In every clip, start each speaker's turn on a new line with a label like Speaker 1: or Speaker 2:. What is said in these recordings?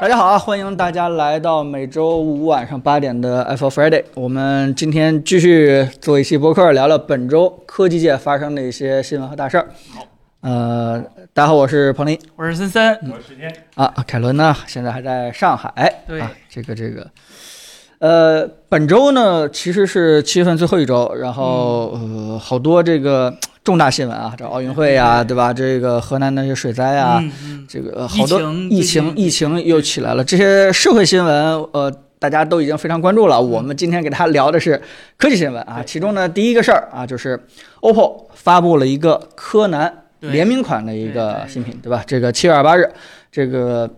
Speaker 1: 大家好啊，欢迎大家来到每周五晚上八点的 Apple Friday。我们今天继续做一期播客，聊聊本周科技界发生的一些新闻和大事儿。呃，大家好，我是彭林
Speaker 2: 我是森森，
Speaker 3: 我时间
Speaker 1: 啊。凯伦呢，现在还在上海。
Speaker 2: 对
Speaker 1: 啊，这个这个，呃，本周呢其实是七月份最后一周，然后、
Speaker 2: 嗯
Speaker 1: 呃，好多这个重大新闻啊，这奥运会啊，对吧？这个河南那些水灾啊，
Speaker 2: 嗯嗯，
Speaker 1: 这个好多疫
Speaker 2: 疫
Speaker 1: 情
Speaker 2: 情
Speaker 1: 疫情又起来了，这些社会新闻，呃，大家都已经非常关注
Speaker 2: 嗯
Speaker 1: 了。我们今天给大家聊的是科技新闻啊，其中呢，第一个事儿啊，就是 OPPO 发布了一个柯南
Speaker 2: 对
Speaker 1: 联名款的一个
Speaker 2: 对对
Speaker 1: 新品，对吧？这个七月二十八日，这个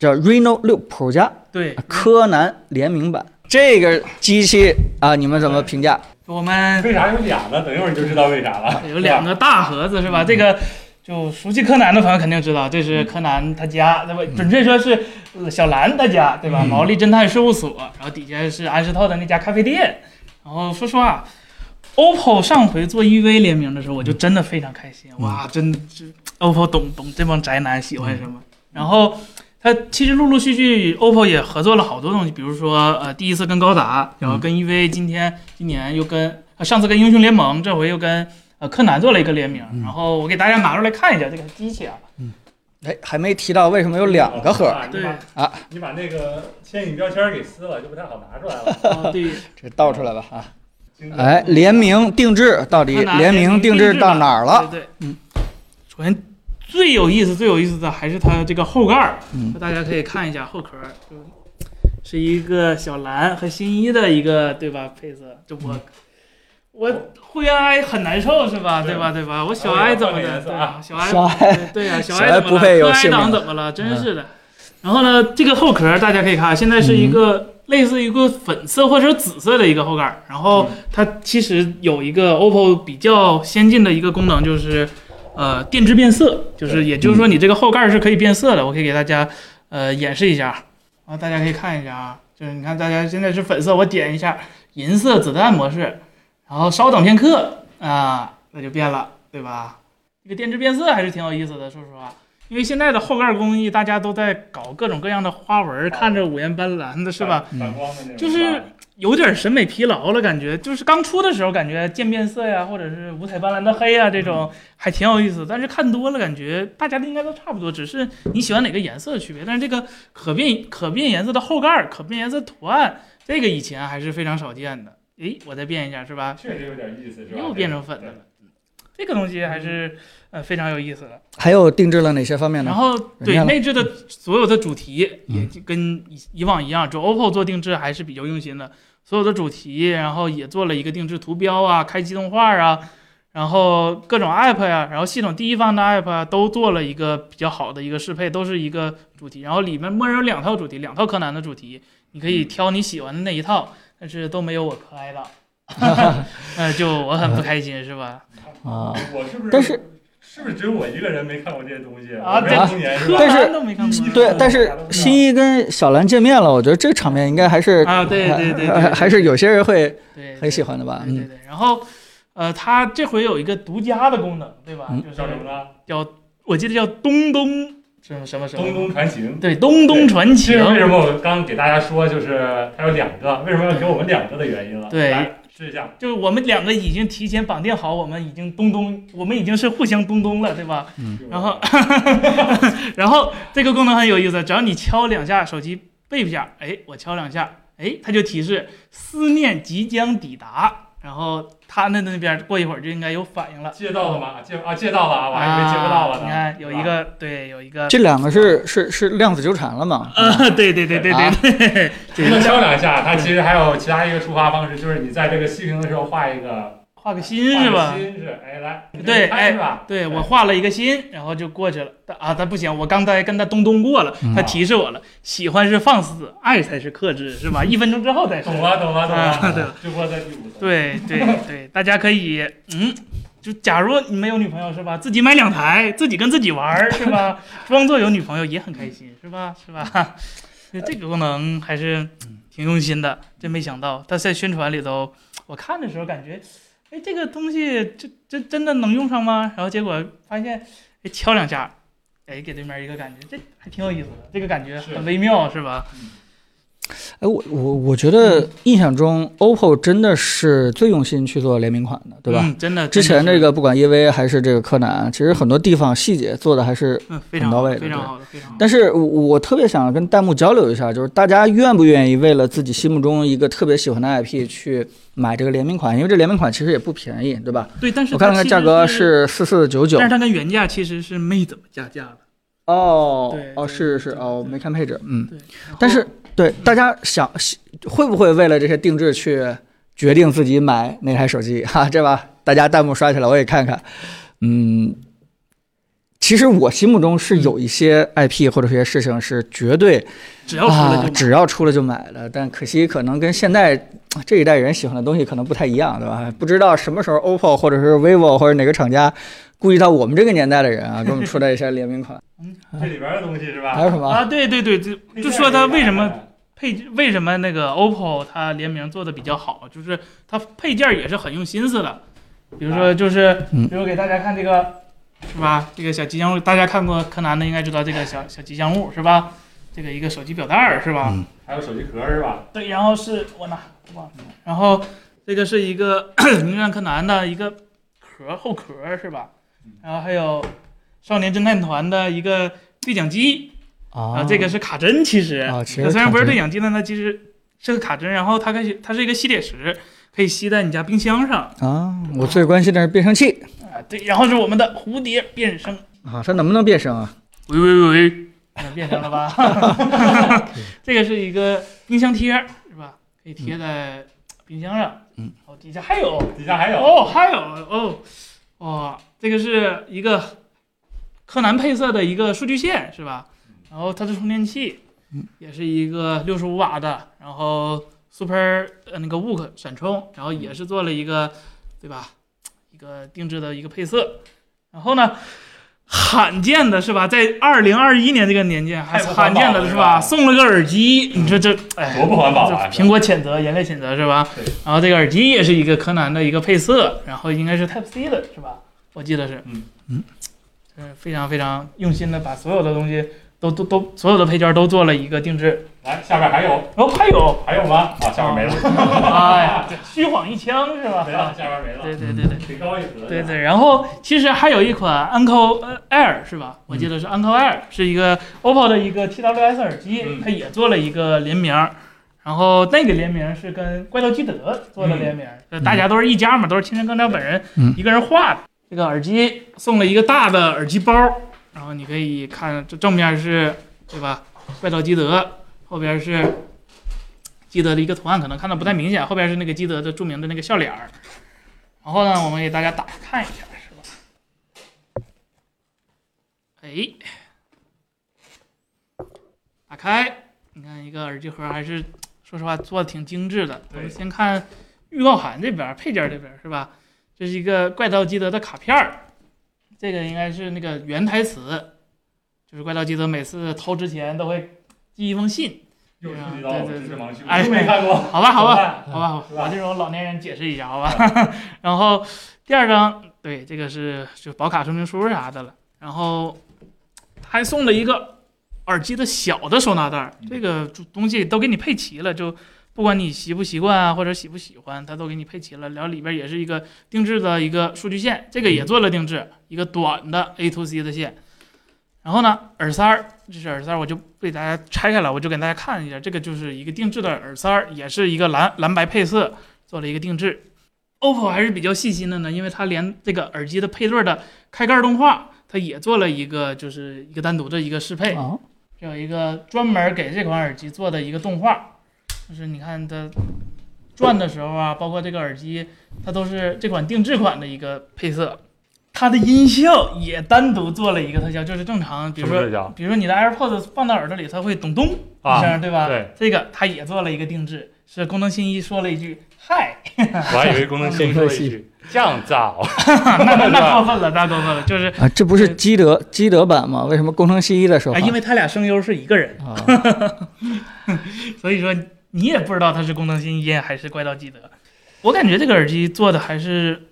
Speaker 1: 叫 Reno 六 Pro 加
Speaker 2: 对，嗯
Speaker 1: 柯南联名版，这个机器啊，你们怎么评价？
Speaker 2: 我们
Speaker 3: 为啥有俩呢？等一会儿你就知道为啥
Speaker 1: 啊
Speaker 3: 了。
Speaker 2: 有两个大盒子是吧？这个就熟悉柯南的朋友肯定知道，这是柯南他家，对吧？准确说是呃小兰他家，对吧？毛利侦探事务所，然后底下是安室透的那家咖啡店。然后说实话，OPPO 上回做 EV 联名的时候，我就真的非常开心，哇，真的这 OPPO 懂懂这帮宅男喜欢什么。然后它其实陆陆续续，OPPO 也合作了好多东西，比如说呃，第一次跟高达，然后跟 EV，今天今年又跟、呃上次跟英雄联盟，这回又跟呃柯南做了一个联名。
Speaker 1: 嗯
Speaker 2: 然后我给大家拿出来看一下这个机器啊，
Speaker 1: 哎，还没提到为什么有两个盒，
Speaker 3: 啊
Speaker 2: 对，
Speaker 1: 啊，
Speaker 3: 你把你把那个牵引标签给撕了，就不太好拿出来 了。
Speaker 2: 啊对，
Speaker 1: 这倒出来吧啊！哎，联名定制到底
Speaker 2: 嗯柯南
Speaker 1: 联名定制到哪儿了？
Speaker 2: 对对，
Speaker 1: 嗯，
Speaker 2: 首先最有意思、最有意思的还是它这个后盖儿，
Speaker 1: 嗯
Speaker 2: 大家可以看一下后壳儿，就是一个小蓝和新一的一个对吧配色，就
Speaker 1: 嗯
Speaker 2: 我。我会员 I 很难受是吧？
Speaker 3: 对
Speaker 2: 对吧？对吧？我小
Speaker 3: 哎
Speaker 2: I
Speaker 3: 呀
Speaker 2: 怎么
Speaker 3: 换个
Speaker 2: 的？
Speaker 3: 颜色
Speaker 2: 对吧？小 I
Speaker 1: 啊小爱
Speaker 2: 对呀、小
Speaker 1: 小
Speaker 2: 爱
Speaker 1: 爱
Speaker 2: 怎
Speaker 1: 不
Speaker 2: 么
Speaker 1: 配有嗯
Speaker 2: 了？柯
Speaker 1: 姓
Speaker 2: 爱党
Speaker 1: 名
Speaker 2: 怎么了？真是的。然后呢，这个后壳大家可以看，啊现在是
Speaker 1: 嗯
Speaker 2: 一个类似于一个粉色或者紫色的一个后盖儿。然后它其实有一个 OPPO 比较先进的一个功能，就是呃电致变色，就是也就是说你这个后盖儿是可以变色的。我可以给大家呃演示一下，然后大家可以看一下啊，就是你看大家现在是粉色，我点一下银色子弹模式，然后稍等片刻啊，那就变了，对吧？这个电致变色还是挺有意思的，说实话，因为现在的后盖工艺大家都在搞各种各样的花纹，看着五颜斑斓的是吧？
Speaker 3: 反？反光的那种。
Speaker 2: 就是有点审美疲劳了，感觉就是刚出的时候感觉渐变色呀，或者是五彩斑斓的黑呀这种还挺有意思，但是看多了感觉大家应该都差不多，只是你喜欢哪个颜色的区别。但是这个可变可变颜色的后盖儿、可变颜色图案，这个以前还是非常少见的。诶，我再变一下是吧？
Speaker 3: 确实有点意思，是吧？
Speaker 2: 又变成粉的了。这个东西还是呃非常有意思的。
Speaker 1: 还有定制了哪些方面
Speaker 2: 然
Speaker 1: 呢？
Speaker 2: 后
Speaker 1: 人家
Speaker 2: 对
Speaker 1: 了
Speaker 2: 内置的所有的主题
Speaker 1: 嗯
Speaker 2: 也就跟以以往一样，就 OPPO 做定制还是比较用心的，所有的主题，然后也做了一个定制图标啊，开机动画啊，然后各种 app 呀、然后系统第一方的 app 啊，都做了一个比较好的一个适配，都是一个主题，然后里面默认有两套主题，两套柯南的主题，你可
Speaker 1: 嗯
Speaker 2: 以挑你喜欢的那一套，但是都没有我可爱的， 呃，就我很不开心是吧？
Speaker 1: 啊，
Speaker 3: 我是不是？
Speaker 1: 但是
Speaker 3: 是不是只有我一个人没看过这些东西？
Speaker 2: 啊
Speaker 3: 我没有童年是
Speaker 2: 柯
Speaker 3: 吧？
Speaker 1: 但是
Speaker 2: 南都没看过呀，
Speaker 1: 对，但是新一跟小兰见面了，我觉得这场面应该还是
Speaker 2: 啊对对对对
Speaker 1: 还还是有些人会
Speaker 2: 对
Speaker 1: 很喜欢的吧？
Speaker 2: 对对
Speaker 1: 嗯，
Speaker 2: 对，然后，呃，它这回有一个独家的功能，对吧？
Speaker 1: 嗯
Speaker 2: 就是
Speaker 3: 叫什么呢？
Speaker 2: 叫我记得叫东东什么什么什么，
Speaker 3: 东东传情。
Speaker 2: 对东东传
Speaker 3: 其
Speaker 2: 情
Speaker 3: 实，为什么我刚给大家说，就是它有两个，为什么要给我们两个的原因了？
Speaker 2: 对
Speaker 3: 来试一下。
Speaker 2: 就是我们两个已经提前绑定好，我们已经东东，我们已经是互相东东了，对吧？然后然后这个功能很有意思，只要你敲两下手机背一下，哎，我敲两下，哎，它就提示思念即将抵达，然后它那那边过一会儿就应该有反应了。
Speaker 3: 借到了吗？借啊，借到了啊，我还以为借不到了
Speaker 2: 啊
Speaker 3: 呢。
Speaker 2: 你看有一个对，有一个
Speaker 1: 嗯这两个是是是量子纠缠了嘛？
Speaker 2: 啊，对对对对
Speaker 1: 啊
Speaker 2: 对对，
Speaker 3: 除了敲两下，它其实还有其他一个触发方式，就是你在这个细屏的时候画一个
Speaker 2: 画个心是
Speaker 3: 画
Speaker 2: 吧
Speaker 3: 个？心是，哎，来，你
Speaker 2: 对哎
Speaker 3: 这个拍是吧？
Speaker 2: 对我画了一个心，然后就过去了。但啊，他不行，我刚才跟他东东过了，他提示我了，喜欢是放肆，爱才是克制，是吧？一分钟之后再说。
Speaker 3: 哎懂了，懂了，懂
Speaker 2: 啊
Speaker 3: 了，
Speaker 2: 对
Speaker 3: 就播在第五层。
Speaker 2: 对对对，大家可以，嗯，就假如你没有女朋友是吧，自己买两台，自己跟自己玩儿是吧？ 装作有女朋友也很开心是吧？是吧？就这个功能还是挺用心的，真没想到。但在宣传里头，我看的时候感觉，哎，这个东西这这真的能用上吗？然后结果发现，哎，敲两下，哎，给对面一个感觉，这还挺有意思的，这个感觉很微妙，是吧？
Speaker 1: 哎，我我我觉得印象中 OPPO 真的是最用心去做联名款的，对吧？
Speaker 2: 嗯，真的。
Speaker 1: 之前
Speaker 2: 真的
Speaker 1: 这
Speaker 2: 是
Speaker 1: 个不管 EV 还是这个柯南，其实很多地方细节做的还是。
Speaker 2: 嗯非常
Speaker 1: 很到
Speaker 2: 好
Speaker 1: 位的
Speaker 2: 非常好的，非常好的。
Speaker 1: 但是我我特别想跟弹幕交流一下，就是大家愿不愿意为了自己心目中一个特别喜欢的 IP 去买这个联名款？因为这联名款其实也不便宜，对吧？
Speaker 2: 对，但是
Speaker 1: 我看了
Speaker 2: 它
Speaker 1: 看
Speaker 2: 其
Speaker 1: 价
Speaker 2: 实
Speaker 1: 格，是四四九九
Speaker 2: 但是。它跟原价其实是没怎么加价的。
Speaker 1: 哦
Speaker 2: 对
Speaker 1: 哦，
Speaker 2: 对
Speaker 1: 是是
Speaker 2: 对对
Speaker 1: 哦，我没看配置，嗯。
Speaker 2: 对，然后
Speaker 1: 但是对大家想会不会为了这些定制去决定自己买哪台手机 哈、这把大家弹幕刷起来，我也看看。嗯，其实我心目中是有一些 IP 或者一些事情是绝对
Speaker 2: 只要出了
Speaker 1: 啊，
Speaker 2: 就
Speaker 1: 只要出了就买了，但可惜可能跟现在呃这一代人喜欢的东西可能不太一样，对吧？不知道什么时候 OPPO 或者是 vivo 或者哪个厂家顾及到我们这个年代的人啊，给我们出来一些联名款，
Speaker 3: 这里边的东西是
Speaker 1: 还
Speaker 3: 吧？
Speaker 1: 有什么？
Speaker 2: 啊，对对对，就就说它为什么配置为什么那个 OPPO 它联名做的比较好，就是它配件儿也是很用心思的。比如说，就是
Speaker 1: 嗯
Speaker 2: 比如给大家看这个，是吧？这个小吉祥物，大家看过柯南的应该知道这个小小吉祥物是吧？这个一个手机表带儿是吧？
Speaker 1: 嗯
Speaker 3: 还有手机壳是吧？
Speaker 2: 对，然后是我拿，我忘了，然后这个是一个 名侦探柯南的一个壳后壳儿是吧
Speaker 3: 嗯？
Speaker 2: 然后还有少年侦探团的一个对讲机，啊，这个是卡针，其实
Speaker 1: 哦啊其实
Speaker 2: 它虽然不是
Speaker 1: 卡针
Speaker 2: 对讲机，但它其实是个卡针，然后它可以它是一个吸铁石，可以吸在你家冰箱上
Speaker 1: 啊，我最关心的是变声器
Speaker 2: 啊。对，然后是我们的蝴蝶变声，
Speaker 1: 啊，它能不能变声啊？
Speaker 2: 喂喂喂，能变声了吧？这个是一个冰箱贴儿，是吧？可以贴在冰箱上。
Speaker 1: 嗯，
Speaker 2: 哦，底下还有
Speaker 3: 底下还有
Speaker 2: 哦，还有哦，哇，这个是一个柯南配色的一个数据线是吧？然后它的充电器
Speaker 1: 嗯，
Speaker 2: 也是一个六十五瓦的，然后 Super 呃那个 Wook 闪充，然后也是做了一个对吧，一个定制的一个配色。然后呢，罕见的是吧，在二零二一年这个年间还
Speaker 3: 太不环
Speaker 2: 罕
Speaker 3: 保
Speaker 2: 见的
Speaker 3: 了
Speaker 2: 是
Speaker 3: 是
Speaker 2: 吧，
Speaker 3: 吧
Speaker 2: 送了个耳机，你说这哎
Speaker 3: 多不环保啊！
Speaker 2: 苹果谴责，严厉谴责是吧
Speaker 3: 对？
Speaker 2: 然后这个耳机也是一个柯南的一个配色，然后应该是 Type C 的是吧？我记得是，
Speaker 3: 嗯
Speaker 1: 嗯，
Speaker 2: 就是非常非常用心的把所有的东西都都都所有的配件都做了一个定制。
Speaker 3: 来，下面还有
Speaker 2: 哦，还有，
Speaker 3: 还有吗？啊，下面没了，
Speaker 2: 哎呀，这虚晃一枪是吧
Speaker 3: 没？了，下面没了，
Speaker 2: 哦对对对对。
Speaker 3: 挺高一格的。
Speaker 2: 对对，然后其实还有一款 Uncle 呃 Air 是吧？我记得是 Uncle Air，、是一个 OPPO 的一个 TWS 耳机，
Speaker 3: 嗯
Speaker 2: 它也做了一个联名儿，然后那个联名是跟怪盗基德做的联名儿，呃大家都是一家嘛，都是青山刚昌本人、
Speaker 1: 嗯
Speaker 2: 一个人画的。这个耳机送了一个大的耳机包，然后你可以看这正面是对吧？怪盗基德，后边是基德的一个图案，可能看的不太明显，后边是那个基德的著名的那个笑脸儿。然后呢，我们给大家打开看一下，是吧？哎，打开，你看一个耳机盒，还是说实话做的挺精致的。我
Speaker 3: 对
Speaker 2: 们先看预告函这边儿，配件儿这边儿是吧？这是一个怪盗基德的卡片儿，这个应该是那个原台词，就是怪盗基德每次偷之前都会寄一封信。
Speaker 3: 又触及到我知识盲区，
Speaker 2: 哎
Speaker 3: 我都没看过，
Speaker 2: 好吧，好吧，
Speaker 3: 吧，
Speaker 2: 好吧，好吧
Speaker 3: 嗯是吧
Speaker 2: 我这种老年人解释一下，好吧。 然后第二张，对，这个是就保卡说明书啥的了。然后他还送了一个耳机的小的收纳袋儿
Speaker 3: 嗯，
Speaker 2: 这个就东西都给你配齐了，就不管你习不习惯啊，或者喜不喜欢，它都给你配齐了。然后里边也是一个定制的一个数据线，这个
Speaker 3: 嗯
Speaker 2: 也做了定制，一个短的 A to C 的线。然后呢，耳塞儿，这是耳塞儿，我就不给大家拆开了，我就给大家看一下，这个就是一个定制的耳塞儿，也是一个蓝蓝白配色做了一个定制。OPPO 还是比较细心的呢，因为它连这个耳机的配对的开盖动画，它也做了一个就是一个单独的一个适配。
Speaker 1: 啊，
Speaker 2: 这有一个专门给这款耳机做的一个动画，就是你看它转的时候啊，包括这个耳机，它都是这款定制款的一个配色。它的音效也单独做了一个特效，就是正常，比如说，
Speaker 3: 叫
Speaker 2: 比如说你的 AirPods 放到耳朵里，它会咚咚一
Speaker 4: 啊
Speaker 2: 声，啊对吧？
Speaker 3: 对，
Speaker 2: 这个它也做了一个定制，是工藤新一说了一句“嗨
Speaker 4: 我还以为功 能性说一句降噪，”，
Speaker 2: 那 那那过分了，那过分了，就是
Speaker 1: 啊，这不是基德基德版吗？为什么工程西一的手
Speaker 2: 啊、
Speaker 1: 法？
Speaker 2: 因为他俩声优是一个人，
Speaker 1: 啊，
Speaker 2: 所以说你也不知道它是工藤新一还是怪盗基德。我感觉这个耳机做的还是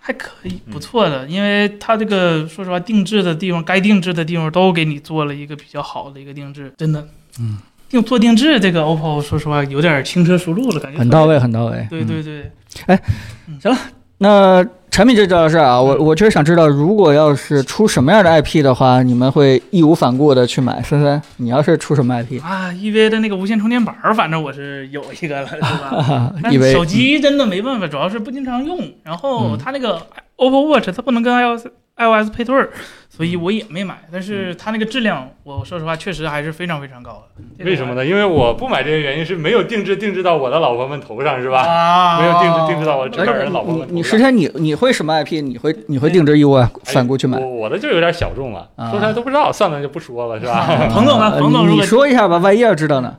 Speaker 2: 还可以，不错的，因为它这个说实话，定制的地方，该定制的地方都给你做了一个比较好的一个定制，真的，
Speaker 1: 嗯，
Speaker 2: 定做定制这个 OPPO，说实话有点轻车熟路了，感觉
Speaker 1: 很到位，很到位。
Speaker 2: 对对对，
Speaker 4: 哎
Speaker 2: 嗯
Speaker 1: 那产品就聊到这儿啊，我我确实想知道，如果要是出什么样的 IP 的话，你们会义无反顾的去买。森森，你要是出什么 IP，
Speaker 2: 啊，EVA 的那个无线充电板儿，反正我是有一个了，是吧？ 但
Speaker 4: E
Speaker 1: 以为
Speaker 2: 啊
Speaker 4: 嗯
Speaker 2: 手机真的没办法，主要是不经常用。然后它那个 OPPO Watch 它不能跟 iOS iOS 配对儿，所
Speaker 4: 嗯
Speaker 2: 以我也没买。但是它那个质量，我说实话确实还是非常非常高的。这个
Speaker 4: 为什么呢？因为我不买这个原因是没有定制定制到我的老婆们头上，是吧？
Speaker 2: 啊，
Speaker 4: 没有定制定制到我这
Speaker 1: 哎
Speaker 4: 边人老婆
Speaker 1: 你
Speaker 4: 们头
Speaker 1: 你
Speaker 4: 上
Speaker 1: 十。天你你会什么 IP？你会你会定制义无反顾去买
Speaker 4: 哎？我我的就有点小众了，
Speaker 1: 啊
Speaker 4: 说出来都不知道，算了就不说了，是吧？
Speaker 2: 彭总呢
Speaker 1: 呃
Speaker 2: 彭总如
Speaker 1: 你
Speaker 2: 果
Speaker 1: 你说一下吧，万一要知道呢？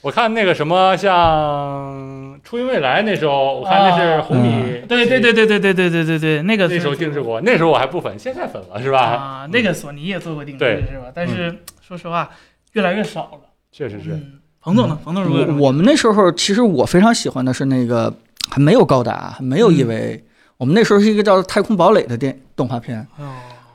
Speaker 4: 我看那个什么，像初音未来那时候，我看那是红米，
Speaker 2: 啊对对对对对对对对对对，那个
Speaker 4: 那时候
Speaker 2: 是
Speaker 4: 定制过，那时候我还不粉，现在粉了，是吧？
Speaker 2: 啊，那个索尼也做过定制
Speaker 4: 对
Speaker 2: 是吧？但是说实话，越来越少了。
Speaker 4: 确实是，
Speaker 2: 嗯，彭总呢？彭总如果有什么
Speaker 1: 我我们那时候其实我非常喜欢的是那个还没有高达，还没有
Speaker 2: 嗯
Speaker 1: EVA，、我们那时候是一个叫《太空堡垒》的电动画片。
Speaker 2: 哦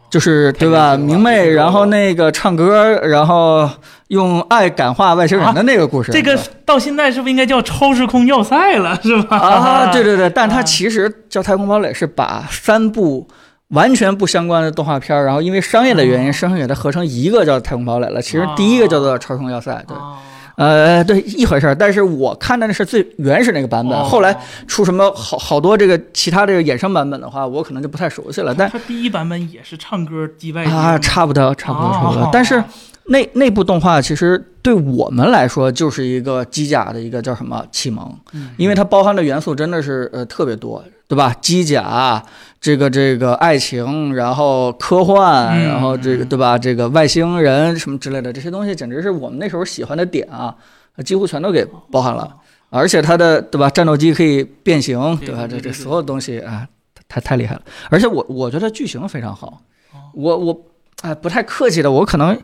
Speaker 1: 就是对吧？
Speaker 4: 太年轻了
Speaker 1: 明媚，
Speaker 4: 这个
Speaker 1: 然后那个唱歌，然后用爱感化外星人的那个故事，
Speaker 2: 这个到现在是不是应该叫超时空要塞了，是吧？
Speaker 1: 啊，对对对，但它
Speaker 2: 啊
Speaker 1: 其实叫《太空堡垒》是把三部完全不相关的动画片儿，然后因为商业的原因，
Speaker 2: 哦
Speaker 1: 生生给它合成一个叫《太空堡垒》了。其实第一个叫做《超时空要塞》，对，
Speaker 2: 哦，
Speaker 1: 呃，对一回事儿。但是我看的那是最原始那个版本，
Speaker 2: 哦
Speaker 1: 后来出什么好好多这个其他这个衍生版本的话，我可能就不太熟悉了。但
Speaker 2: 他第一版本也是唱歌击败
Speaker 1: 啊，差不多，差不多，
Speaker 2: 哦
Speaker 1: 差不多。但是那那部动画其实对我们来说就是一个机甲的一个叫什么启蒙，
Speaker 2: 嗯
Speaker 1: 因为它包含的元素真的是呃特别多，对吧？机甲，这个这个爱情，然后科幻，
Speaker 2: 嗯
Speaker 1: 然后这个对吧？这个外星人什么之类的这些东西，简直是我们那时候喜欢的点啊，几乎全都给包含了。而且它的对吧，战斗机可以变形，
Speaker 2: 对
Speaker 1: 对吧？
Speaker 2: 对
Speaker 1: 这
Speaker 2: 对
Speaker 1: 这
Speaker 2: 对
Speaker 1: 所有东西啊，太太厉害了。而且我我觉得剧情非常好
Speaker 2: 哦，
Speaker 1: 我我哎、不太客气的，我可能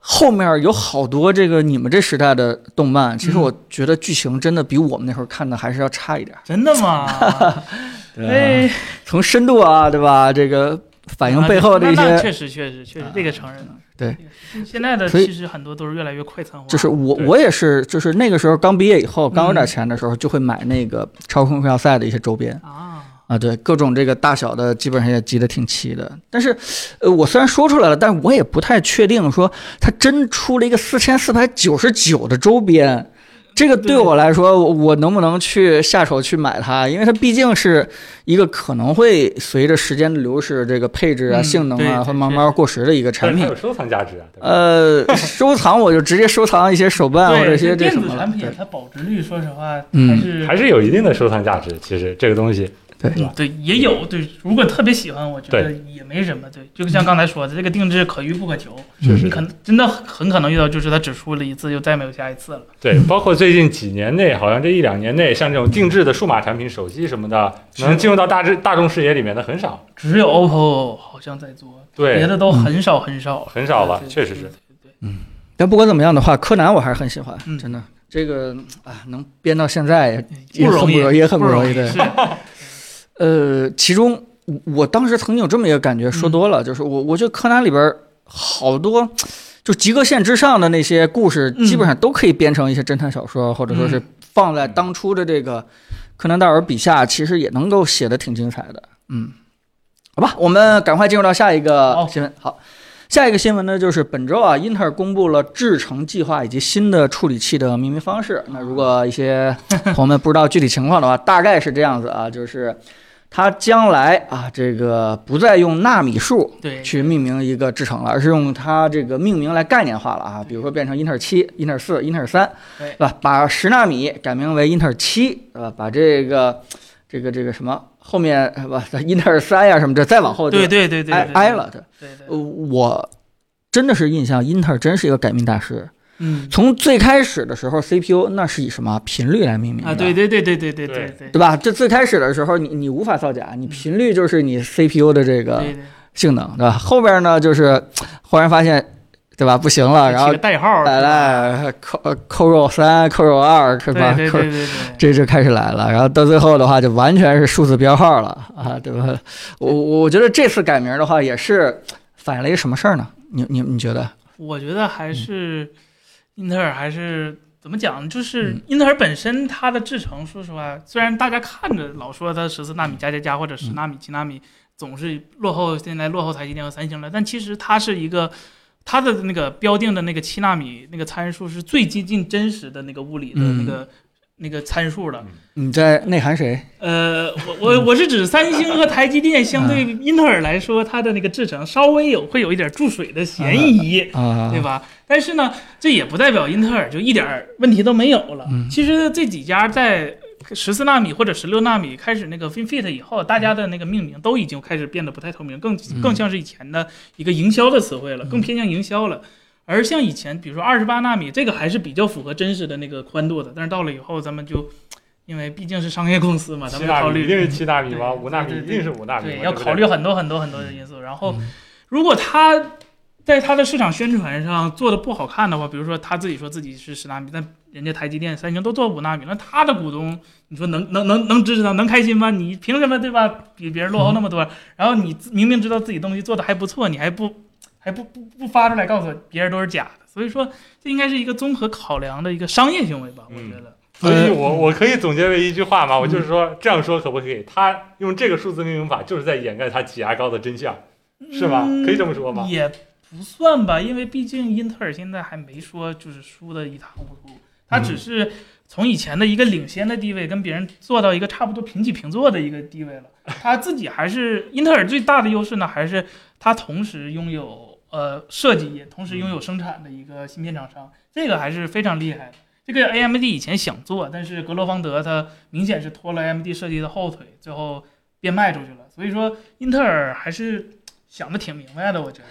Speaker 1: 后面有好多这个你们这时代的动漫，其实
Speaker 2: 嗯
Speaker 1: 我觉得剧情真的比我们那会儿看的还是要差一点儿。
Speaker 2: 真的 吗？哎，
Speaker 1: 从深度啊，对吧？这个啊反映背后的一
Speaker 2: 那那
Speaker 1: 些，
Speaker 2: 确实确实确实
Speaker 1: 啊，
Speaker 2: 这个承认了。
Speaker 1: 对
Speaker 2: 这个，现在的
Speaker 1: 所以
Speaker 2: 其实很多都是越来越快餐化，
Speaker 1: 就是我
Speaker 4: 对
Speaker 1: 我也是，就是那个时候刚毕业以后，刚有点
Speaker 2: 嗯
Speaker 1: 钱的时候，就会买那个《超空要塞》的一些周边。
Speaker 2: 啊，
Speaker 1: 啊，对，各种这个大小的，基本上也集得挺齐的。但是，呃，我虽然说出来了，但我也不太确定说它真出了一个四千四百九十九的周边，这个对
Speaker 2: 对
Speaker 1: 我来说，我我能不能去下手去买它？因为它毕竟是一个可能会随着时间的流逝，这个配置啊、
Speaker 2: 嗯
Speaker 1: 性能
Speaker 2: 对
Speaker 1: 啊
Speaker 2: 对
Speaker 1: 会慢慢过时的一 个
Speaker 4: 但
Speaker 1: 产
Speaker 4: 是它
Speaker 1: 品
Speaker 4: 有。收藏价值啊。对吧
Speaker 1: 呃，收藏我就直接收藏一些手办啊或者
Speaker 2: 对，
Speaker 1: 一些这
Speaker 2: 电
Speaker 1: 什
Speaker 2: 子
Speaker 1: 么了
Speaker 2: 产。品
Speaker 1: 对
Speaker 2: 它保值率，说实话还
Speaker 1: 嗯
Speaker 2: 是
Speaker 4: 还是有一定的收藏价值，其实这个东西，
Speaker 2: 嗯对，也有对。如果特别喜欢，我觉得也没什么。对，就像刚才说的，这个定制可遇不可求，
Speaker 4: 确实
Speaker 2: 你可能真的很可能遇到，就是它只出了一次，就再没有下一次了。
Speaker 4: 对，包括最近几年内，好像这一两年内，像这种定制的数码产品、手机什么的，能进入到大致大众视野里面的很少，
Speaker 2: 只有 OPPO 好像在做，别
Speaker 4: 对，
Speaker 2: 的都很少很少，
Speaker 4: 很少了
Speaker 2: 对，
Speaker 4: 确实是。。
Speaker 2: 对
Speaker 1: 但不管怎么样的话，柯南我还是很喜欢，
Speaker 2: 嗯
Speaker 1: 真的。这个啊，能编到现在也
Speaker 2: 对
Speaker 1: 也
Speaker 2: 不
Speaker 1: 很
Speaker 2: 容
Speaker 1: 不容易
Speaker 2: 易，
Speaker 1: 也很不容易对
Speaker 2: 是，
Speaker 1: 呃，其中我我当时曾经有这么一个感觉，
Speaker 2: 嗯
Speaker 1: 说多了，就是我我觉得柯南里边儿好多。就及格线之上的那些故事，
Speaker 2: 嗯
Speaker 1: 基本上都可以编成一些侦探小说，或者说是
Speaker 2: 嗯
Speaker 1: 放在当初的这个柯南道尔笔下，其实也能够写的挺精彩的。嗯，好吧，我们赶快进入到下一个
Speaker 2: 好
Speaker 1: 新闻。好，下一个新闻呢，就是本周啊，英特尔公布了制程计划以及新的处理器的命名方式。那如果一些朋友们不知道具体情况的话，大概是这样子啊，就是它将来啊，这个不再用纳米数
Speaker 2: 对，
Speaker 1: 去命名一个制程了，而是用它这个命名来概念化了啊，比如说变成英特尔七、英特尔四、英特尔三，
Speaker 2: 嗯对
Speaker 1: 对吧？把十纳米改名为英特尔七，对吧？把这个这个这个什么后面是吧？英特尔三呀什么这再往后就
Speaker 2: 对对对对，
Speaker 1: 挨
Speaker 2: 对
Speaker 1: 挨了，这。
Speaker 2: 对对
Speaker 1: 呃，
Speaker 2: 对，
Speaker 1: 我真的是印象，英特尔真是一个改命大师。
Speaker 2: 嗯
Speaker 1: 从最开始的时候，CPU 那是以什么频率来命名的？
Speaker 2: 啊，对对对对对对对对
Speaker 1: 对吧？这最开始的时候，你你无法造假，你频率就是你 CPU 的这个
Speaker 2: 嗯对对
Speaker 1: 性能，对吧？后边呢，就是忽然发现对吧？不行了，然
Speaker 2: 起
Speaker 1: 后
Speaker 2: 个代号，
Speaker 1: 来来扣扣肉三、扣肉二，是
Speaker 2: 对
Speaker 1: 吧
Speaker 2: 吧？？对
Speaker 1: 扣
Speaker 2: 对对对对。
Speaker 1: 这就开始来了，然后到最后的话就完全是数字标号了啊，对吧？我我我觉得这次改名的话也是反映了一个什么事儿呢？你你你觉得？
Speaker 2: 我觉得还是英特尔还是怎么讲，就是英特尔本身它的制程，说实话，虽然大家看着老说它十四纳米加加加或者十纳米、七纳米总是落后，现在落后台积电和三星了，但其实它是一个。它的那个标定的那个七纳米那个参数是最接近真实的那个物理的那个、那个参数的。
Speaker 1: 你在内涵谁？
Speaker 2: 呃，我我我是指三星和台积电相对英特尔来说，它的那个制程稍微有会有一点注水的嫌疑。
Speaker 1: 啊、
Speaker 2: 对吧？但是呢，这也不代表英特尔就一点儿问题都没有了。
Speaker 1: 嗯
Speaker 2: 其实这几家在十四纳米或者十六纳米开始那个 FinFET 以后，大家的那个命名都已经开始变得不太透明，更
Speaker 1: 嗯
Speaker 2: 更像是以前的一个营销的词汇了，更偏向营销了。而像以前，比如说二十八纳米，这个还是比较符合真实的那个宽度的，但是到了以后，咱们就因为毕竟是商业公司嘛，咱
Speaker 4: 七
Speaker 2: 们
Speaker 4: 纳
Speaker 2: 考
Speaker 4: 米
Speaker 2: 虑
Speaker 4: 一定是七纳米吗？
Speaker 2: 对
Speaker 4: 五纳米
Speaker 2: 对
Speaker 4: 一
Speaker 2: 对
Speaker 4: 定是五纳米吗，
Speaker 2: 对，
Speaker 4: 不
Speaker 2: 要考虑很多很多很多的因素。然后
Speaker 1: 嗯，
Speaker 2: 如果他在他的市场宣传上做的不好看的话，比如说他自己说自己是十纳米，但人家台积电、三星都做五纳米，那他的股东，你说能能能能支持他，能开心吗？你凭什么对吧？比别人落后那么多，然后你自明明知道自己东西做的还不错，你还不还不不不发出来告诉我别人都是假的。所以说，这应该是一个综合考量的一个商业行为吧，我觉得。
Speaker 4: 所以
Speaker 2: 嗯
Speaker 4: 我我可以总结为一句话吗？我就是说，这样说可不可以？他用这个数字命名法，就是在掩盖他挤牙膏的真相，是吧？
Speaker 2: 嗯
Speaker 4: 可以这么说吗？
Speaker 2: 也不算吧，因为毕竟英特尔现在还没说就是输的一塌糊涂，它只是从以前的一个领先的地位跟别人做到一个差不多平起平坐的一个地位了。它自己还是英特尔最大的优势呢，还是它同时拥有呃设计，也同时拥有生产的一个芯片厂商，这个还是非常厉害的。这个 AMD 以前想做，但是格罗方德他明显是拖了 AMD 设计的后腿，最后变卖出去了。所以说，英特尔还是想的挺明白的，我觉得。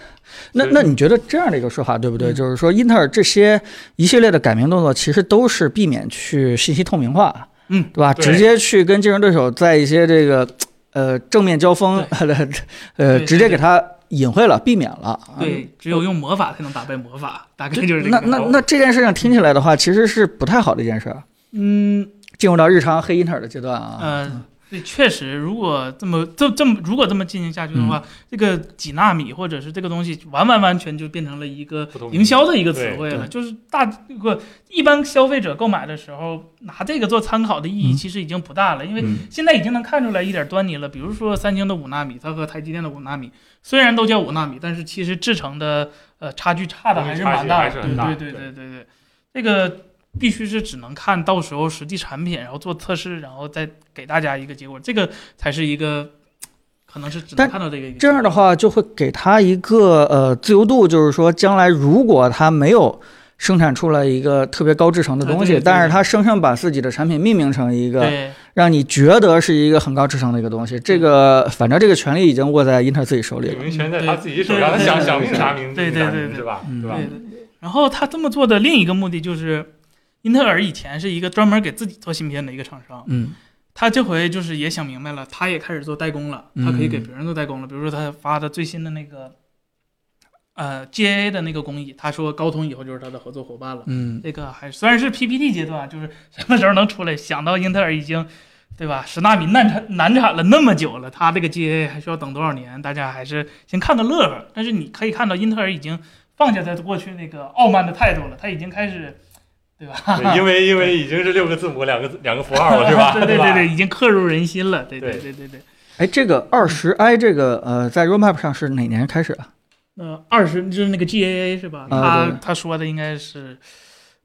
Speaker 1: 那那你觉得这样的一个说法对不对？
Speaker 2: 嗯
Speaker 1: 就是说，英特尔这些一系列的改名动作，其实都是避免去信息透明化，
Speaker 2: 嗯，
Speaker 1: 对吧？
Speaker 4: 对
Speaker 1: 直接去跟竞争对手在一些这个呃正面交锋， 呃，
Speaker 2: 对
Speaker 1: 直接给他隐晦了，避免了。啊
Speaker 2: 对，只有用魔法才能打败魔法，大概
Speaker 1: 这
Speaker 2: 就是这
Speaker 1: 那
Speaker 2: 个。
Speaker 1: 那那这件事情听起来的话，其实是不太好的一件事儿。
Speaker 2: 嗯
Speaker 1: 进入到日常黑英特尔的阶段啊，
Speaker 2: 呃，对，确实，如果这么这这么如果这么进行下去的
Speaker 1: 嗯
Speaker 2: 话，这个几纳米或者是这个东西完完完全就变成了一个
Speaker 4: 不同
Speaker 2: 嗯营销的一个词汇
Speaker 1: 对对
Speaker 2: 了。就是大这个一般消费者购买的时候拿这个做参考的意义
Speaker 1: 嗯
Speaker 2: 其实已经不大了，因为
Speaker 4: 嗯
Speaker 2: 现在已经能看出来一点端倪了。比如说三星的五纳米，它和台积电的五纳米虽然都叫五纳米，但是其实制成的呃差距差的还是蛮大
Speaker 4: 差距还是
Speaker 2: 的。
Speaker 4: 很大
Speaker 2: 对对对对对对，这个必须是只能看到时候实际产品，然后做测试，然后再给大家一个结果，这个才是一个可能是只能
Speaker 1: 但
Speaker 2: 看到这个。
Speaker 1: 这样的，话就会给他一个呃自由度，就是说将来如果他没有生产出来一个特别高制成的东
Speaker 2: 啊对
Speaker 1: 西，
Speaker 2: 对对
Speaker 1: 但是他生生把自己的产品命名成一个
Speaker 2: 对嗯
Speaker 1: 让你觉得是一个很高制成的一个东西，这个反正这个权利已经握在英特尔自己手里
Speaker 4: 命
Speaker 1: 了。
Speaker 4: 名权在他自己手上，他
Speaker 2: 对对
Speaker 4: 想
Speaker 2: 对
Speaker 4: 想
Speaker 1: 对
Speaker 4: 命啥名
Speaker 2: 对
Speaker 4: 命啥
Speaker 2: 对
Speaker 4: 名
Speaker 2: 对
Speaker 4: 是吧？
Speaker 1: 嗯
Speaker 4: 对吧
Speaker 2: 对？对对。然后他这么做的另一个目的就是，英特尔以前是一个专门给自己做芯片的一个厂商。
Speaker 1: 嗯
Speaker 2: 他这回就是也想明白了，他也开始做代工了，
Speaker 1: 嗯
Speaker 2: 他可以给别人做代工了。比如说他发的最新的那个，呃，GAA 的那个工艺，他说高通以后就是他的合作伙伴了。
Speaker 1: 嗯，
Speaker 2: 这个还虽然是 PPT 阶段，啊就是什么时候能出来？想到英特尔已经，对吧？十纳米难产难产了那么久了，它这个 GA 还需要等多少年？大家还是先看个乐呵。但是你可以看到，英特尔已经放下他过去那个傲慢的态度了，他已经开始，对吧？
Speaker 4: 对 因为因为已经是六个字母，两个字两个符号了，是吧？
Speaker 2: 对对
Speaker 4: 吧
Speaker 2: 对对，已经刻入人心了。对对
Speaker 4: 对
Speaker 2: 对对对。
Speaker 1: 哎，这个二十 i 这个呃，在 roadmap 上是哪年开始啊？
Speaker 2: 呃，二十就是那个 GAA 是吧？
Speaker 1: 啊对
Speaker 2: 他他说的应该是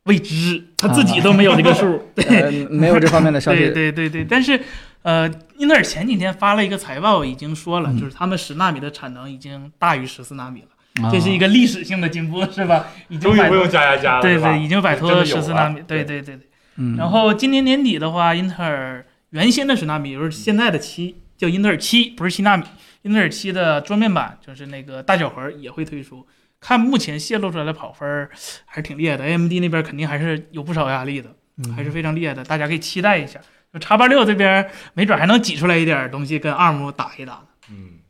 Speaker 2: 未知，他自己都没有这个 数。
Speaker 1: 啊呃，没有这方面的消
Speaker 2: 对
Speaker 1: 息。
Speaker 2: 对对对，但是呃，英特尔前几天发了一个财报，已经说了，
Speaker 1: 嗯
Speaker 2: 就是他们十纳米的产能已经大于十四纳米了，
Speaker 1: 啊
Speaker 2: 这是一个历史性的进步，是吧？已经
Speaker 4: 终于
Speaker 2: 摆
Speaker 4: 不
Speaker 2: 脱
Speaker 4: 用加加加了，
Speaker 2: 对
Speaker 4: 是吧
Speaker 2: 对，已经摆
Speaker 4: 真
Speaker 2: 脱
Speaker 4: 的有
Speaker 2: 十四
Speaker 4: 了
Speaker 2: 纳米。
Speaker 4: 对
Speaker 2: 对对对对。
Speaker 1: 嗯，
Speaker 2: 然后今年年底的话，英特尔原先的十纳米，也就是现在的七，叫英特尔七，不是七纳米。英特尔七的桌面版就是那个大小核也会推出。看目前泄露出来的跑分儿还是挺厉害的，AMD 那边肯定还是有不少压力的，还是非常厉害的，大家可以期待一下。就叉八六这边没准还能挤出来一点东西跟 ARM 打一打。
Speaker 4: 嗯，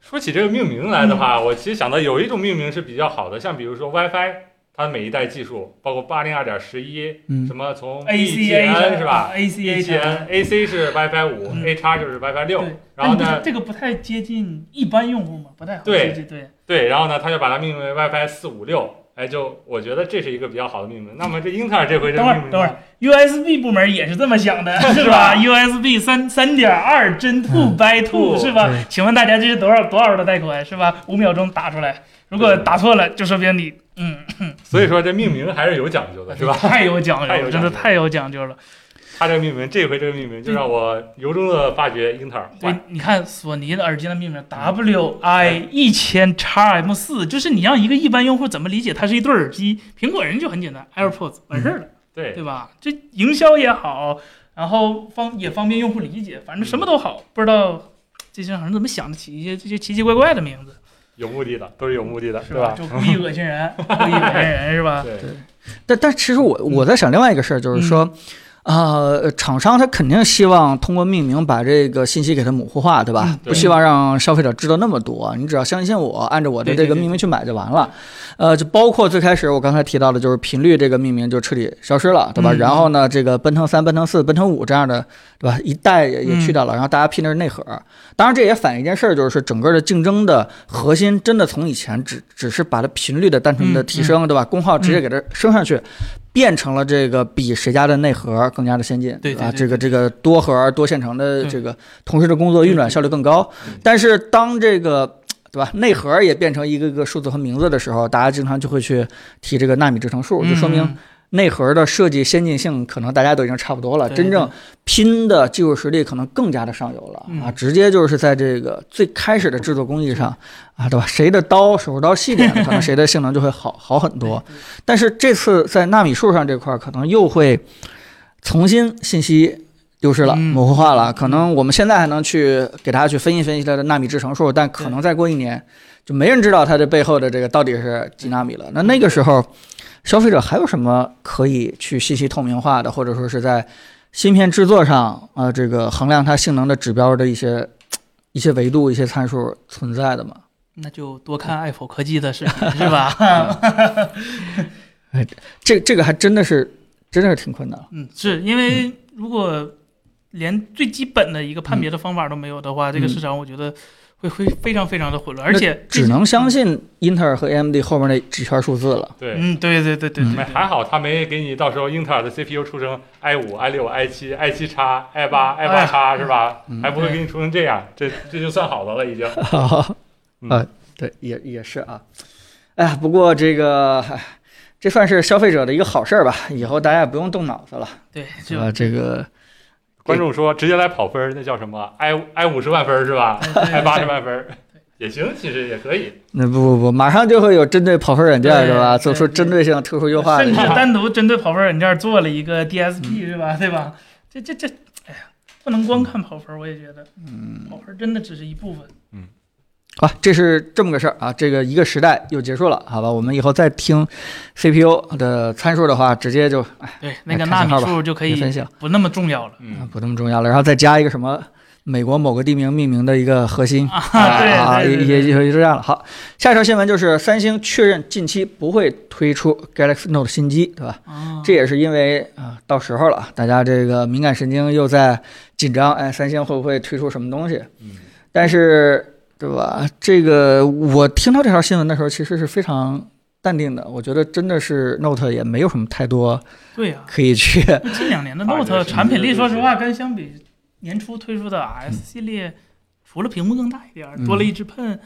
Speaker 4: 说起这个命名来的话，
Speaker 2: 嗯
Speaker 4: 我其实想到有一种命名是比较好的，像比如说 WiFi，它每一代技术，包括八零二点十一，
Speaker 1: 嗯
Speaker 4: 什么从
Speaker 2: ACA
Speaker 4: BGN 是吧
Speaker 2: ？ACA 是吧
Speaker 4: ？BGN AC 是 WiFi 五
Speaker 2: 嗯
Speaker 4: ，A 叉就是 WiFi 六
Speaker 2: 对，
Speaker 4: 然后
Speaker 2: 但
Speaker 4: 呢
Speaker 2: 你，这个不太接近一般用户嘛，不太好
Speaker 4: 对
Speaker 2: 接近。对，
Speaker 4: 对，然后呢，它就把它命名为 WiFi 四五六。哎，就我觉得这是一个比较好的命名。那么这英特尔这回这
Speaker 2: 等会
Speaker 4: 命
Speaker 2: 儿
Speaker 4: 名，
Speaker 2: 等会儿，USB 部门也是这么想的，是吧？USB 三三点二真 two by two
Speaker 4: 嗯
Speaker 2: 是吧
Speaker 1: 对？
Speaker 2: 请问大家这是多少多少的带宽是吧？五秒钟打出来，如果
Speaker 4: 对
Speaker 2: 打错了，就说明你嗯
Speaker 4: 所以说这命名还是有讲究的，是吧？
Speaker 2: 太有讲
Speaker 4: 太
Speaker 2: 究
Speaker 4: 有
Speaker 2: 了，
Speaker 4: 讲
Speaker 2: 真
Speaker 4: 究
Speaker 2: 的
Speaker 4: 了
Speaker 2: 太有讲究了。
Speaker 4: 它这个命名，这回这个命名就让我由衷的发觉英特尔
Speaker 2: 对，你看索尼的耳机的命名 WI 一千 x M 四，就是你让一个一般用户怎么理解它是一对耳机？苹果人就很简单，AirPods 完事儿了，
Speaker 4: 对
Speaker 2: 对吧？这营销也好，然后方也方便用户理解，反正什么都好。不知道这些人怎么想得起一些这些奇奇怪怪的名字，
Speaker 4: 有目的的，都是有目的的，
Speaker 2: 是
Speaker 4: 对吧？
Speaker 2: 就故意恶心人， 故意恶心人是吧？
Speaker 4: 对
Speaker 1: 但但其实我
Speaker 2: 嗯
Speaker 1: 我在想另外一个事儿，就是说，呃，厂商他肯定希望通过命名把这个信息给它模糊化，对吧？
Speaker 2: 嗯
Speaker 4: 对
Speaker 1: 不希望让消费者知道那么多，你只要相信我，按照我的
Speaker 2: 对对
Speaker 1: 这个
Speaker 2: 对
Speaker 1: 命名去买就完了。呃，就包括最开始我刚才提到的，就是频率这个命名就彻底消失了，对吧？
Speaker 2: 嗯
Speaker 1: 然后呢，这个奔腾三、奔腾四、奔腾五这样的，对吧？一代也也
Speaker 2: 嗯
Speaker 1: 去掉了，然后大家拼的是内核。当然，这也反映一件事儿，就是说整个的竞争的核心真的从以前只只是把它频率的单纯的提升，对吧？功耗直接
Speaker 2: 嗯
Speaker 1: 给它升上去，变成了这个比谁家的内核更加的先进，
Speaker 2: 对对
Speaker 1: 啊，
Speaker 2: 对
Speaker 1: 这个这个多核多线程的
Speaker 2: 对
Speaker 1: 这个同时的工作运转效率更高
Speaker 4: 对对。
Speaker 1: 但是当这个对吧内核也变成一个个数字和名字的时候，大家经常就会去提这个纳米制程数，就说明
Speaker 2: 嗯
Speaker 1: 内核的设计先进性可能大家都已经差不多了，
Speaker 2: 对
Speaker 1: 啊真正拼的技术实力可能更加的上游了、
Speaker 2: 嗯
Speaker 1: 啊！直接就是在这个最开始的制作工艺上啊，对吧？谁的刀手术刀细点，可能谁的性能就会好好很多。但是这次在纳米数上这块，儿，可能又会重新信息。丢失了，
Speaker 2: 嗯
Speaker 1: 模糊化了。可能我们现在还能去给大家去分析分析它的纳米制程数，但可能再过一年，就没人知道它这背后的这个到底是几纳米了。那那个时候，消费者还有什么可以去信息透明化的，或者说是在芯片制作上啊、呃这个衡量它性能的指标的一些一些维度、一些参数存在的吗？
Speaker 2: 那就多看爱否科技的视频是吧？
Speaker 1: 这这个还真的是真的是挺困难了。
Speaker 2: 嗯，是因为如果连最基本的一个
Speaker 1: 嗯
Speaker 2: 判别的方法都没有的话，这个市场我觉得会会非常非常的混乱，而且
Speaker 1: 只能相。信英特尔和 AMD 后面那几圈数字 了。
Speaker 4: 对。
Speaker 2: 嗯，对对对对对
Speaker 4: 没
Speaker 2: 对，
Speaker 4: 还好，他没给你到时候英特尔的 CPU 出成 i 五、i 六、i 七、i 七叉、i 八、i 八叉是吧
Speaker 1: 嗯？
Speaker 4: 还不会给你出成这样，这这就算好的了已经。
Speaker 1: 啊，对，也也是啊。哎呀，不过这个唉这算是消费者的一个好事儿吧，以后大家也不用动脑子了，
Speaker 2: 对
Speaker 1: 对
Speaker 2: 就
Speaker 1: 吧？这个
Speaker 4: 观众说直接来跑分儿，那叫什么？i i 五十万分儿是吧？i 八十万分儿也行，其实也可以。
Speaker 1: 那不不不，马上就会有针对跑分软件
Speaker 2: 对
Speaker 1: 是吧？
Speaker 2: 对
Speaker 1: 做出针对性、特殊优化的嗯
Speaker 2: 甚至单独针对跑分软件做了一个 DSP 是吧？对吧？这这这，哎呀，不能光看跑分，我也觉得，嗯，跑分真的只是一部分。
Speaker 1: 好吧，这是这么个事儿啊，这个一个时代又结束了，好吧？我们以后再听 CPU 的参数的话，直接就哎
Speaker 2: 对，那个
Speaker 1: 看
Speaker 2: 纳
Speaker 1: 信号
Speaker 2: 米
Speaker 1: 吧
Speaker 2: 数就可
Speaker 1: 别
Speaker 2: 以
Speaker 1: 分析了，
Speaker 2: 不那么重要了。
Speaker 1: 啊
Speaker 4: 嗯，
Speaker 1: 不那么重要了，然后再加一个什么美国某个地名命名的一个核心
Speaker 2: 啊对
Speaker 1: 啊，
Speaker 2: 对
Speaker 1: 也
Speaker 2: 对
Speaker 1: 也
Speaker 2: 对
Speaker 1: 也就这样了。好，下一条新闻就是三星确认近期不会推出 Galaxy Note 新机，对吧？
Speaker 2: 啊
Speaker 1: 这也是因为啊、到时候了，大家这个敏感神经又在紧张，哎，三星会不会推出什么东西？
Speaker 4: 嗯，
Speaker 1: 但是，对吧？这个我听到这条新闻的时候，其实是非常淡定的。我觉得真的是 Note 也没有什么太多
Speaker 2: 对呀，
Speaker 1: 可以去，
Speaker 2: 近两年的
Speaker 4: 啊这
Speaker 2: Note
Speaker 4: 是
Speaker 2: 产品力，
Speaker 4: 一个
Speaker 2: 说
Speaker 4: 优势
Speaker 2: 实话，跟相比年初推出的 S 系列，除了屏幕更大一点儿，
Speaker 1: 嗯
Speaker 2: 多了一支喷，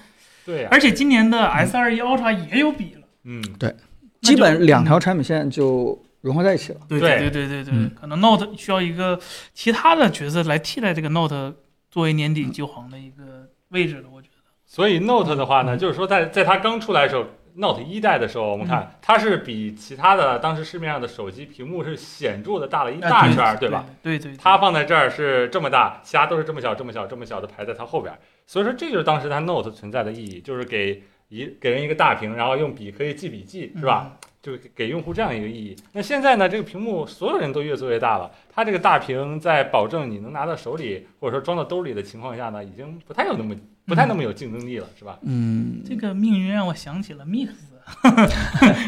Speaker 4: 对呀，
Speaker 2: 而且今年的 S 二一 Ultra 也有笔了。
Speaker 4: 嗯，
Speaker 2: 那就
Speaker 1: 基本两条产品线就融合在一起了。
Speaker 2: 对
Speaker 4: 对
Speaker 2: 对对对对
Speaker 1: 嗯，
Speaker 2: 可能 Note 需要一个其他的角色来替代这个 Note 作为年底救黄的一个位置了，我觉得。
Speaker 4: 所以 Note 的话呢，就是说在在它刚出来的时候，Note 一代的时候，我们看它是比其他的当时市面上的手机屏幕是显著的大了一大圈儿，对吧？？
Speaker 2: 对对，对
Speaker 4: 它放在这儿是这么大，其他都是这么小、这么小、这么小的排在它后边儿。所以说这就是当时它 Note 存在的意义，就是给一给人一个大屏，然后用笔可以记笔记，
Speaker 1: 嗯
Speaker 4: 是吧？就给用户这样一个意义。那现在呢，这个屏幕所有人都越做越大了，它这个大屏在保证你能拿到手里或者说装到兜里的情况下呢，已经不太有那么不太那么有竞争力了，是吧？
Speaker 1: 嗯，
Speaker 2: 这个命运让我想起了 Mix。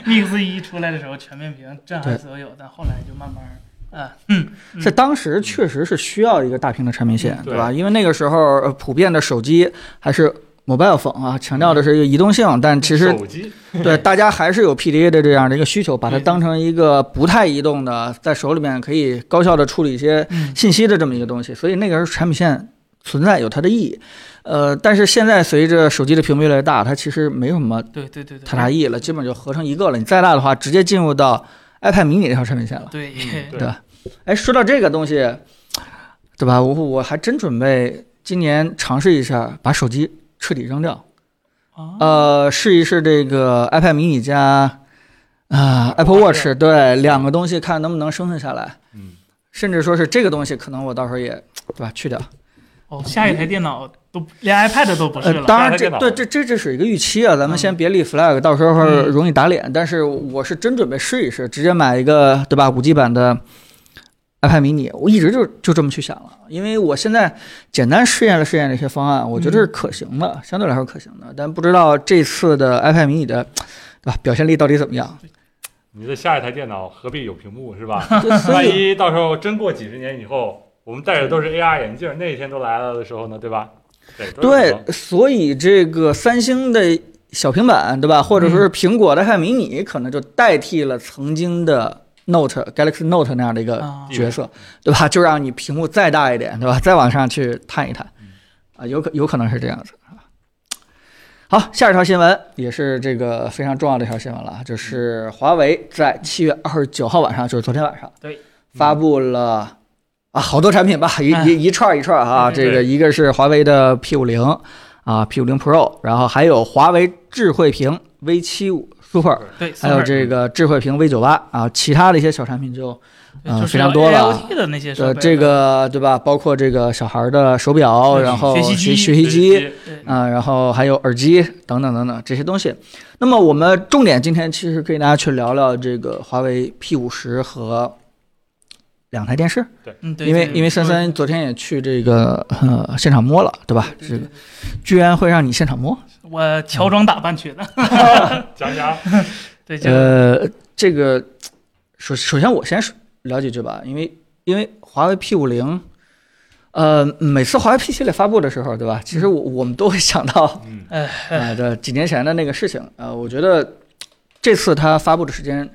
Speaker 2: Mix 一出来的时候，全面屏震撼所有，但后来就慢慢儿，啊，嗯，嗯
Speaker 1: 是当时确实是需要一个大屏的产品线，
Speaker 4: 嗯
Speaker 1: 对吧？因为那个时候呃普遍的手机还是 mobile phone 啊，强调的是一个移动性，但嗯其实
Speaker 4: 手机
Speaker 1: 对大家还是有 PDA 的这样的一个需求，把它
Speaker 4: 对
Speaker 1: 当成一个不太移动的，在手里面可以高效的处理一些
Speaker 2: 嗯
Speaker 1: 信息的这么一个东西，所以那个时候产品线存在有它的意义。呃，但是现在随着手机的屏幕越来越大，它其实没有什么
Speaker 2: 对对对对，
Speaker 1: 太大意义了，基本就合成一个了。你再大的话，直接进入到 iPad mini 这条产品线了。
Speaker 2: 对
Speaker 4: 嗯对
Speaker 1: 哎，说到这个东西，对吧？我我还真准备今年尝试一下把手机彻底扔掉，
Speaker 2: 啊，
Speaker 1: 呃，试一试这个 iPad mini 加啊、Apple Watch，对，两个东西看能不能生存下来，
Speaker 4: 嗯，
Speaker 1: 甚至说是这个东西可能我到时候也对吧去掉。
Speaker 2: 哦，下一台电脑都连 iPad 都不是
Speaker 1: 呃，
Speaker 2: 了，
Speaker 1: 当然这
Speaker 4: 大家电脑
Speaker 1: 对这这这是一个预期啊，咱们
Speaker 2: 嗯
Speaker 1: 先别立 flag，到时候
Speaker 2: 嗯
Speaker 1: 容易打脸。但是我是真准备试一试，直接买一个对吧五 G 版的 iPad mini，我一直就就这么去想了，因为我现在简单试验了试验这些方案，我觉
Speaker 2: 嗯
Speaker 1: 得是可行的，相对来说可行的。但不知道这次的 iPad mini 的对吧表现力到底怎么样？
Speaker 4: 你的下一台电脑何必有屏幕，是吧？
Speaker 1: 就 所
Speaker 4: 万
Speaker 1: 以
Speaker 4: 一到时候真过几十年以后，我们戴着都是 AR 眼镜，那一天都来了的时候呢，对吧？对都有
Speaker 1: 对
Speaker 4: 可能，
Speaker 1: 所以这个三星的。小平板对吧，或者说
Speaker 4: 嗯
Speaker 1: 是苹果的 iPad mini，可能就代替了曾经的 Note、Galaxy Note 那样的一个
Speaker 2: 啊，
Speaker 1: 角色，对吧？就让你屏幕再大一点，对吧？再往上去探一探，
Speaker 2: 嗯
Speaker 1: 啊，有可有可能是这样子啊。好，下一条新闻也是这个非常重要的一条新闻了啊，就是华为在七月二十九号晚上，就是昨天晚上，
Speaker 2: 对，
Speaker 1: 发布了啊好多产品吧，一
Speaker 2: 哎
Speaker 1: 一一串儿一串儿啊，
Speaker 2: 对
Speaker 1: 这个一个是华为的 P 五零啊 P 五零 Pro，然后还有华为智慧屏 V 七五 Super。
Speaker 2: 对，
Speaker 1: 还有
Speaker 2: Super，嗯
Speaker 1: 这个智慧屏 V 九八啊，其他的一些小产品就
Speaker 2: 对
Speaker 1: 呃
Speaker 2: 就是
Speaker 1: 非常多了
Speaker 2: IoT 的那些设
Speaker 1: 呃，
Speaker 2: 备，
Speaker 1: 这个对吧？包括这个小孩儿的手表，
Speaker 2: 嗯
Speaker 1: 然后
Speaker 2: 学习
Speaker 1: 学
Speaker 2: 机
Speaker 1: 学习机
Speaker 2: 对
Speaker 1: 啊、然后还有耳机等等等等这些东西。那么我们重点今天其实可以大家去聊聊这个华为 P 五十和两台电视，
Speaker 2: 嗯，对，
Speaker 1: 因为
Speaker 2: 对
Speaker 1: 因为森森昨天也去这个呃现场摸了，对吧？
Speaker 2: 对
Speaker 1: 这
Speaker 2: 对
Speaker 1: 个
Speaker 2: 对
Speaker 1: 居然会让你现场摸，
Speaker 2: 我乔装打扮去的，
Speaker 4: 讲讲
Speaker 2: 对，就
Speaker 1: 呃，这个首首先我先说聊几句吧，因为因为华为 P 五零，呃，每次华为 P 系列发布的时候，对吧？其实我我们都会想到，
Speaker 4: 嗯
Speaker 2: 哎
Speaker 1: 呃，这几年前的那个事情，呃，我觉得这次它发布的时间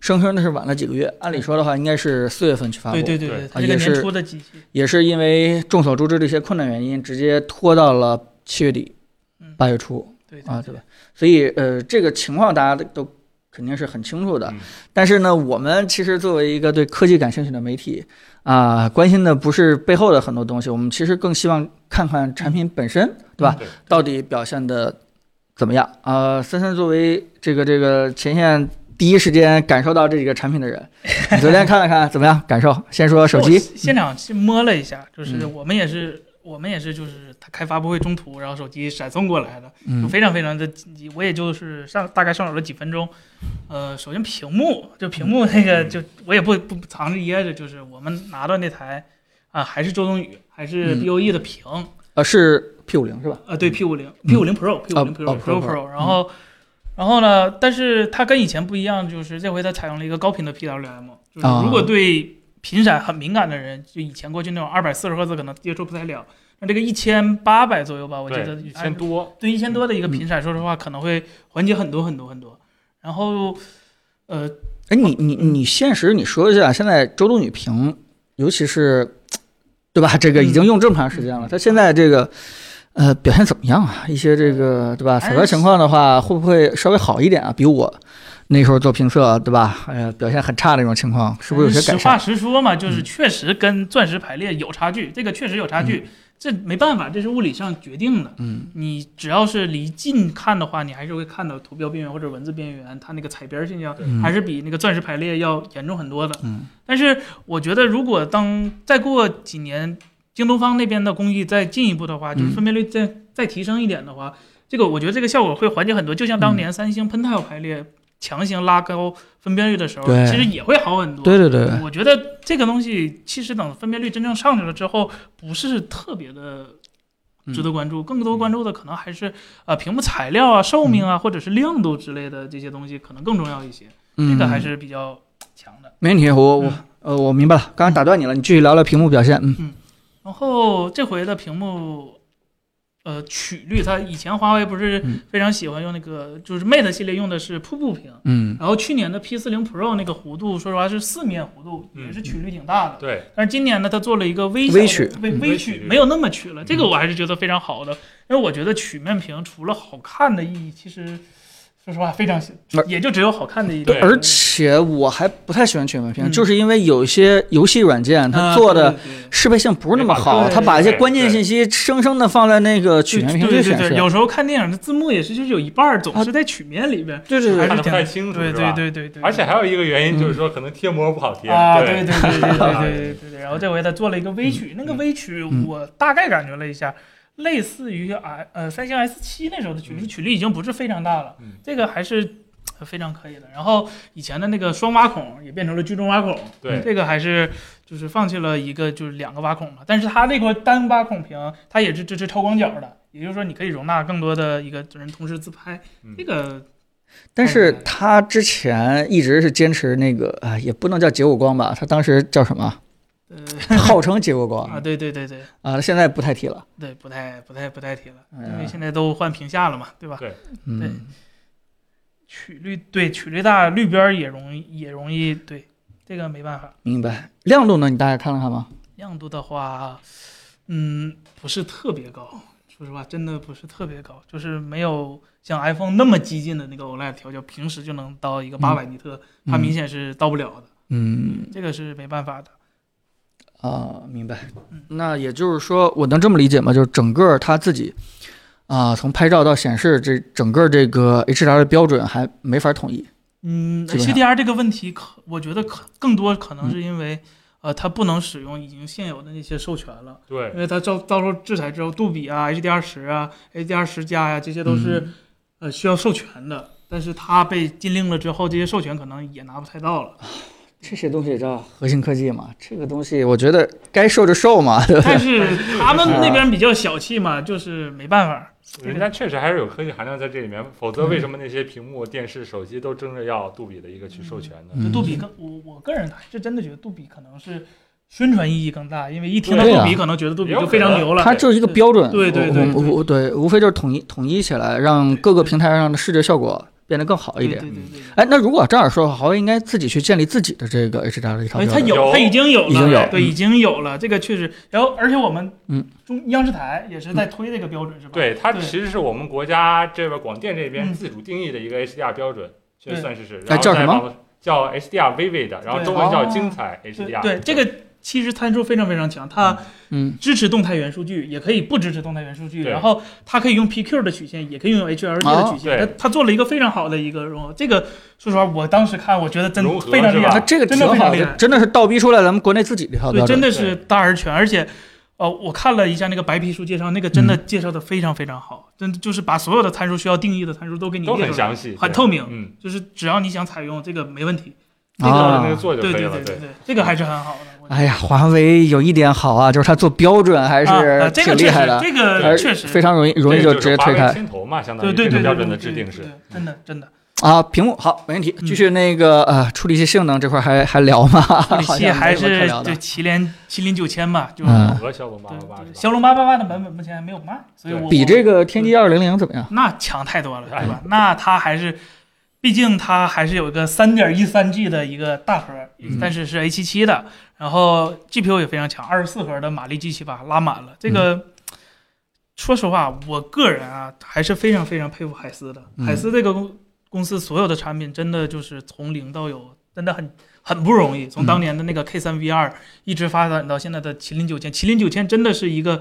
Speaker 1: 生生的是晚了几个月，按理说的话应该是四月份去发布，
Speaker 2: 对对对对，
Speaker 4: 对
Speaker 2: 它这
Speaker 1: 啊
Speaker 2: 个
Speaker 1: 也是
Speaker 2: 年初的机器，
Speaker 1: 也是因为众所周知的一些困难原因，直接拖到了七月底
Speaker 2: 嗯，
Speaker 1: 八月初，
Speaker 2: 对
Speaker 1: 啊，对吧？？所以呃，这个情况大家都都肯定是很清楚的
Speaker 4: 嗯。
Speaker 1: 但是呢，我们其实作为一个对科技感兴趣的媒体啊、关心的不是背后的很多东西，我们其实更希望看看产品本身，对吧？
Speaker 4: 嗯对
Speaker 1: 到底表现的怎么样？啊，森森作为这个这个前线。第一时间感受到这几个产品的人，你昨天看了看怎么样？感受？先说手
Speaker 2: 我
Speaker 1: 机，
Speaker 2: 现场去摸了一下，就是
Speaker 1: 嗯
Speaker 2: 我们也是。我们也是，就是他开发布会中途，然后手机闪送过来了，就
Speaker 1: 嗯
Speaker 2: 非常非常的紧急。我也就是上大概上手了几分钟，呃，首先屏幕，就屏幕那个
Speaker 4: 嗯
Speaker 2: 就我也不不不藏着掖着，就是我们拿到那台啊、还是周冬雨，还是
Speaker 1: 嗯
Speaker 2: BOE 的屏，
Speaker 1: 呃，是 P 五零是吧？
Speaker 2: 呃，对 P 五零 P 五零 Pro P 五零 Pro
Speaker 1: 嗯哦 Pro
Speaker 2: Pro
Speaker 1: Pro，
Speaker 2: Pro，然后然后呢，但是它跟以前不一样，就是这回它采用了一个高频的 PWM，就是
Speaker 1: 啊
Speaker 2: 如果对频闪很敏感的人，就以前过去那种二百四十赫兹可能接受不太了，那这个一千八百左右吧，我记得
Speaker 4: 对哎一千多，
Speaker 2: 对一千多的一个频
Speaker 1: 嗯
Speaker 2: 闪，说实话可能会缓解很多很多很多。然后呃，
Speaker 1: 哎，你你你现实你说一下，现在周冬雨屏，尤其是，对吧？这个
Speaker 2: 嗯
Speaker 1: 已经用这么长时间了，它现在这个，呃，表现怎么样啊？一些这个对吧？
Speaker 2: 还
Speaker 1: 扫
Speaker 2: 是
Speaker 1: 描情况的话，会不会稍微好一点啊？比我那时候做评测，对吧？哎呀，表现很差的那种情况，是不是有些改
Speaker 2: 哎实话
Speaker 1: 善？
Speaker 2: 实说嘛，就是
Speaker 1: 嗯
Speaker 2: 确实跟钻石排列有差距，这个确实有差距，这没办法，这是物理上决定的。
Speaker 1: 嗯，
Speaker 2: 你只要是离近看的话，你还是会看到图标边缘或者文字边缘，它那个采边现象
Speaker 1: 嗯
Speaker 2: 还是比那个钻石排列要严重很多的。
Speaker 1: 嗯，
Speaker 2: 但是我觉得，如果当再过几年，京东方那边的工艺再进一步的话，就是
Speaker 1: 嗯
Speaker 2: 分辨率再再提升一点的话，这个我觉得这个效果会缓解很多，就
Speaker 1: 嗯
Speaker 2: 像当年三星 Pentel 排列强行拉高分辨率的时候，
Speaker 1: 对
Speaker 2: 其实也会好很多。
Speaker 1: 对对对，
Speaker 2: 我觉得这个东西其实等分辨率真正上去了之后，不是特别的
Speaker 1: 嗯
Speaker 2: 值得关注，更多关注的可能还是呃屏幕材料啊、寿命啊，或者是亮度之类的这些东西，可能更重要一些。
Speaker 1: 嗯，
Speaker 2: 这个还是比较强的。
Speaker 1: 没问题，我我
Speaker 2: 嗯
Speaker 1: 呃我明白了，刚才打断你了，你继续聊聊屏幕表现，嗯
Speaker 2: 然后这回的屏幕，呃，曲率，它以前华为不是
Speaker 1: 嗯
Speaker 2: 非常喜欢用那个，就是 Mate 系列用的是瀑布屏，
Speaker 1: 嗯
Speaker 2: 然后去年的 P 4 0 Pro 那个弧度，说实话是四面弧度，
Speaker 4: 嗯
Speaker 2: 也是曲率挺大的。
Speaker 4: 对，
Speaker 2: 但是今年呢，它做了一个微小的
Speaker 1: 微曲
Speaker 2: 微
Speaker 1: 嗯
Speaker 2: 微
Speaker 4: 微
Speaker 2: 曲
Speaker 4: 曲，嗯
Speaker 2: 没有那么曲了。这个我还是觉得非常好的，因为我觉得曲面屏除了好看的意义，其实说实话非常小
Speaker 1: 而，
Speaker 2: 也就只有好看的意义。
Speaker 4: 对
Speaker 1: 而且我还不太喜欢全面屏，
Speaker 2: 嗯
Speaker 1: 就是因为有一些游戏软件它
Speaker 2: 啊
Speaker 1: 做的
Speaker 2: 对对对
Speaker 1: 适配性不是那么好，
Speaker 2: 对
Speaker 1: 它把一些
Speaker 4: 对
Speaker 1: 关键信息生生的放在那个曲面屏
Speaker 2: 对
Speaker 1: 去
Speaker 2: 对
Speaker 1: 显
Speaker 2: 对
Speaker 1: 示
Speaker 2: 对，，有时候看电影的字幕也是，就是有一半儿总
Speaker 1: 啊
Speaker 2: 是在曲面里边。
Speaker 1: 对对
Speaker 2: 还
Speaker 1: 对
Speaker 2: 是
Speaker 4: 看得不
Speaker 2: 挺
Speaker 4: 太清楚，
Speaker 2: 对
Speaker 4: 是
Speaker 2: 对
Speaker 4: 吧？
Speaker 2: 对对对，
Speaker 4: 而且还有一个原因就是说，可能贴膜不好贴，
Speaker 2: 啊，对
Speaker 4: 对
Speaker 2: 对对对对对对对对。然后这回他做了一个微曲，那个微曲
Speaker 1: 嗯
Speaker 2: 我大概感觉了一下，类似于啊呃三星 S 七那时候的曲率，
Speaker 4: 嗯
Speaker 2: 曲率已经不是非常大了
Speaker 4: 嗯，
Speaker 2: 这个还是呃非常可以的。然后以前的那个双挖孔也变成了居中挖孔，
Speaker 4: 对
Speaker 2: 这个还是就是放弃了一个就是两个挖孔嘛，但是它这块单挖孔屏它也是支持超广角的，也就是说你可以容纳更多的一个人同时自拍
Speaker 4: 嗯，
Speaker 2: 这个
Speaker 1: 但是他之前一直是坚持那个啊，也不能叫结果光吧，他当时叫什 么？
Speaker 2: 呃
Speaker 4: 嗯
Speaker 1: 号称结果光
Speaker 2: 啊对对对对。
Speaker 1: 啊，他现在不太提了。
Speaker 2: 对，不太不太不太提了，
Speaker 1: 哎
Speaker 2: 因为
Speaker 1: 呀
Speaker 2: 现在都换屏下了嘛，对吧？
Speaker 4: 对
Speaker 2: 对
Speaker 1: 嗯，
Speaker 2: 曲率对曲率大，绿边儿也容易也容易对，这个没办法。
Speaker 1: 明白。亮度呢？你大概看了看吗？
Speaker 2: 亮度的话，嗯，不是特别高，说实话，真的不是特别高，就是没有像 iPhone 那么激进的那个 OLED 调教，平时就能到一个八百尼特，它明显是到不了的，
Speaker 1: 嗯
Speaker 2: 这个是没办法的。
Speaker 1: 啊，明白
Speaker 2: 嗯。
Speaker 1: 那也就是说，我能这么理解吗？就是整个他自己啊，从拍照到显示这整个这个 HDR 的标准还没法统一。
Speaker 2: 嗯
Speaker 1: 基本上嗯
Speaker 2: ，HDR 这个问题可，我觉得可更多可能是因为，呃，它不能使用已经现有的那些授权了。
Speaker 4: 对
Speaker 2: 因为它遭遭受制裁之后，杜比啊、HDR 十啊、HDR 十加呀，这些都是、
Speaker 1: 嗯
Speaker 2: 呃需要授权的。但是它被禁令了之后，这些授权可能也拿不太到了。
Speaker 1: 这些东西叫核心科技嘛，这个东西我觉得该受就受嘛，对吧？啊
Speaker 2: 但是 他们那边比较小气嘛，就是没办法。
Speaker 4: 人家确实还是有科技含量在这里面，否则为什么那些屏幕、电视、手机都争着要杜比的一个去授权呢？
Speaker 1: 嗯
Speaker 2: 就杜比更，我我个人还是真的觉得杜比可能是宣传意义更大，因为一听到
Speaker 4: 对
Speaker 1: 啊
Speaker 2: 杜比，可能觉得杜比就非常牛了。
Speaker 1: 它就是一个标准，
Speaker 2: 对对对
Speaker 1: 我我我对，无非就是统一统一起来，让各个平台上的视觉效果变得更好一
Speaker 2: 对对
Speaker 1: 点。
Speaker 2: 对对对。
Speaker 1: 哎，那如果这样说，华为应该自己去建立自己的这个 HDR 的一套
Speaker 2: 哎，
Speaker 1: 标
Speaker 2: 它
Speaker 1: 准。
Speaker 2: 有，
Speaker 4: 有
Speaker 2: 它已经有了，
Speaker 1: 已经有
Speaker 2: 对，
Speaker 1: 嗯
Speaker 2: 已经有了，这个确实。然后，而且我们
Speaker 1: 嗯
Speaker 2: 中央视台也是在推这个标准，是吧？
Speaker 4: 对，它
Speaker 2: 对
Speaker 4: 其实是我们国家这边广电这边
Speaker 2: 嗯
Speaker 4: 自主定义的一个 HDR 标准，这算是是。
Speaker 1: 哎
Speaker 4: 然后
Speaker 1: 叫什
Speaker 4: 在
Speaker 1: 么
Speaker 4: 网络叫 HDR Vivid，然后
Speaker 2: 对
Speaker 4: 中文叫
Speaker 1: 哦
Speaker 4: 精彩 HDR。
Speaker 2: 对对，这个其实参数非常非常强，它
Speaker 1: 嗯，
Speaker 2: 支持动态元数据，也可以不支持动态元数据，
Speaker 4: 对
Speaker 2: 然后它可以用 PQ 的曲线，也可以用 HLD 的曲线，
Speaker 4: 哦
Speaker 2: 它它做了一个非常好的一个融合。这个说实话，我当时看我觉得真
Speaker 4: 融合
Speaker 2: 非常厉
Speaker 4: 是
Speaker 1: 那
Speaker 2: 害
Speaker 4: 吧，
Speaker 1: 这个挺
Speaker 2: 真的非
Speaker 1: 好
Speaker 2: 常厉
Speaker 1: 的，
Speaker 2: 害，
Speaker 1: 真的是倒逼出来咱们国内自己的一套
Speaker 2: 对，
Speaker 1: 标
Speaker 2: 真
Speaker 1: 准。
Speaker 2: 的是大而全，而且。呃，我看了一下那个白皮书介绍，那个真的
Speaker 1: 嗯
Speaker 2: 介绍的非常非常好，真的就是把所有的参数需要定义的参数都给你
Speaker 4: 都
Speaker 2: 列
Speaker 4: 很
Speaker 2: 出来，
Speaker 4: 详细，
Speaker 2: 很
Speaker 4: 对
Speaker 2: 透明
Speaker 4: 嗯，
Speaker 2: 就是只要你想采用这个没问题。
Speaker 4: 这个
Speaker 1: 啊
Speaker 4: 那个做就
Speaker 2: 对
Speaker 4: 可以
Speaker 2: 对
Speaker 4: 了。
Speaker 2: 对对对，这个还是很好的。我觉得
Speaker 1: 哎呀，华为有一点好啊，就是它做标准还
Speaker 2: 啊啊
Speaker 1: 是
Speaker 2: 这个
Speaker 1: 挺厉
Speaker 2: 确实
Speaker 1: 害的，
Speaker 2: 这
Speaker 1: 还
Speaker 2: 个
Speaker 1: 是
Speaker 2: 确实
Speaker 1: 非常容易容易
Speaker 4: 这个
Speaker 1: 直接推
Speaker 4: 华为
Speaker 1: 开
Speaker 4: 牵头嘛，相当
Speaker 2: 对对
Speaker 4: 于这
Speaker 2: 对对
Speaker 4: 个标
Speaker 2: 对
Speaker 4: 准的
Speaker 2: 对
Speaker 4: 制定
Speaker 2: 对
Speaker 4: 是
Speaker 2: 对。真的真的，
Speaker 1: 啊。屏幕好，没问题。
Speaker 2: 嗯
Speaker 1: 继续那个呃，处理器性能这块还还聊吗？
Speaker 2: 处理
Speaker 1: 好
Speaker 2: 器
Speaker 1: 像
Speaker 2: 还
Speaker 1: 没什么可
Speaker 2: 是
Speaker 1: 聊的
Speaker 2: 对麒麟麒麟九千吧，就是
Speaker 1: 嗯
Speaker 4: 和骁龙八八八
Speaker 2: 对对
Speaker 4: 是吧？
Speaker 2: 骁龙八八八的版本目前还没有卖，所以
Speaker 4: 对
Speaker 2: 我
Speaker 1: 比
Speaker 2: 我
Speaker 1: 这个天玑幺二零零怎么样？
Speaker 2: 那强太多了，对吧？那它还是，毕竟它还是有一个三点一三 G 的一个大核，
Speaker 4: 嗯
Speaker 2: 但是是 A 七七的，然后 GPU 也非常强，二十四核的马力 G 七八拉满了。这
Speaker 1: 嗯
Speaker 2: 个、说实话，我个人啊还是非常非常佩服海思的。
Speaker 1: 嗯
Speaker 2: 海思这个公公司所有的产品真的就是从零到有，真的很。很不容易，从
Speaker 1: 嗯
Speaker 2: 当年的那个 K 3 V 2一直发展到现在的麒麟九千，麒麟九千真的是一个，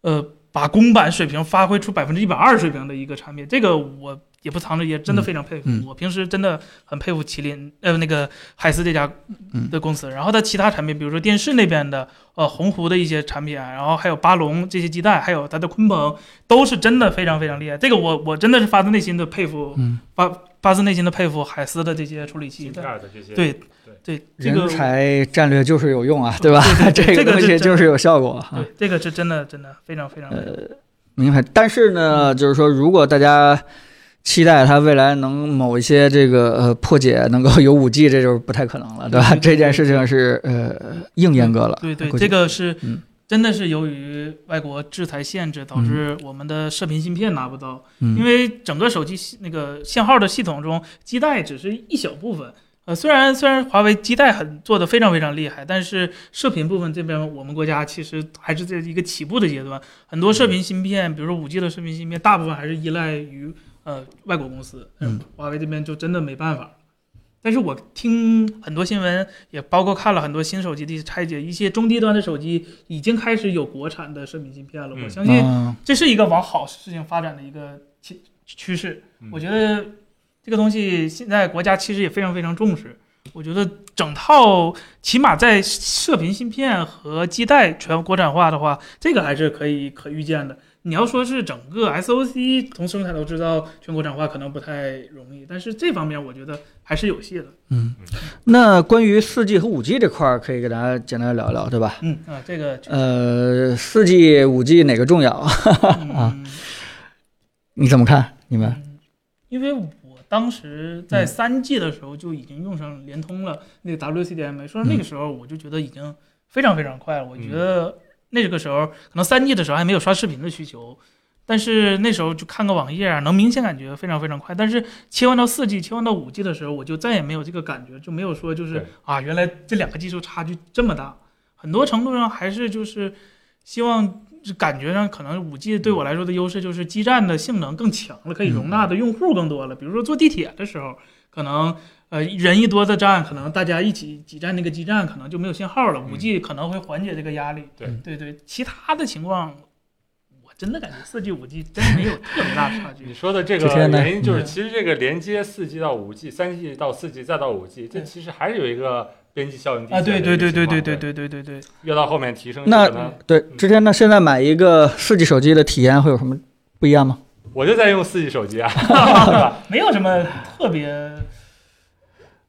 Speaker 2: 呃，把公版水平发挥出百分之一百二水平的一个产品，这个我也不藏着掖，真的非常佩服。
Speaker 1: 嗯
Speaker 2: 我平时真的很佩服麒麟，呃，那个海思这家
Speaker 1: 嗯
Speaker 2: 的公司。然后它其他产品，比如说电视那边的，呃，鸿鹄的一些产品，啊然后还有巴龙这些鸡蛋，还有它的鲲鹏，都是真的非常非常厉害。这个我我真的是发自内心的佩服，
Speaker 1: 嗯，
Speaker 2: 发发自内心的佩服海思的这些处理器
Speaker 4: 芯
Speaker 2: 的
Speaker 4: 片。的这些，
Speaker 2: 对对，这个
Speaker 1: 人才啊战略就是有用啊，对吧？
Speaker 2: 对
Speaker 1: 这
Speaker 2: 这
Speaker 1: 个
Speaker 2: 个
Speaker 1: 东
Speaker 2: 是
Speaker 1: 西
Speaker 2: 真
Speaker 1: 就是有效果啊。
Speaker 2: 对这个是真的真的非常非常厉害。
Speaker 1: 呃明白。但是
Speaker 2: 嗯
Speaker 1: 呢，就是说，如果大家期待它未来能某一些这个呃破解能够有五 G，这就是不太可能了，对吧？
Speaker 2: 对对
Speaker 1: 这件事情是呃硬阉割了。
Speaker 2: 对对
Speaker 1: 估，计
Speaker 2: 这个是
Speaker 1: 嗯
Speaker 2: 真的是由于外国制裁限制，导致我们的射频芯片拿不到。
Speaker 1: 嗯
Speaker 2: 因为整个手机系那个信号的系统中，基带只是一小部分。呃，虽然虽然华为基带很做的非常非常厉害，但是射频部分这边我们国家其实还是在一个起步的阶段，很多射频芯片，比如说五 G 的射频芯片，大部分还是依赖于呃外国公司，
Speaker 1: 嗯，
Speaker 2: 华为这边就真的没办法。但是我听很多新闻，也包括看了很多新手机的拆解，一些中低端的手机已经开始有国产的射频芯片了。我
Speaker 4: 嗯
Speaker 2: 相信
Speaker 1: 嗯
Speaker 2: 这是一个往好事情发展的一个趋趋势
Speaker 4: 嗯。
Speaker 2: 我觉得这个东西现在国家其实也非常非常重视。我觉得整套起码在射频芯片和基带全国产化的话，这个还是可以可预见的。你要说是整个 SOC 从生产都知道全国产化可能不太容易，但是这方面我觉得还是有戏的。
Speaker 1: 嗯，那关于四 G 和五 G 这块儿，可以给大家简单聊聊，对吧？
Speaker 2: 嗯啊，这个
Speaker 1: 呃，四 G、五 G 哪个重要？
Speaker 2: 嗯，
Speaker 1: 你怎么看？你们？
Speaker 2: 嗯，因为我当时在
Speaker 1: 嗯
Speaker 2: 三 G 的时候就已经用上联通了那个 WCDMA，说那个时候我就觉得已经非常非常快了。我觉得那个时候可能三 G 的时候还没有刷视频的需求，但是那时候就看个网页啊，能明显感觉非常非常快。但是切换到四 G、切换到五 G 的时候，我就再也没有这个感觉，就没有说就是
Speaker 4: 对
Speaker 2: 啊，原来这两个技术差距这么大。很多程度上还是就是希望就感觉上可能五 G 对我来说的优势就是基站的性能更强了，可以容纳的用户更多了。比如说坐地铁的时候，可能呃人一多的站，可能大家一起挤占那个基站，可能就没有信号了。
Speaker 4: 嗯
Speaker 2: 五 G 可能会缓解这个压力。
Speaker 4: 对
Speaker 2: 对对，其他的情况。我真的感觉四 G、五 G 真没有特别大的差
Speaker 4: 你
Speaker 2: 距。
Speaker 4: 说的这
Speaker 1: 这些
Speaker 4: 个
Speaker 1: 呢
Speaker 4: 原因就是，
Speaker 2: 嗯
Speaker 4: 其实这个连接四 G 到五 G、三 G 到四 G 再到五 G，这
Speaker 2: 对
Speaker 4: 其实还是有一个边际效应递
Speaker 2: 啊，
Speaker 4: 减的
Speaker 2: 对
Speaker 4: 一
Speaker 2: 对对对
Speaker 4: 个情
Speaker 2: 对
Speaker 4: 况
Speaker 2: 对，对对对对，
Speaker 4: 越到后面提升，
Speaker 1: 那
Speaker 4: 可能
Speaker 1: 对，之前呢，现在买一个四 G 手机的体验会有什么不一样吗？
Speaker 4: 我就在用四 G 手机啊，
Speaker 2: 没有什么特别。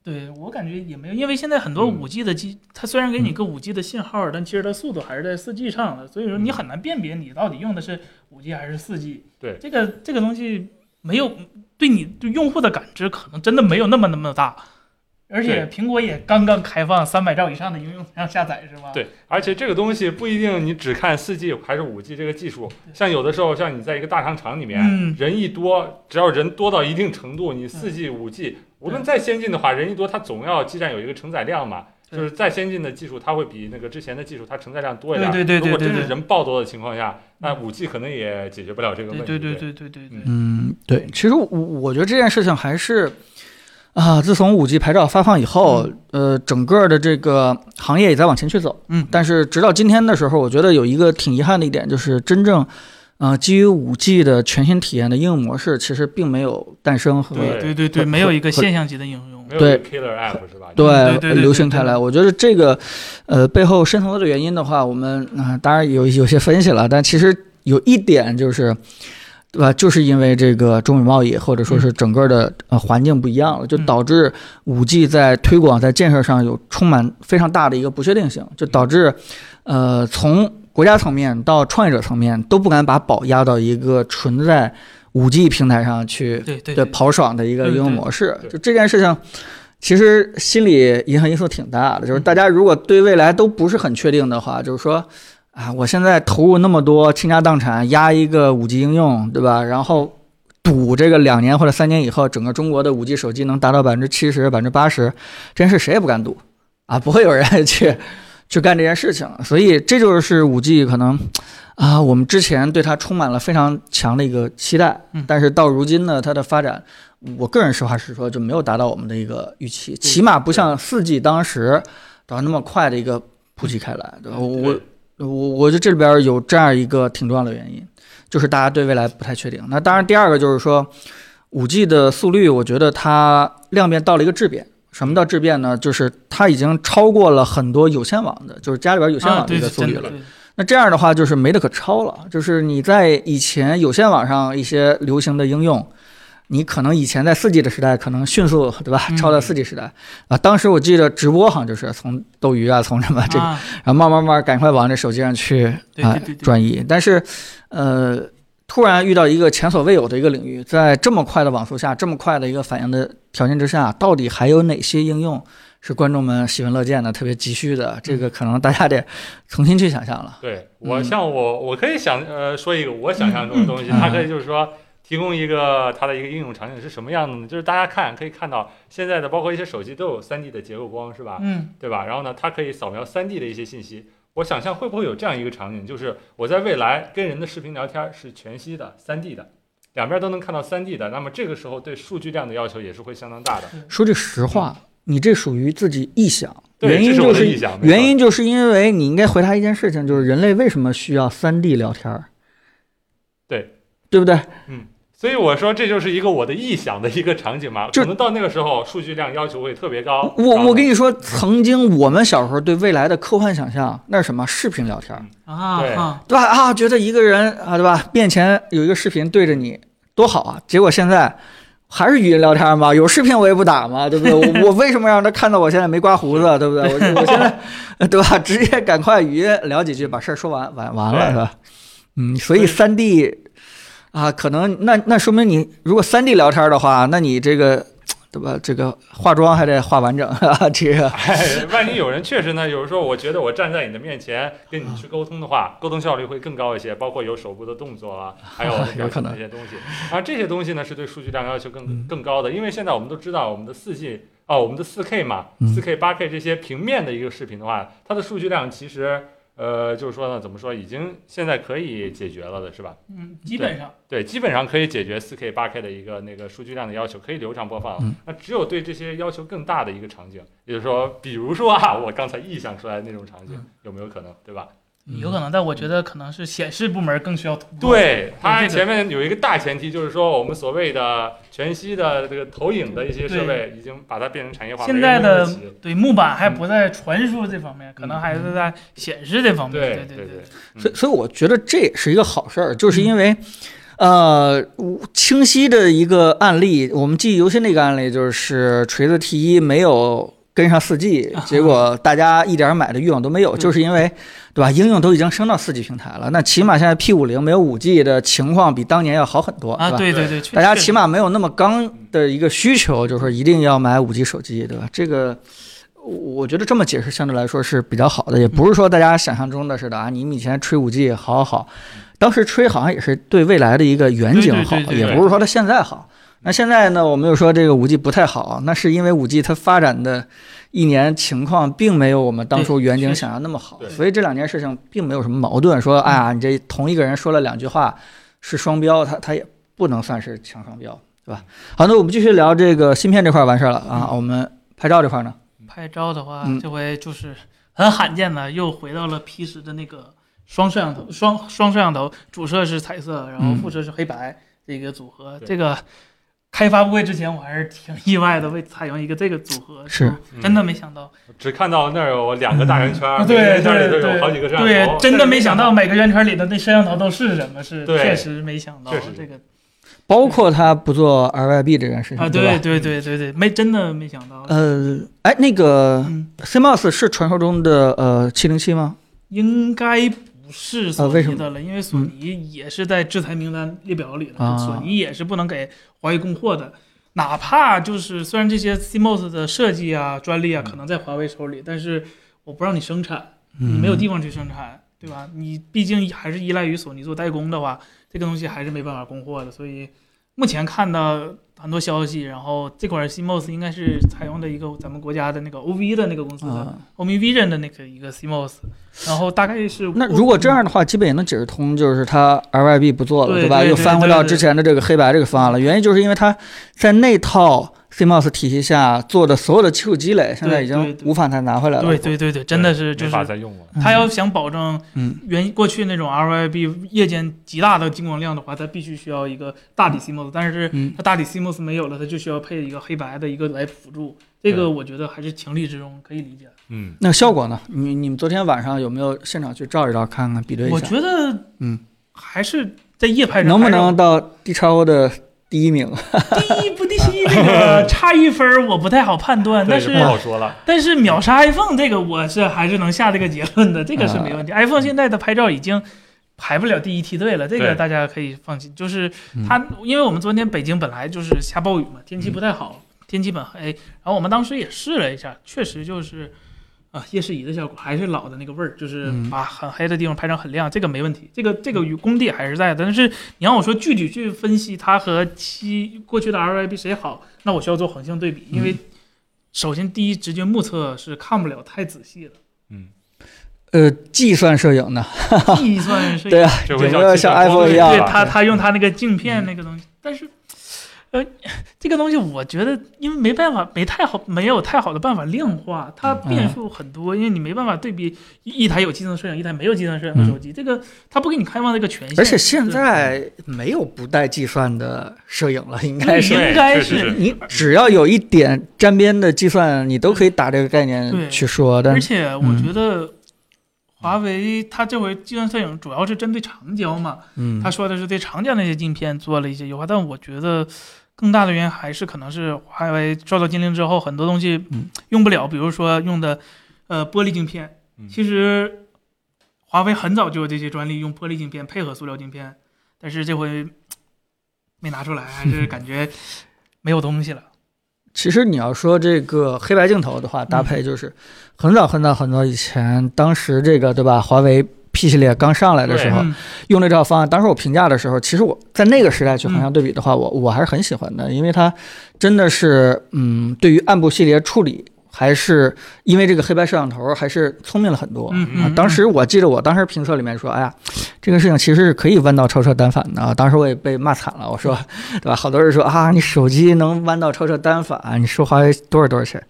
Speaker 2: 对我感觉也没有，因为现在很多
Speaker 4: 嗯
Speaker 2: 五 G 的机，它虽然给你个五 G 的信号，但其实它速度还是在四 G 上的，所以说你
Speaker 4: 嗯
Speaker 2: 很难辨别你到底用的是五 G 还是四 G。
Speaker 4: 对
Speaker 2: 这个这个东西没有对你对用户的感知可能真的没有那么那么大，而且苹果也刚刚开放三百兆以上的应用量下载是吧？
Speaker 4: 对，而且这个东西不一定你只看四 G 还是五 G 这个技术，像有的时候像你在一个大商场里面，
Speaker 2: 嗯
Speaker 4: 人一多，只要人多到一定程度，你四 G、五 G，无论再先进的话，人一多，它总要基站有一个承载量嘛。
Speaker 2: 对
Speaker 4: 就是再先进的技术，它会比那个之前的技术它承载量多一点。
Speaker 2: 对对对对
Speaker 4: 如果真
Speaker 2: 对
Speaker 4: 是
Speaker 2: 对
Speaker 4: 人爆多的情况下，那
Speaker 2: 嗯
Speaker 4: 五 G 可能也解决不了这个问
Speaker 2: 对
Speaker 4: 题。
Speaker 2: 对对
Speaker 4: 对
Speaker 2: 对对对对，
Speaker 1: 嗯，对，其实我我觉得这件事情还是啊、自从五 G 牌照发放以后，呃，整个的这个行业也在往前去走。
Speaker 2: 嗯
Speaker 1: 但是直到今天的时候，我觉得有一个挺遗憾的一点，就是真正。呃，基于五 G 的全新体验的应用模式，其实并没有诞生和
Speaker 2: 对
Speaker 4: 对
Speaker 2: 对对对，没有一个现象级的应用。
Speaker 4: 没有一
Speaker 1: 对
Speaker 4: 个 killer app 是吧？
Speaker 1: 对
Speaker 2: 嗯对对对
Speaker 1: 流行开
Speaker 2: 对对
Speaker 1: 来。我觉得这个，呃，背后深层次的原因的话，我们啊、当然有有些分析了，但其实有一点就是，对吧？就是因为这个中美贸易或者说是整个的呃环境不一样了，就
Speaker 2: 嗯
Speaker 1: 导致五 G 在推广在建设上有充满非常大的一个不确定性，就导致呃从国家层面到创业者层面都不敢把宝压到一个纯在五 G 平台上去
Speaker 2: 对对
Speaker 1: 对跑爽的一个
Speaker 2: 对
Speaker 1: 应用
Speaker 2: 对
Speaker 1: 模式。
Speaker 4: 对
Speaker 1: 就这件事情，其实心理影响因素挺大的。就是
Speaker 2: 嗯
Speaker 1: 大家如果对未来都不是很确定的话，就是说啊，我现在投入那么多，倾家荡产压一个五 G 应用，对吧？然后赌这个两年或者三年以后，整个中国的五 G 手机能达到百分之七十、百分之八十，这件事谁也不敢赌啊，不会有人去。去干这件事情，所以这就是五 G 可能啊，我们之前对它充满了非常强的一个期待
Speaker 2: 嗯，
Speaker 1: 但是到如今呢，它的发展，我个人实话实说就没有达到我们的一个预期，起码不像四 G 当时达到那么快的一个普及开来，对吧？我我我我觉得这里边有这样一个挺重要的原因，就是大家对未来不太确定。那当然，第二个就是说，五 G 的速率，我觉得它量变到了一个质变。什么叫质变呢？就是它已经超过了很多有线网的，就是家里边有线
Speaker 2: 啊，
Speaker 1: 网的
Speaker 2: 对，
Speaker 1: 一个
Speaker 2: 是
Speaker 1: 速率
Speaker 2: 真
Speaker 1: 了。
Speaker 2: 的，对
Speaker 1: 那这样的话就是没得可抄了，就是你在以前有线网上一些流行的应用，你可能以前在4 G 的时代可能迅速对吧
Speaker 2: 嗯
Speaker 1: 超到4 G 时代啊，当时我记得直播好像就是从斗鱼啊，从什么这个，
Speaker 2: 啊
Speaker 1: 然后慢慢慢赶快往这手机上去
Speaker 2: 对
Speaker 1: 啊
Speaker 2: 对对对
Speaker 1: 转移，但是呃突然遇到一个前所未有的一个领域，在这么快的网速下，这么快的一个反应的条件之下，到底还有哪些应用？是观众们喜闻乐见的，特别急需的，这
Speaker 4: 嗯
Speaker 1: 个可能大家得重新去想象了。
Speaker 4: 对我
Speaker 1: 嗯
Speaker 4: 像我，我可以想呃说一个我想象中的东西，
Speaker 1: 嗯嗯
Speaker 4: 它可以就是说提供一个它的一个应用场景是什么样的呢？就是大家看可以看到现在的包括一些手机都有 3D 的结构光是吧？
Speaker 2: 嗯
Speaker 4: 对吧？然后呢，它可以扫描 3D 的一些信息。我想象会不会有这样一个场景，就是我在未来跟人的视频聊天是全息的、3D 的，两边都能看到 3D 的，那么这个时候对数据量的要求也是会相当大的。
Speaker 1: 说句实话，你这属于自己臆想，
Speaker 4: 对，
Speaker 1: 原因
Speaker 4: 这是
Speaker 1: 就
Speaker 4: 我的
Speaker 1: 是
Speaker 4: 意向。没错
Speaker 1: 原因就是因为你应该回答一件事情，就是人类为什么需要三 D 聊天儿？
Speaker 4: 对，
Speaker 1: 对不对？
Speaker 4: 所以我说这就是一个我的臆想的一个场景嘛，
Speaker 1: 就
Speaker 4: 可能到那个时候数据量要求会特别高。
Speaker 1: 我我跟
Speaker 4: 你
Speaker 1: 你说，曾经我们小时候对未来的科幻想象，那是什么？视频聊天儿，
Speaker 2: 啊
Speaker 4: 对
Speaker 2: 啊，
Speaker 1: 对吧？啊，觉得一个人啊，对吧？面前有一个视频对着你，多好啊！结果现在。还是语音聊天嘛，有视频我也不打嘛，对不对？我我为什么让他看到我现在没刮胡子，对不对？我我现在，呃对吧？直接赶快语音聊几句，把事儿说完，完完了是吧？嗯，所以
Speaker 2: 对
Speaker 1: 三 D 啊，可能那那说明你如果三 D 聊天的话，那你这个对吧？这个化妆还得化完整啊，这个
Speaker 4: 哎，万一有人确实呢，有时候我觉得我站在你的面前跟你去沟通的话，沟通效率会更高一些，包括有手部的动作啊，还有
Speaker 1: 有可能嗯
Speaker 4: 这些东西。而这些东西呢，是对数据量要求更更高的，因为现在我们都知道我们的四 G 哦，我们的四 K 嘛，
Speaker 1: 嗯
Speaker 4: 四 K、八 K 这些平面的一个视频的话，它的数据量其实呃，就是说呢，怎么说，已经现在可以解决了的是吧？
Speaker 2: 嗯，基本上
Speaker 4: 对，基本上可以解决 4K、8K 的一个那个数据量的要求，可以流畅播放。
Speaker 1: 嗯
Speaker 4: 那只有对这些要求更大的一个场景，也就是说，比如说啊，我刚才臆想出来的那种场景，
Speaker 2: 嗯
Speaker 4: 有没有可能，对吧？
Speaker 2: 有可能，但我觉得可能是显示部门更需要突破。
Speaker 4: 对，它
Speaker 2: 这个
Speaker 4: 前面有一个大前提，就是说我们所谓的全息的这个投影的一些设备，已经把它变成产业化。
Speaker 2: 现
Speaker 4: 没人
Speaker 2: 在
Speaker 4: 用得
Speaker 2: 的
Speaker 4: 起
Speaker 2: 对木板还不在传输这方面，可能还是在显示这方面。
Speaker 4: 对
Speaker 2: 对
Speaker 4: 对
Speaker 2: 对，
Speaker 1: 所以所以我觉得这也是一个好事儿，就是因为，呃，我清晰的一个案例，我们记忆犹新的一个案例就是锤子 T 一没有跟上四 G，结果大家一点儿买的欲望都没
Speaker 2: 嗯
Speaker 1: 有，就是因为，对吧？应用都已经升到四 G 平台了，那起码现在 P 五零没有五 G 的情况比当年要好很多，
Speaker 2: 啊，
Speaker 1: 吧？
Speaker 2: 对对对，确
Speaker 1: 大家
Speaker 2: 确
Speaker 1: 起码没有那么刚的一个需求，就是说一定要买五 G 手机，对吧？这个我我觉得这么解释相对来说是比较好的，也不是说大家想象中的似的啊。你们以前吹五 G 好好好，当时吹好像也是对未来的一个远景好，
Speaker 2: 对对对对
Speaker 1: 也不是说它现在好。那现在呢，我们又说这个五 G 不太好，那是因为五 G 它发展的一年情况并没有我们当初远景想象那么好
Speaker 4: 对，
Speaker 1: 所以这两件事情并没有什么矛盾。说哎呀，你这同一个人说了两句话是双标，他他也不能算是强双标，对吧？好，那我们继续聊这个芯片这块完事儿了啊，
Speaker 2: 嗯
Speaker 1: 我们拍照这块呢，
Speaker 2: 拍照的话
Speaker 1: 嗯，
Speaker 2: 这回就是很罕见的，又回到了 P 十的那个双摄像头，双双摄像头，主摄是彩色，然后
Speaker 1: 嗯
Speaker 2: 副摄是黑白这个组合。
Speaker 4: 对
Speaker 2: 这个开发布会之前，我还是挺意外的，为采用一个这个组合，
Speaker 1: 是
Speaker 2: 就真的没想到，
Speaker 4: 只看到那儿有两个大圆圈，
Speaker 2: 啊
Speaker 4: 每个
Speaker 2: 对
Speaker 4: 圆圈
Speaker 2: 对
Speaker 4: 里头有好几
Speaker 2: 对
Speaker 4: 个摄像头但
Speaker 2: 对，
Speaker 4: 是
Speaker 2: 真的没想到每个圆圈里的那摄像头都是什么，是
Speaker 4: 对
Speaker 2: 确实没想到
Speaker 4: 确实
Speaker 2: 这个
Speaker 1: 包括他不做 RYB 这件事
Speaker 2: 啊，
Speaker 1: 情，
Speaker 2: 对
Speaker 1: 吧？
Speaker 2: 对对对对，没真的没想到，
Speaker 1: 呃，哎，那个
Speaker 2: 嗯，
Speaker 1: CMOS 是传说中的呃七零七吗？
Speaker 2: 应该不是索
Speaker 1: 啊为什
Speaker 2: 尼
Speaker 1: 么
Speaker 2: 的了，因为索尼也是在制裁名单列表里的，
Speaker 1: 啊
Speaker 2: 索尼也是不能给华为供货的。哪怕就是虽然这些 CMOS 的设计啊、专
Speaker 1: 嗯
Speaker 2: 利啊可能在华为手里，但是我不让你生产，
Speaker 1: 嗯
Speaker 2: 你嗯没有地方去生产，对吧？你毕竟还是依赖于索尼做代工的话，这个东西还是没办法供货的。所以目前看到很多消息，然后这款 CMOS 应该是采用的一个咱们国家的那个 OV 的那个公司的
Speaker 1: 啊。
Speaker 2: OmniVision 的那个一个 CMOS，然后大概是
Speaker 1: 那如果这样的话，基本也能解释通，就是它 RYB 不做了，
Speaker 2: 对
Speaker 1: 吧？
Speaker 2: 对
Speaker 1: 又
Speaker 2: 对
Speaker 1: 翻回
Speaker 2: 对
Speaker 1: 到
Speaker 2: 对
Speaker 1: 之前的这个黑白这个方案了。原因就是因为它在那套 CMOS 体系下做的所有的技术积累，现在已
Speaker 2: 对
Speaker 1: 经
Speaker 2: 对
Speaker 1: 无法再拿回来了。
Speaker 2: 对对对对，真的是就
Speaker 4: 没
Speaker 2: 是
Speaker 4: 法再用了。
Speaker 1: 嗯
Speaker 2: 他要想保证
Speaker 1: 嗯
Speaker 2: 原过去那种 RYB 夜间极大的进光量的话，它必须需要一个大底 CMOS，但是
Speaker 1: 嗯
Speaker 2: 它大底 CMOS 没有了，它就需要配一个黑白的一个来辅助。这
Speaker 4: 对
Speaker 2: 个我觉得还是情理之中，可以理解。
Speaker 4: 嗯，
Speaker 1: 那效果呢？你你们昨天晚上有没有现场去照一照看看比对一
Speaker 2: 我
Speaker 1: 下？
Speaker 2: 觉得，
Speaker 1: 嗯，
Speaker 2: 还是在夜拍上
Speaker 1: 能不
Speaker 2: 还
Speaker 1: 能
Speaker 2: 是
Speaker 1: 到 D 超的第一名？
Speaker 2: 第一不第一这 个差一分儿我不太好判断，
Speaker 4: 对
Speaker 2: 但
Speaker 4: 就是不好说了。
Speaker 2: 但是秒杀 iPhone 这个我是还是能下这个结论的，这个是没问题。iPhone 现在的拍照已经排不了第一梯队了，这个
Speaker 4: 对
Speaker 2: 大家可以放心。就是它，因为我们昨天北京本来就是下暴雨嘛，天气不太好，天气本黑，然后我们当时也试了一下，确实就是。啊，夜视仪的效果还是老的那个味儿，就是
Speaker 1: 嗯
Speaker 2: 把很黑的地方拍成很亮，这个没问题，这个这个与功底还是在的。但是你让我说具体去分析它和七过去的 RYB 谁好，那我需要做横向对
Speaker 1: 嗯
Speaker 2: 比，因为首先第一直觉目测是看不了太仔细 的，
Speaker 4: 嗯
Speaker 1: 呃，计算摄影呢？
Speaker 2: 计算是
Speaker 1: 对啊，
Speaker 4: 这
Speaker 1: 整
Speaker 4: 回
Speaker 1: 个像
Speaker 4: 叫计算
Speaker 1: iPhone
Speaker 4: 机
Speaker 1: 一样嗯
Speaker 2: 对
Speaker 1: 了
Speaker 2: 他他用他那个镜片那个东西，但是。呃， 这个东西我觉得，因为没办法，没太好，没有太好的办法量化，它变数很
Speaker 1: 嗯
Speaker 2: 多，因为你没办法对比一一台有计算摄影，一台没有计算摄影的手机，这个它不给你开放这个权限。
Speaker 1: 嗯而且现在没有不带计算的摄影了，应该
Speaker 2: 对
Speaker 1: 是。
Speaker 2: 应该
Speaker 4: 对确实是
Speaker 1: 你只要有一点沾边的计算，你都可以打这个概念
Speaker 2: 对
Speaker 1: 去说。但嗯
Speaker 2: 而
Speaker 1: 是
Speaker 2: 且我觉得华为它这回计算摄影主要是针对长焦嘛，
Speaker 1: 嗯
Speaker 2: 他，说的是对长江那些镜片做了一些优化，但我觉得更大的原因还是可能是华为受到禁令之后，很多东西
Speaker 1: 嗯
Speaker 2: 用不了，比如说用的呃玻璃镜片
Speaker 4: 嗯，
Speaker 2: 其实华为很早就有这些专利用玻璃镜片配合塑料镜片，但是这回没拿出来，还是感觉没有 东西了。
Speaker 1: 其实你要说这个黑白镜头的话，搭配就是很早很早很早以前，当时这个对吧，华为 P 系列刚上来的时
Speaker 4: 对
Speaker 1: 候，
Speaker 2: 嗯，
Speaker 1: 用这套方案，当时我评价的时候，其实我在那个时代去横向对比的话，我我还是很喜欢的，因为它真的是，嗯，对于暗部系列处理，还是因为这个黑白摄像头，还是聪明了很多。
Speaker 2: 嗯
Speaker 1: 啊
Speaker 2: 嗯，
Speaker 1: 当时我记得我当时评测里面说，哎呀，这个事情其实是可以弯道超车单反的啊。当时我也被骂惨了，我说，对吧？好多人说啊，你手机能弯道超车单反，你说华为多少多少钱？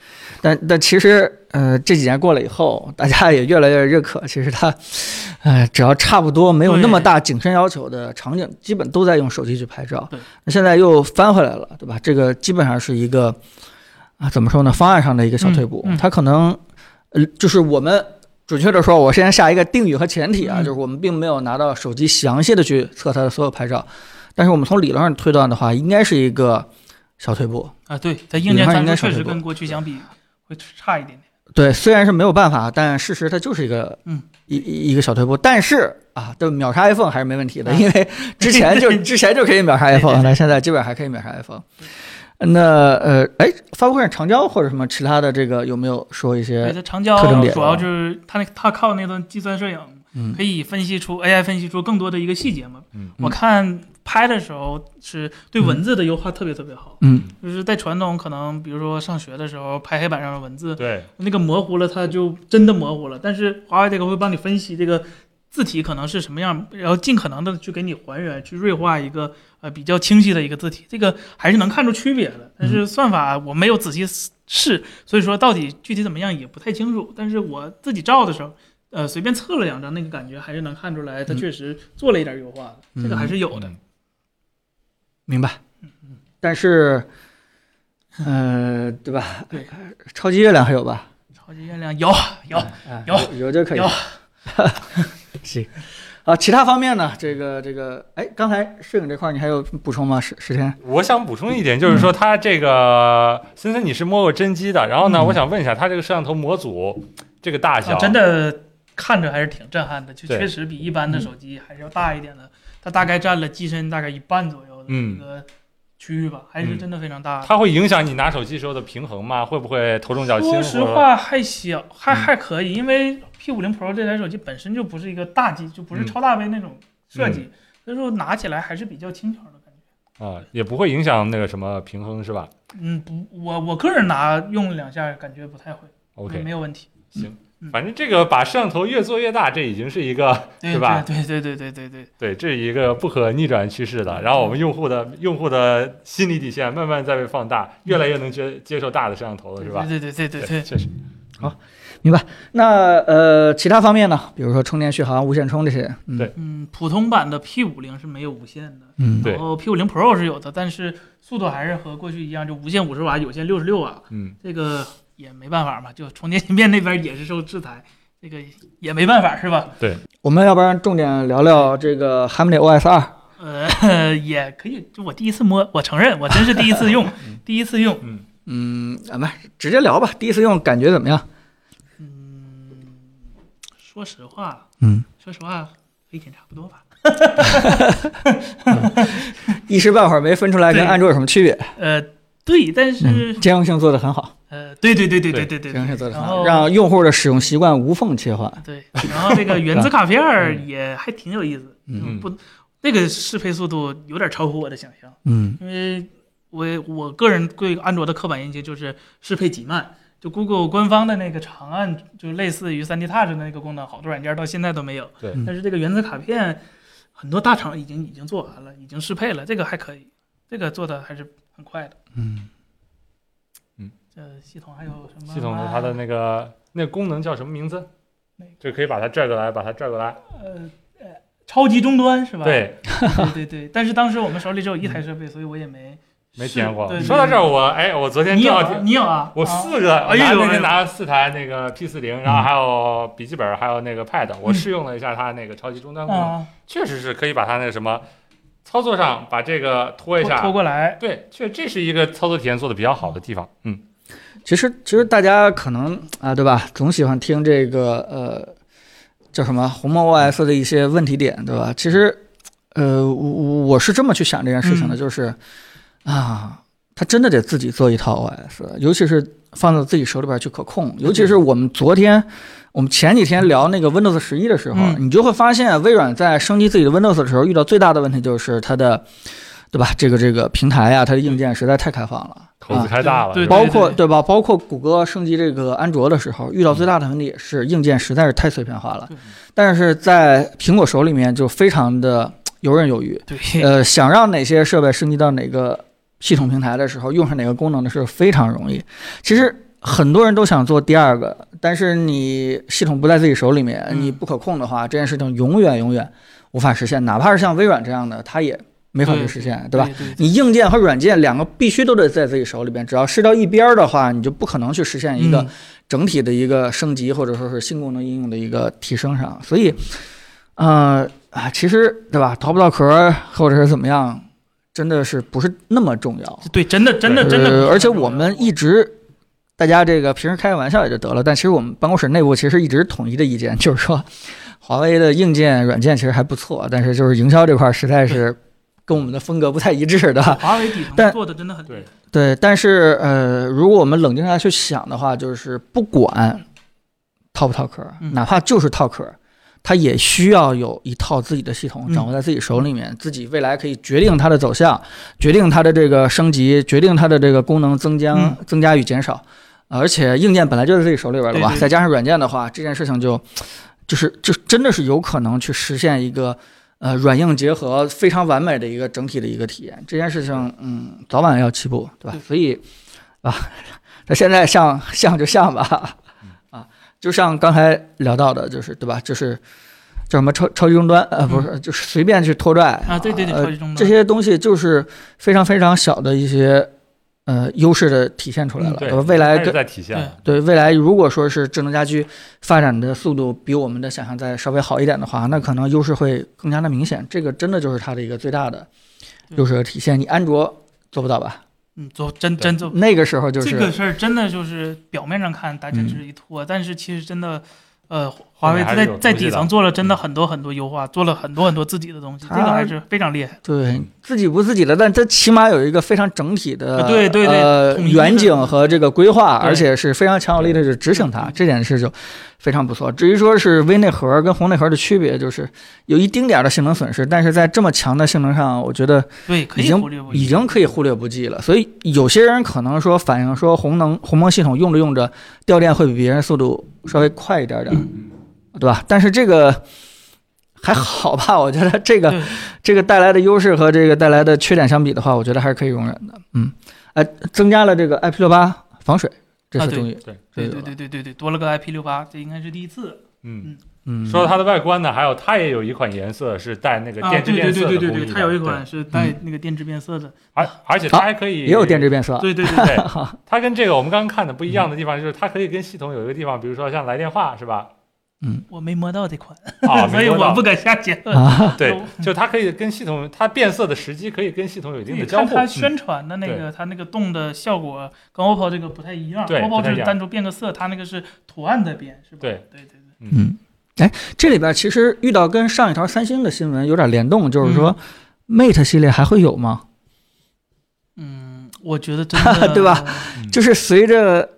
Speaker 1: 但但其实，呃，这几年过了以后，大家也越来越认可，其实它，呃，只要差不多没有那么大景深要求的场景，基本都在用手机去拍照
Speaker 2: 对。
Speaker 1: 那现在又翻回来了，对吧？这个基本上是一个啊，怎么说呢？方案上的一个小退步，
Speaker 2: 嗯嗯
Speaker 1: 它可能，呃，就是我们。准确的说，我先下一个定语和前提啊，
Speaker 2: 嗯
Speaker 1: 就是我们并没有拿到手机详细的去测它的所有拍照，但是我们从理论上推断的话，应该是一个小退步。
Speaker 2: 啊，对，它硬件参
Speaker 1: 应该
Speaker 2: 数
Speaker 1: 是
Speaker 2: 确
Speaker 1: 很
Speaker 2: 实
Speaker 1: 多
Speaker 2: 跟过去相比会差一点点。
Speaker 1: 对，虽然是没有办法，但事实它就是一个，
Speaker 2: 嗯，
Speaker 1: 一一一个小退步。但是啊，对秒杀 iPhone 还是没问题的，
Speaker 2: 啊
Speaker 1: 因为之前 就之前就可以秒杀 iPhone，
Speaker 2: 对
Speaker 1: 那现在基本上还可以秒杀 iPhone。那呃，哎，发布会上长焦或者什么其他的这个有没有说一
Speaker 2: 哎对，
Speaker 1: 些？
Speaker 2: 它长焦
Speaker 1: 呃特征点啊
Speaker 2: 主要就是它那它靠那段计算摄影
Speaker 1: 嗯
Speaker 2: 可以分析出 AI 分析出更多的一个细节嘛。
Speaker 4: 嗯
Speaker 2: 我看拍的时候是对文字的优化特别特别好，
Speaker 1: 嗯
Speaker 2: 就是在传统可能比如说上学的时候拍黑板上的文字，
Speaker 4: 对，
Speaker 2: 那个模糊了它就真的模糊了，但是华为这个会帮你分析这个。字体可能是什么样，然后尽可能的去给你还原、去锐化一个呃比较清晰的一个字体，这个还是能看出区别的。但是算法我没有仔细试，所以说到底具体怎么样也不太清楚。但是我自己照的时候，呃，随便测了两张，那个感觉还是能看出来，它
Speaker 1: 嗯
Speaker 2: 确实做了一点优化的，这个还是有的。
Speaker 4: 嗯
Speaker 1: 明白。但是，呃，对吧？
Speaker 2: 对，
Speaker 1: 超级月亮还有吧？
Speaker 2: 超级月亮有啊有，
Speaker 1: 哎
Speaker 2: 有
Speaker 1: 有就可以
Speaker 2: 有。
Speaker 1: 行，好，其他方面呢？这个这个，哎，刚才摄影这块儿你还有补充吗？十十天？
Speaker 4: 我想补充一点，就
Speaker 2: 嗯
Speaker 4: 是说它这个森森你是摸过真机的，然后呢，
Speaker 1: 嗯
Speaker 4: 我想问一下，它这个摄像头模组这个大小，
Speaker 2: 啊真的看着还是挺震撼的，就
Speaker 4: 对
Speaker 2: 确实比一般的手机还是要大一点的，它大概占了机身大概一半左右的
Speaker 4: 嗯
Speaker 2: 一个区域吧，还是真的非常大。
Speaker 4: 它会影响你拿手机时候的平衡吗？会不会头重脚轻？
Speaker 2: 说实
Speaker 4: 或者，
Speaker 2: 话还小，还
Speaker 4: 嗯
Speaker 2: 还可以，因为 P 五零 Pro 这台手机本身就不是一个大机，就不是
Speaker 4: 嗯
Speaker 2: 超大杯那种设计，所以说拿起来还是比较轻巧的感觉。
Speaker 4: 啊、也不会影响那个什么平衡是吧
Speaker 2: 嗯，不，我我个人拿用了两下，感觉不太会，
Speaker 4: ？OK，
Speaker 2: 没有问题。
Speaker 4: 行，反正这个把摄像头越做越大，这已经是一个
Speaker 2: 对
Speaker 4: 是吧
Speaker 2: 对对对对对对，
Speaker 4: 对，这是一个不可逆转趋势
Speaker 2: 嗯
Speaker 4: 的。然后我们用户的用户的心理底线慢慢在被放大，越来越能接接受大的摄像头了，是吧？
Speaker 2: 对对对对对，
Speaker 4: 确实，
Speaker 1: 那呃，其他方面呢？比如说充电续航、无线充这些，嗯
Speaker 4: 对
Speaker 2: 嗯，普通版的 P 五零是没有无线的，
Speaker 1: 嗯，
Speaker 4: 对
Speaker 2: 然后 P 五零 Pro 是有的，但是速度还是和过去一样，就无线五十瓦，有线六十六瓦，
Speaker 4: 嗯，
Speaker 2: 这个也没办法嘛，就充电芯片那边也是受制裁，这个也没办法是 吧？
Speaker 1: 我们要不然重点聊聊这个 Hamlet OS 二，
Speaker 2: 呃，也可以，就我第一次摸，我承认我真是第一次用，第一次用，
Speaker 1: 嗯，啊，不是，直接聊吧。第一次用感觉怎么样？
Speaker 2: 说实话，
Speaker 1: 嗯，
Speaker 2: 说实话和以前差不多吧。
Speaker 1: 一时半会儿没分出来跟
Speaker 2: 对
Speaker 1: 安卓有什么区别。
Speaker 2: 呃，对，但是、
Speaker 1: 嗯，兼容性做得很好，
Speaker 2: 呃，对对对对对对
Speaker 1: 兼
Speaker 2: 对
Speaker 1: 容性
Speaker 2: 对，
Speaker 1: 做得很
Speaker 2: 然
Speaker 1: 好，
Speaker 2: 后
Speaker 1: 让用户的使用习惯无缝切换。
Speaker 2: 对，然后这个原子卡片儿也还挺有意思，
Speaker 1: 嗯
Speaker 2: 不，那个适配速度有点超乎我的想象，
Speaker 1: 嗯
Speaker 2: 因为我我个人对安卓的刻板印象就是适配极慢。就 Google 官方的那个长按，就类似于 3D Touch 的那个功能，好多软件到现在都没有。
Speaker 4: 对
Speaker 2: 但是这个原子卡片，很多大厂已经已经做完了，已经适配了，这个还可以，这个做的还是很快的。
Speaker 1: 嗯，
Speaker 2: 这系统还有什么？
Speaker 4: 系统的它的那个那功能叫什么名字
Speaker 2: 哪个？
Speaker 4: 就可以把它拽过来，把它拽过来。
Speaker 2: 呃呃超级终端是吧？
Speaker 4: 对，
Speaker 2: 对对对，但是当时我们手里只有一台设备，所以我也没
Speaker 4: 没
Speaker 2: 试
Speaker 4: 体验过
Speaker 2: 对。对
Speaker 4: 说到这儿，我哎，我昨天
Speaker 2: 你
Speaker 4: 正
Speaker 2: 有
Speaker 4: 好
Speaker 2: 啊
Speaker 4: 听，
Speaker 2: 你有啊？啊
Speaker 4: 我四个，
Speaker 2: 哎
Speaker 4: 我拿
Speaker 2: 呦
Speaker 4: 那
Speaker 2: 哎呦
Speaker 4: 天拿了四台那个 P 四零，然后还有笔记本，还有那个 Pad，我试用了一下它那个超级终端功能，
Speaker 2: 嗯啊，
Speaker 4: 确实是可以把它那什么操作上把这个拖一
Speaker 2: 啊拖拖
Speaker 4: 下。
Speaker 2: 过来，
Speaker 4: 对，确这是一个操作体验做的比较好的地方。嗯。
Speaker 1: 其实其实大家可能啊、对吧，总喜欢听这个呃叫什么鸿蒙 OS 的一些问题点，对吧？其实呃，我我我是这么去想这件事情的，
Speaker 2: 嗯
Speaker 1: 就是啊，他真的得自己做一套 OS，尤其是放到自己手里边去可控。尤其是我们昨天，我们前几天聊那个 Windows 十一的时候，
Speaker 2: 嗯
Speaker 1: 你就会发现微软在升级自己的 Windows 的时候，遇到最大的问题就是它的。对吧？这个这个平台啊，它的硬件实在太开放了，
Speaker 4: 口子
Speaker 1: 啊
Speaker 4: 开大了，
Speaker 2: 对
Speaker 4: 是吧
Speaker 1: 包括对吧？包括谷歌升级这个安卓的时候，遇到最大的问题也是硬件实在是太碎片化了
Speaker 2: 对，
Speaker 1: 但是在苹果手里面就非常的游刃有余。
Speaker 2: 对，
Speaker 1: 呃，想让哪些设备升级到哪个系统平台的时候，用上哪个功能的时候非常容易。其实很多人都想做第二个，但是你系统不在自己手里面，
Speaker 2: 嗯
Speaker 1: 你不可控的话，这件事情永远永远无法实现。哪怕是像微软这样的，它也没法去
Speaker 2: 对
Speaker 1: 实现，对吧？？
Speaker 2: 对
Speaker 1: 你硬件和软件两个必须都得在自己手里边，只要试到一边儿的话，你就不可能去实现一个
Speaker 2: 嗯
Speaker 1: 整体的一个升级，或者说是新功能应用的一个提升上。所以，呃啊，其实对吧，逃不到壳儿或者是怎么样，真的是不是那么重要。
Speaker 2: 对，真的真的真
Speaker 1: 呃
Speaker 2: 的，
Speaker 1: 而且我们一直。大家这个平时开个玩笑也就得了，但其实我们办公室内部其实一直统一的意见就是说，华为的硬件、软件其实还不错，但是就是营销这块儿实在是跟我们的风格不太一致的。
Speaker 2: 华为底
Speaker 1: 但
Speaker 2: 层做的真的很
Speaker 4: 对
Speaker 1: 对，但是呃，如果我们冷静下来去想的话，就是不管套不套壳，
Speaker 2: 嗯
Speaker 1: 哪怕就是套壳，它也需要有一套自己的系统，
Speaker 2: 嗯
Speaker 1: 掌握在自己手里面，自己未来可以决定它的走向，决定它的这个升级，决定它的这个功能增加、
Speaker 2: 嗯
Speaker 1: 增加与减少。而且硬件本来就在自己手里边了吧，
Speaker 2: 对对
Speaker 1: 再加上软件的话，这件事情就就是就真的是有可能去实现一个呃软硬结合非常完美的一个整体的一个体验。这件事情，嗯，早晚要起步，对吧？
Speaker 2: 嗯
Speaker 1: 所以啊，那现在像像就像吧，
Speaker 2: 嗯
Speaker 1: 啊，就像刚才聊到的，就是对吧？就是叫什么超超级终端，呃，不是，就是随便去拖拽
Speaker 2: 嗯啊，对对对，
Speaker 1: 呃
Speaker 2: 超级终端
Speaker 1: 这些东西就是非常非常小的一些呃优势的体现出来了。
Speaker 2: 嗯
Speaker 4: 对
Speaker 1: 呃未来
Speaker 4: 还是
Speaker 1: 跟
Speaker 4: 在体现
Speaker 2: 对
Speaker 4: 了，
Speaker 1: 对未来，如果说是智能家居发展的速度比我们的想象再稍微好一点的话，那可能优势会更加的明显。这个真的就是它的一个最大的
Speaker 2: 对
Speaker 1: 优势和体现。你安卓做不到吧？
Speaker 2: 嗯，做真真做
Speaker 1: 那个时候就是嗯
Speaker 2: 这个事儿真的就是表面上看大家只是一拖，但是其实真的，呃，华为
Speaker 4: 后面还是
Speaker 2: 在
Speaker 4: 有
Speaker 2: 在
Speaker 4: 东西
Speaker 2: 底
Speaker 1: 嗯
Speaker 4: 的
Speaker 2: 层做了真的很多很多优化，做了很多很多自己的东西，这
Speaker 1: 它
Speaker 2: 个还是非常厉害。
Speaker 1: 对，自己不自己的，但它起码有一个非常整体的、
Speaker 2: 啊对对对
Speaker 1: 呃
Speaker 2: 统一的
Speaker 1: 远景和这个规划，
Speaker 2: 对嗯
Speaker 1: 而且是非常强有力的去执行它，这点是就非常不错。至于说是微内核跟红内核的区别，就是有一丁点儿的性能损失，但是在这么强的性能上，我觉得
Speaker 2: 对，可
Speaker 1: 已
Speaker 2: 以
Speaker 1: 经
Speaker 2: 忽略不计
Speaker 1: 已经可以忽略不计了。所以有些人可能说反映说红能鸿蒙系统用着用着掉电会比别人速度稍微快一点点，对吧？但是这个还好吧，我觉得这个
Speaker 2: 对
Speaker 1: 这个带来的优势和这个带来的缺点相比的话，我觉得还是可以容忍的。嗯，哎，增加了这个 IP 六八防水，这
Speaker 2: 啊
Speaker 1: 次
Speaker 2: 对
Speaker 1: 终于、
Speaker 4: 对
Speaker 2: 对
Speaker 1: 这
Speaker 2: 对
Speaker 1: 个
Speaker 2: 对对对对，多了个 IP 六八，这应该是第一次。
Speaker 4: 嗯，
Speaker 1: 嗯，
Speaker 4: 说到它的外观呢，还有它也有一款颜色是带那个
Speaker 2: 啊，
Speaker 4: 电致
Speaker 2: 对
Speaker 4: 变
Speaker 2: 对
Speaker 4: 色
Speaker 2: 对对
Speaker 4: 的
Speaker 2: 对
Speaker 4: 工
Speaker 2: 对，
Speaker 4: 艺的
Speaker 2: 它有一款是
Speaker 1: 嗯
Speaker 2: 带那个电致变色的。
Speaker 4: 而而且它还可以
Speaker 1: 啊也有电致变色，
Speaker 2: 对对对
Speaker 4: 对，它跟这个我们刚刚看的不一样的地方就是，它可以跟系统有一个地方，比如说像来电话是吧？
Speaker 2: 我没摸到这款，
Speaker 4: 啊，
Speaker 2: 所以
Speaker 4: 没摸到
Speaker 2: 我不敢下结论。
Speaker 1: 啊，
Speaker 4: 对
Speaker 2: 我，
Speaker 4: 就它可以跟系统，它变色的时机可以跟系统有一定
Speaker 2: 对，
Speaker 4: 的交
Speaker 2: 看
Speaker 4: 互。嗯
Speaker 2: 它宣传的那个，它那个动的效果跟 OPPO 这个不太一样。
Speaker 4: 对不
Speaker 2: OPPO
Speaker 4: 太一
Speaker 2: 是
Speaker 4: 样
Speaker 2: 单独变个色，它那个是图案在变，是吧？
Speaker 4: 对
Speaker 2: 对对对，
Speaker 1: 嗯，哎，这里边其实遇到跟上一条三星的新闻有点联动，就是说、Mate 系列还会有吗？
Speaker 2: 嗯，我觉得真 的
Speaker 1: 对吧？
Speaker 4: 嗯
Speaker 1: 就是随着，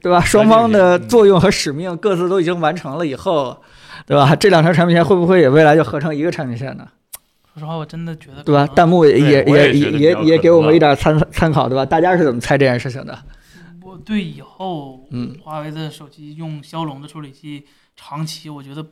Speaker 1: 对吧？双方的作用和使命各自都已经完成了以后，对吧？这两条产品线会不会也未来就合成一个产品线呢？
Speaker 2: 说实话，我真的觉得
Speaker 1: 对吧？
Speaker 2: 可能
Speaker 1: 弹幕也也
Speaker 4: 啊对我也觉
Speaker 1: 也
Speaker 4: 得比较
Speaker 1: 也
Speaker 4: 可能啊
Speaker 1: 也给我们
Speaker 4: 了
Speaker 1: 一点参参考，对吧？大家是怎么猜这件事情的？
Speaker 2: 我对以后
Speaker 1: 嗯
Speaker 2: 华为的手机用骁龙的处理器，长期我觉得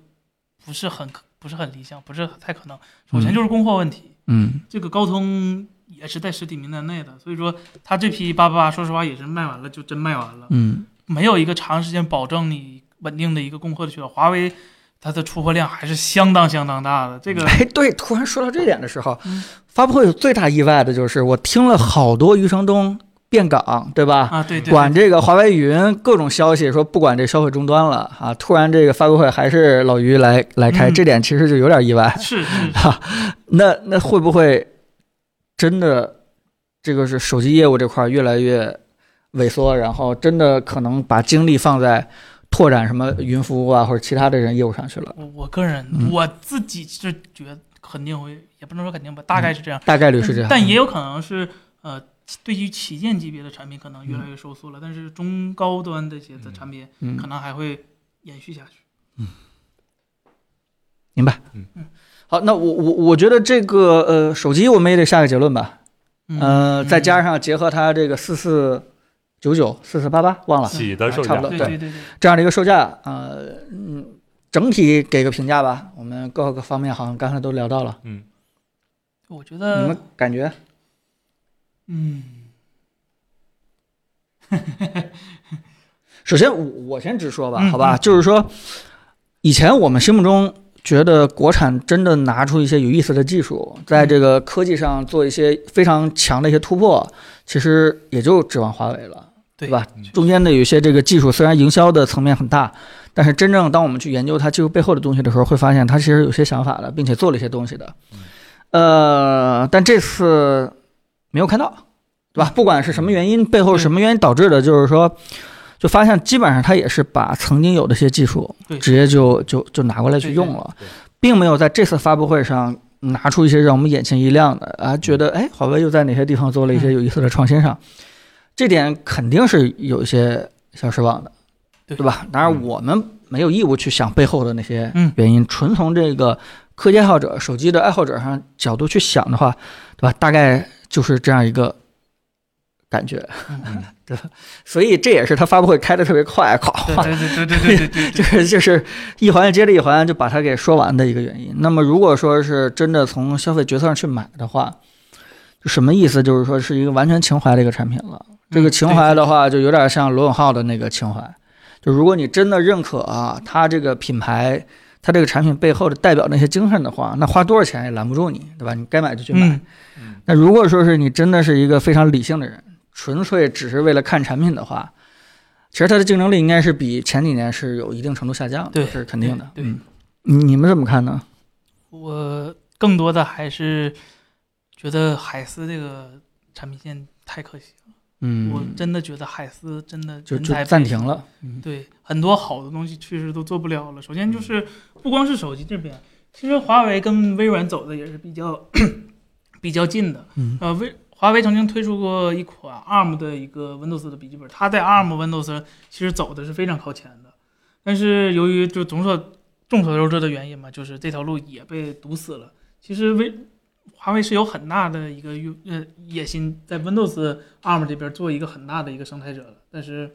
Speaker 2: 不是很可不是很理想，不是太可能。首先就是供货问题，
Speaker 1: 嗯
Speaker 2: 这个高通也是在实体名单内的，所以说它这批八八八，说实话也是卖完了就真卖完了，
Speaker 1: 嗯
Speaker 2: 没有一个长时间保证你稳定的一个供货的渠道。华为它的出货量还是相当相当大的，这个
Speaker 1: 哎，对，突然说到这点的时候
Speaker 2: 嗯，
Speaker 1: 发布会有最大意外的就是我听了好多余承东变岗，对吧？
Speaker 2: 啊，对对对
Speaker 1: 管这个华为云各种消息，说不管这消费终端了啊，突然这个发布会还是老于来来开，
Speaker 2: 嗯
Speaker 1: 这点其实就有点意外。
Speaker 2: 是是
Speaker 1: 那那会不会真的这个是手机业务这块儿越来越萎缩，然后真的可能把精力放在拓展什么云服务啊或者其他的人业务上去了？
Speaker 2: 我我个人、
Speaker 1: 嗯
Speaker 2: 我自己是觉得肯定会，也不能说肯定吧，大概是这样。
Speaker 1: 大概率嗯是这样。
Speaker 2: 但也有可能是呃，对于旗舰级别的产品可能越来越收缩了，但是中高端这些的产品
Speaker 1: 嗯
Speaker 2: 可能还会延续下去。
Speaker 1: 明白。
Speaker 4: 嗯
Speaker 1: 好，那我我我觉得这个呃手机我们也得下个结论吧。呃，
Speaker 2: 嗯
Speaker 1: 再加上结合它这个四四九九、四四八八，忘了
Speaker 2: 嗯
Speaker 4: 喜的售
Speaker 1: 差不
Speaker 4: 价
Speaker 1: 多
Speaker 2: 对
Speaker 1: 对
Speaker 2: 对对对，
Speaker 1: 这样的一个售价，呃，嗯，整体给个评价吧。我们各个方面好像刚才都聊到了，
Speaker 4: 嗯
Speaker 2: 我觉
Speaker 1: 你们
Speaker 2: 得
Speaker 1: 感觉？
Speaker 2: 嗯，
Speaker 1: 首先我我先直说吧，
Speaker 2: 嗯
Speaker 1: 好吧，就是说，以前我们心目中觉得国产真的拿出一些有意思的技术，在这个科技上做一些非常强的一些突破，其实也就指望华为了。
Speaker 2: 对
Speaker 1: 吧
Speaker 4: 嗯？
Speaker 1: 中间的有些这个技术，虽然营销的层面很大，但是真正当我们去研究它技术背后的东西的时候，会发现它其实有些想法的，并且做了一些东西的。呃，但这次没有看到，对吧？不管是什么原因，背后是什么原因导致的，就是说，就发现基本上它也是把曾经有的一些技术
Speaker 2: 对
Speaker 1: 直接就就就拿过来去
Speaker 2: 对
Speaker 1: 用了
Speaker 4: 对，
Speaker 1: 并没有在这次发布会上拿出一些让我们眼前一亮的啊，觉得哎，华为又在哪些地方做了一些
Speaker 2: 嗯
Speaker 1: 有意思的创新上，这点肯定是有一些小失望的，
Speaker 2: 对
Speaker 1: 对吧？当然，我们没有义务去想背后的那些
Speaker 2: 嗯
Speaker 1: 原因，纯从这个科技爱好者、手机的爱好者上角度去想的话，对吧？大概就是这样一个感觉，
Speaker 2: 嗯
Speaker 1: 对吧？所以这也是他发布会开的特别快， 哗
Speaker 2: 对
Speaker 1: 哗
Speaker 2: 对对对对对对
Speaker 1: 就
Speaker 2: 对，
Speaker 1: 是就是一环接着一环就把它给说完的一个原因。那么如果说是真的从消费决策上去买的话，就什么意思？就是说是一个完全情怀的一个产品了。 这
Speaker 2: 嗯
Speaker 1: 个情怀的话，就有点像罗永浩的那个情怀。就如果你真的认可啊，它这个品牌，它这个产品背后的代表那些精神的话，那花多少钱也拦不住你，对吧？你该买就去买。
Speaker 2: 嗯，
Speaker 1: 那如果说是你真的是一个非常理性的人，纯粹只是为了看产品的话，其实它的竞争力应该是比前几年是有一定程度下降的，
Speaker 2: 对
Speaker 1: 这是肯定的。
Speaker 2: 对对
Speaker 1: 嗯，你你们怎么看呢？
Speaker 2: 我更多的还是觉得海思这个产品线太可惜了，
Speaker 1: 嗯，
Speaker 2: 我真的觉得海思真的
Speaker 1: 就
Speaker 2: 人
Speaker 1: 就
Speaker 2: 才
Speaker 1: 暂
Speaker 2: 辈出
Speaker 1: 停了。
Speaker 2: 对，很多好的东西确实都做不了了。首先就是不光是手机这边，其实华为跟微软走的也是比较 比较近的。
Speaker 1: 嗯
Speaker 2: 呃，微华为曾经推出过一款 ARM 的一个 Windows 的笔记本，它在 ARM Windows 其实走的是非常靠前的，但是由于就众所众所周知的原因嘛，就是这条路也被堵死了。其实微华为是有很大的一个欲呃野心，在 Windows ARM 这边做一个很大的一个生态者了，但是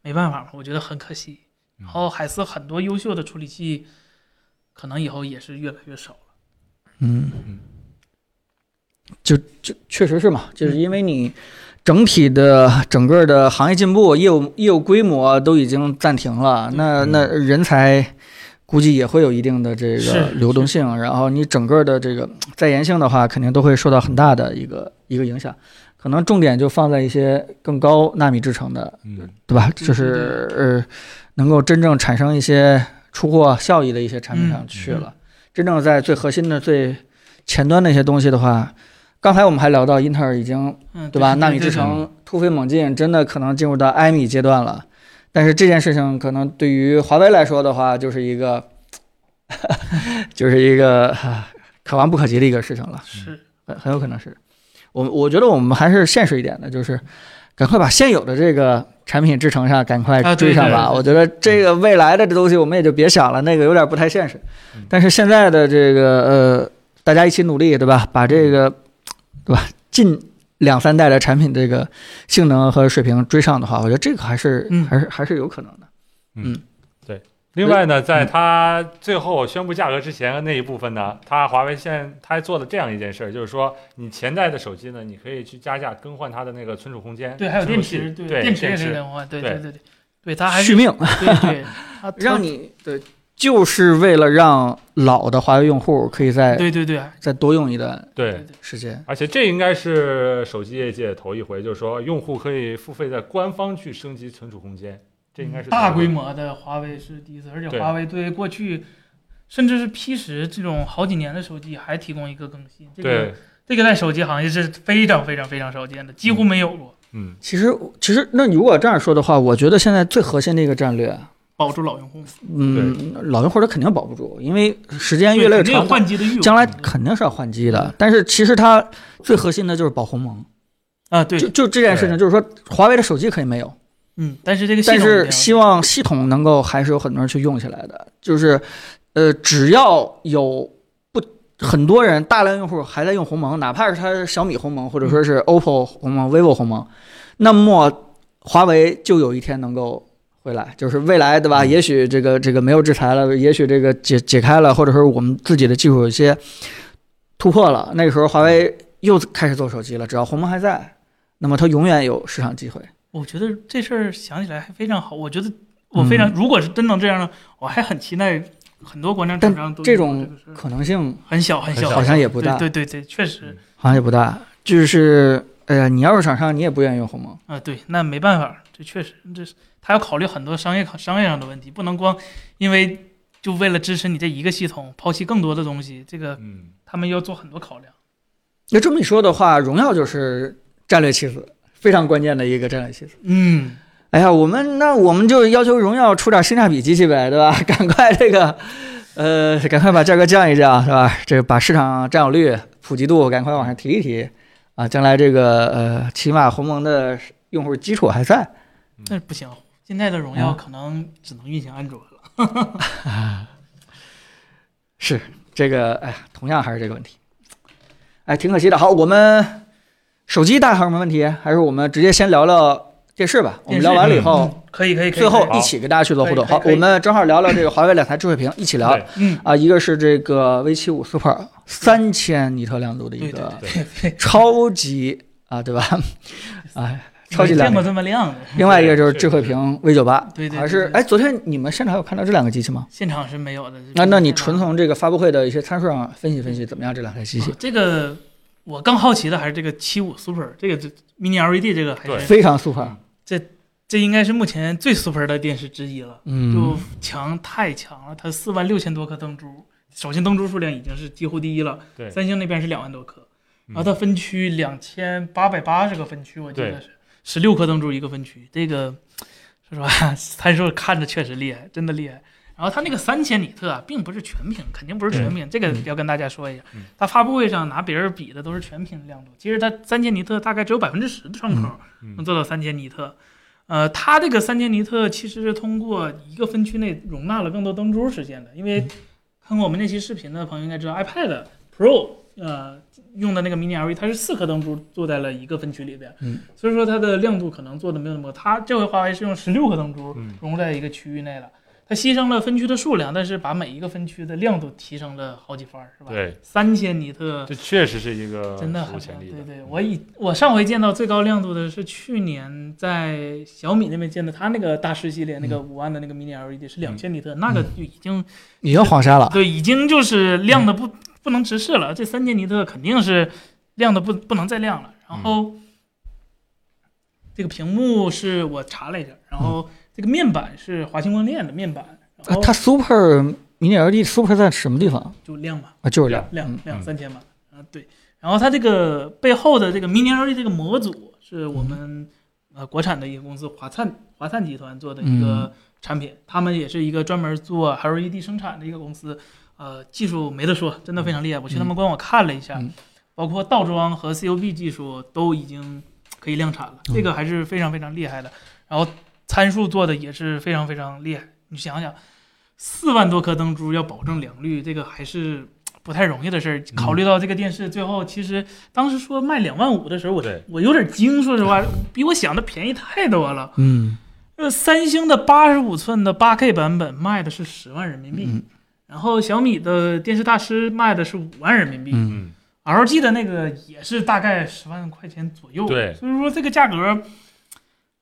Speaker 2: 没办法嘛，我觉得很可惜。
Speaker 4: 嗯
Speaker 2: 然后海思很多优秀的处理器，可能以后也是越来越少了。
Speaker 1: 嗯
Speaker 4: 嗯，
Speaker 1: 就就确实是嘛，就是
Speaker 2: 嗯
Speaker 1: 因为你整体的整个的行业进步、业务业务规模都已经暂停了，那
Speaker 2: 嗯
Speaker 1: 那人才估计也会有一定的这
Speaker 2: 是
Speaker 1: 个流动性，然后你整个的这个在延性的话，肯定都会受到很大的一个一个影响。可能重点就放在一些更高纳米制成的
Speaker 4: 嗯
Speaker 1: 对吧？
Speaker 2: 对
Speaker 1: 就是呃，能够真正产生一些出货效益的一些产品
Speaker 2: 嗯
Speaker 1: 上去了。真正在最核心的、最前端的一些东西的话，刚才我们还聊到英特尔已经
Speaker 2: 嗯，
Speaker 1: 对吧？纳米
Speaker 2: 对
Speaker 1: 制
Speaker 2: 对
Speaker 1: 程突飞猛进，真的可能进入到埃米阶段了。但是这件事情可能对于华为来说的话，就是一个， 就是一个 啊可望不可及的一个事情了。
Speaker 2: 是
Speaker 1: 很很有可能是。我我觉得我们还是现实一点的，就是赶快把现有的这个产品制成上赶快
Speaker 2: 啊对
Speaker 1: 追上吧。
Speaker 2: 对对
Speaker 1: 我觉得这个未来的这东西我们也就别想了，那个有点不太现实
Speaker 4: 嗯。
Speaker 1: 但是现在的这个呃，大家一起努力，对吧？把这个对吧近两三代的产品这个性能和水平追上的话，我觉得这个还是、
Speaker 2: 嗯
Speaker 1: 还是还是有可能的。
Speaker 4: 另外呢，在它最后宣布价格之前的那一部分呢，它华为现在它还做了这样一件事儿，就是说你前代的手机呢，你可以去加价更换它的那个存储空间，
Speaker 2: 对，还有电
Speaker 4: 存
Speaker 2: 池，
Speaker 4: 储器
Speaker 2: 电
Speaker 4: 电
Speaker 2: 池也是人化，对
Speaker 4: 对
Speaker 2: 对对，对它啊还
Speaker 1: 续
Speaker 2: 是
Speaker 1: 命，
Speaker 2: 对 对，啊它
Speaker 1: 让你对，就是为了让老的华为用户可以再
Speaker 2: 对对对
Speaker 1: 再多用一段
Speaker 4: 对。
Speaker 1: 时间。
Speaker 4: 而且这应该是手机业界头一回，就是说用户可以付费在官方去升级存储空间，这应该是
Speaker 2: 大规模的华为是第一次，而且
Speaker 4: 对
Speaker 2: 华为对过去甚至是 P 十这种好几年的手机还提供一个更新，这个
Speaker 4: 对，
Speaker 2: 这个在手机行业是非常非常非常少见的，几乎没有过，
Speaker 4: 嗯，
Speaker 1: 其实，其实那如果这样说的话，我觉得现在最核心的一个战略，
Speaker 2: 保住老用户嘛，
Speaker 1: 嗯，老用户他肯定保不住，因为时间越来越
Speaker 2: 对肯定有
Speaker 1: 长，
Speaker 2: 换机嗯的欲望，
Speaker 1: 将来肯定是要换机的。但是其实它最核心的就是保鸿蒙，
Speaker 2: 啊对
Speaker 1: 就，就这件事情，就是说华为的手机可以没有，
Speaker 2: 嗯，但是这个系
Speaker 1: 但
Speaker 2: 统
Speaker 1: 是
Speaker 2: 一定
Speaker 1: 希望系统能够还是有很多人去用起来的，就是，呃，只要有不很多人大量用户还在用鸿蒙，哪怕是它小米鸿蒙或者说
Speaker 2: 嗯
Speaker 1: 是 OPPO 鸿蒙、vivo 鸿蒙，那么华为就有一天能够回来，就是未来对
Speaker 2: 嗯
Speaker 1: 吧？也许这个这个没有制裁了，也许这个解解开了，或者说我们自己的技术有一些突破了，那个时候华为又开始做手机了，只要鸿蒙还在，那么它永远有市场机会。
Speaker 2: 我觉得这事儿想起来还非常好，我觉
Speaker 1: 嗯
Speaker 2: 得我非常，如果是真能这样呢，我还很期待很多广场厂商都
Speaker 1: 这
Speaker 2: 有
Speaker 1: 种
Speaker 2: 个事儿
Speaker 1: 可能性
Speaker 2: 很小很
Speaker 4: 很
Speaker 2: 小，
Speaker 4: 小
Speaker 1: 好像也不大。
Speaker 2: 对对对对，确实
Speaker 1: 好像也不大，就是哎呀，你要是厂商，你也不愿意用鸿蒙。
Speaker 2: 啊、对，那没办法，这确实这是他要考虑很多商业商业上的问题，不能光因为就为了支持你这一个系统，抛弃更多的东西，这个
Speaker 4: 嗯，
Speaker 2: 他们要做很多考量。
Speaker 1: 要这么一说的话，荣耀就是战略棋子，非常关键的一个战略棋子。
Speaker 2: 嗯，
Speaker 1: 哎呀，我们那我们就要求荣耀出点性价比机器呗，对吧？ 赶快这个，呃，赶快把价格降一降，是吧？这个把市场占有率、普及度赶快往上提一提，啊，将来这个呃，起码鸿蒙的用户基础还在。
Speaker 2: 那不行，现在的荣耀
Speaker 1: 啊
Speaker 2: 可能只能运行安卓了。
Speaker 1: 是这个，哎呀，同样还是这个问题，哎，挺可惜的。好，我们手机大家还有什么问题？还是我们直接先聊聊电视吧？我们
Speaker 2: 电视
Speaker 1: 聊完了以后，
Speaker 2: 嗯可以可以可以，
Speaker 1: 最后
Speaker 2: 可以
Speaker 1: 一起给大家去做互动。
Speaker 2: 可以
Speaker 1: 好
Speaker 2: 可，以可以
Speaker 1: 我们正好聊聊这个华为两台智慧屏，一起聊
Speaker 4: 对
Speaker 2: 嗯，
Speaker 1: 啊，一个是这个 V 7 5 Super 三千尼特亮度的一
Speaker 2: 对对
Speaker 1: 个
Speaker 2: 对对对，
Speaker 1: 超级啊，对吧？ 哎，超级
Speaker 2: 没
Speaker 1: 亮
Speaker 2: 见过
Speaker 1: 度。
Speaker 2: 这么亮的。
Speaker 1: 另外一个就是智慧屏 V 9 8
Speaker 2: 对对对
Speaker 1: 还是
Speaker 2: 对
Speaker 1: 哎，昨天你们现场有看到这两个机器吗？
Speaker 2: 现场是没有的。
Speaker 1: 那那你纯从这个发布会的一些参数上分析分析，怎么样这两台机器？
Speaker 2: 这个，我更好奇的还是这个七五 Super，这个这 Mini LED 这个还
Speaker 4: 对
Speaker 2: 是
Speaker 1: 非常 super，
Speaker 2: 这应该是目前最 Super 的电视之一了，就
Speaker 1: 嗯，
Speaker 2: 强太强了，它四万六千多颗灯珠，首先灯珠数量已经是几乎第一了，
Speaker 4: 对
Speaker 2: 三星那边是两万多颗，
Speaker 4: 嗯
Speaker 2: 然后它分区两千八百八十个分区，我记得
Speaker 4: 对
Speaker 2: 是十六颗灯珠一个分区，这个说实话参数看着确实厉害，真的厉害。然后它那个三千尼特啊，并不是全屏，肯定不是全屏，这个
Speaker 4: 嗯
Speaker 2: 要跟大家说一下
Speaker 4: 嗯。
Speaker 2: 它发布会上拿别人比的都是全屏的亮度，其实它三千尼特大概只有百分之十的窗口
Speaker 4: 嗯嗯
Speaker 2: 能做到三千尼特。呃，它这个三千尼特其实是通过一个分区内容纳了更多灯珠实现的，因为看过我们那期视频的朋友应该知道，iPad Pro 呃用的那个 Mini LED，它是 E，四颗灯珠做在了一个分区里边，
Speaker 1: 嗯
Speaker 2: 所以说它的亮度可能做的没有那么高。它这回华为是用十六颗灯珠
Speaker 4: 嗯
Speaker 2: 融在一个区域内了，它牺牲了分区的数量，但是把每一个分区的亮度提升了好几番儿，是吧？，
Speaker 4: 对，
Speaker 2: 三千尼特
Speaker 4: 这确实是一个
Speaker 2: 真的
Speaker 4: 史
Speaker 2: 很
Speaker 4: 无前例
Speaker 2: 对
Speaker 4: 的。
Speaker 2: 对，我以我上回见到最高亮度的是去年在小米那边见的，它那个大师系列那个五万的那个 Mini LED E 是两千尼特，那个就已经
Speaker 1: 已经黄沙了。
Speaker 2: 对，已经就是亮的不、不能直视了。这三千尼特肯定是亮的不不能再亮了。然后、这个屏幕是我查了一下，然后这个面板是华星光电的面板，然
Speaker 1: 呃
Speaker 2: 后
Speaker 1: 它 Super Mini LED Super 在什么地方
Speaker 2: 就亮吧，
Speaker 1: 啊？就是这样。
Speaker 2: 亮
Speaker 1: 嗯
Speaker 2: 亮
Speaker 4: 嗯
Speaker 2: 三千吧。啊，对。然后它这个背后的这个 Mini LED 这个模组是
Speaker 1: 嗯
Speaker 2: 我们、呃国产的一个公司华灿华灿集团做的一
Speaker 1: 嗯
Speaker 2: 个产品，他们也是一个专门做 LED 生产的一个公司，呃，技术没得说，真的非常厉害。我去他们官网看了一下，
Speaker 1: 嗯
Speaker 2: 包括倒装和 COB 技术都已经可以量产了，
Speaker 1: 嗯
Speaker 2: 这个还是非常非常厉害的。然后参数做的也是非常非常厉害，你想想。四万多颗灯珠要保证良率，这个还是不太容易的事儿。考虑到这个电视最后，其实当时说卖两万五的时候，我
Speaker 4: 对
Speaker 2: 我有点惊，说实话，比我想的便宜太多了。
Speaker 1: 嗯
Speaker 2: 呃，三星的八十五寸的八 K 版本卖的是十万人民币，
Speaker 1: 嗯
Speaker 2: 然后小米的电视大师卖的是五万人民币、
Speaker 1: 嗯
Speaker 4: 嗯，
Speaker 2: l g 的那个也是大概十万块钱左右。
Speaker 4: 对
Speaker 2: 所以说这个价格，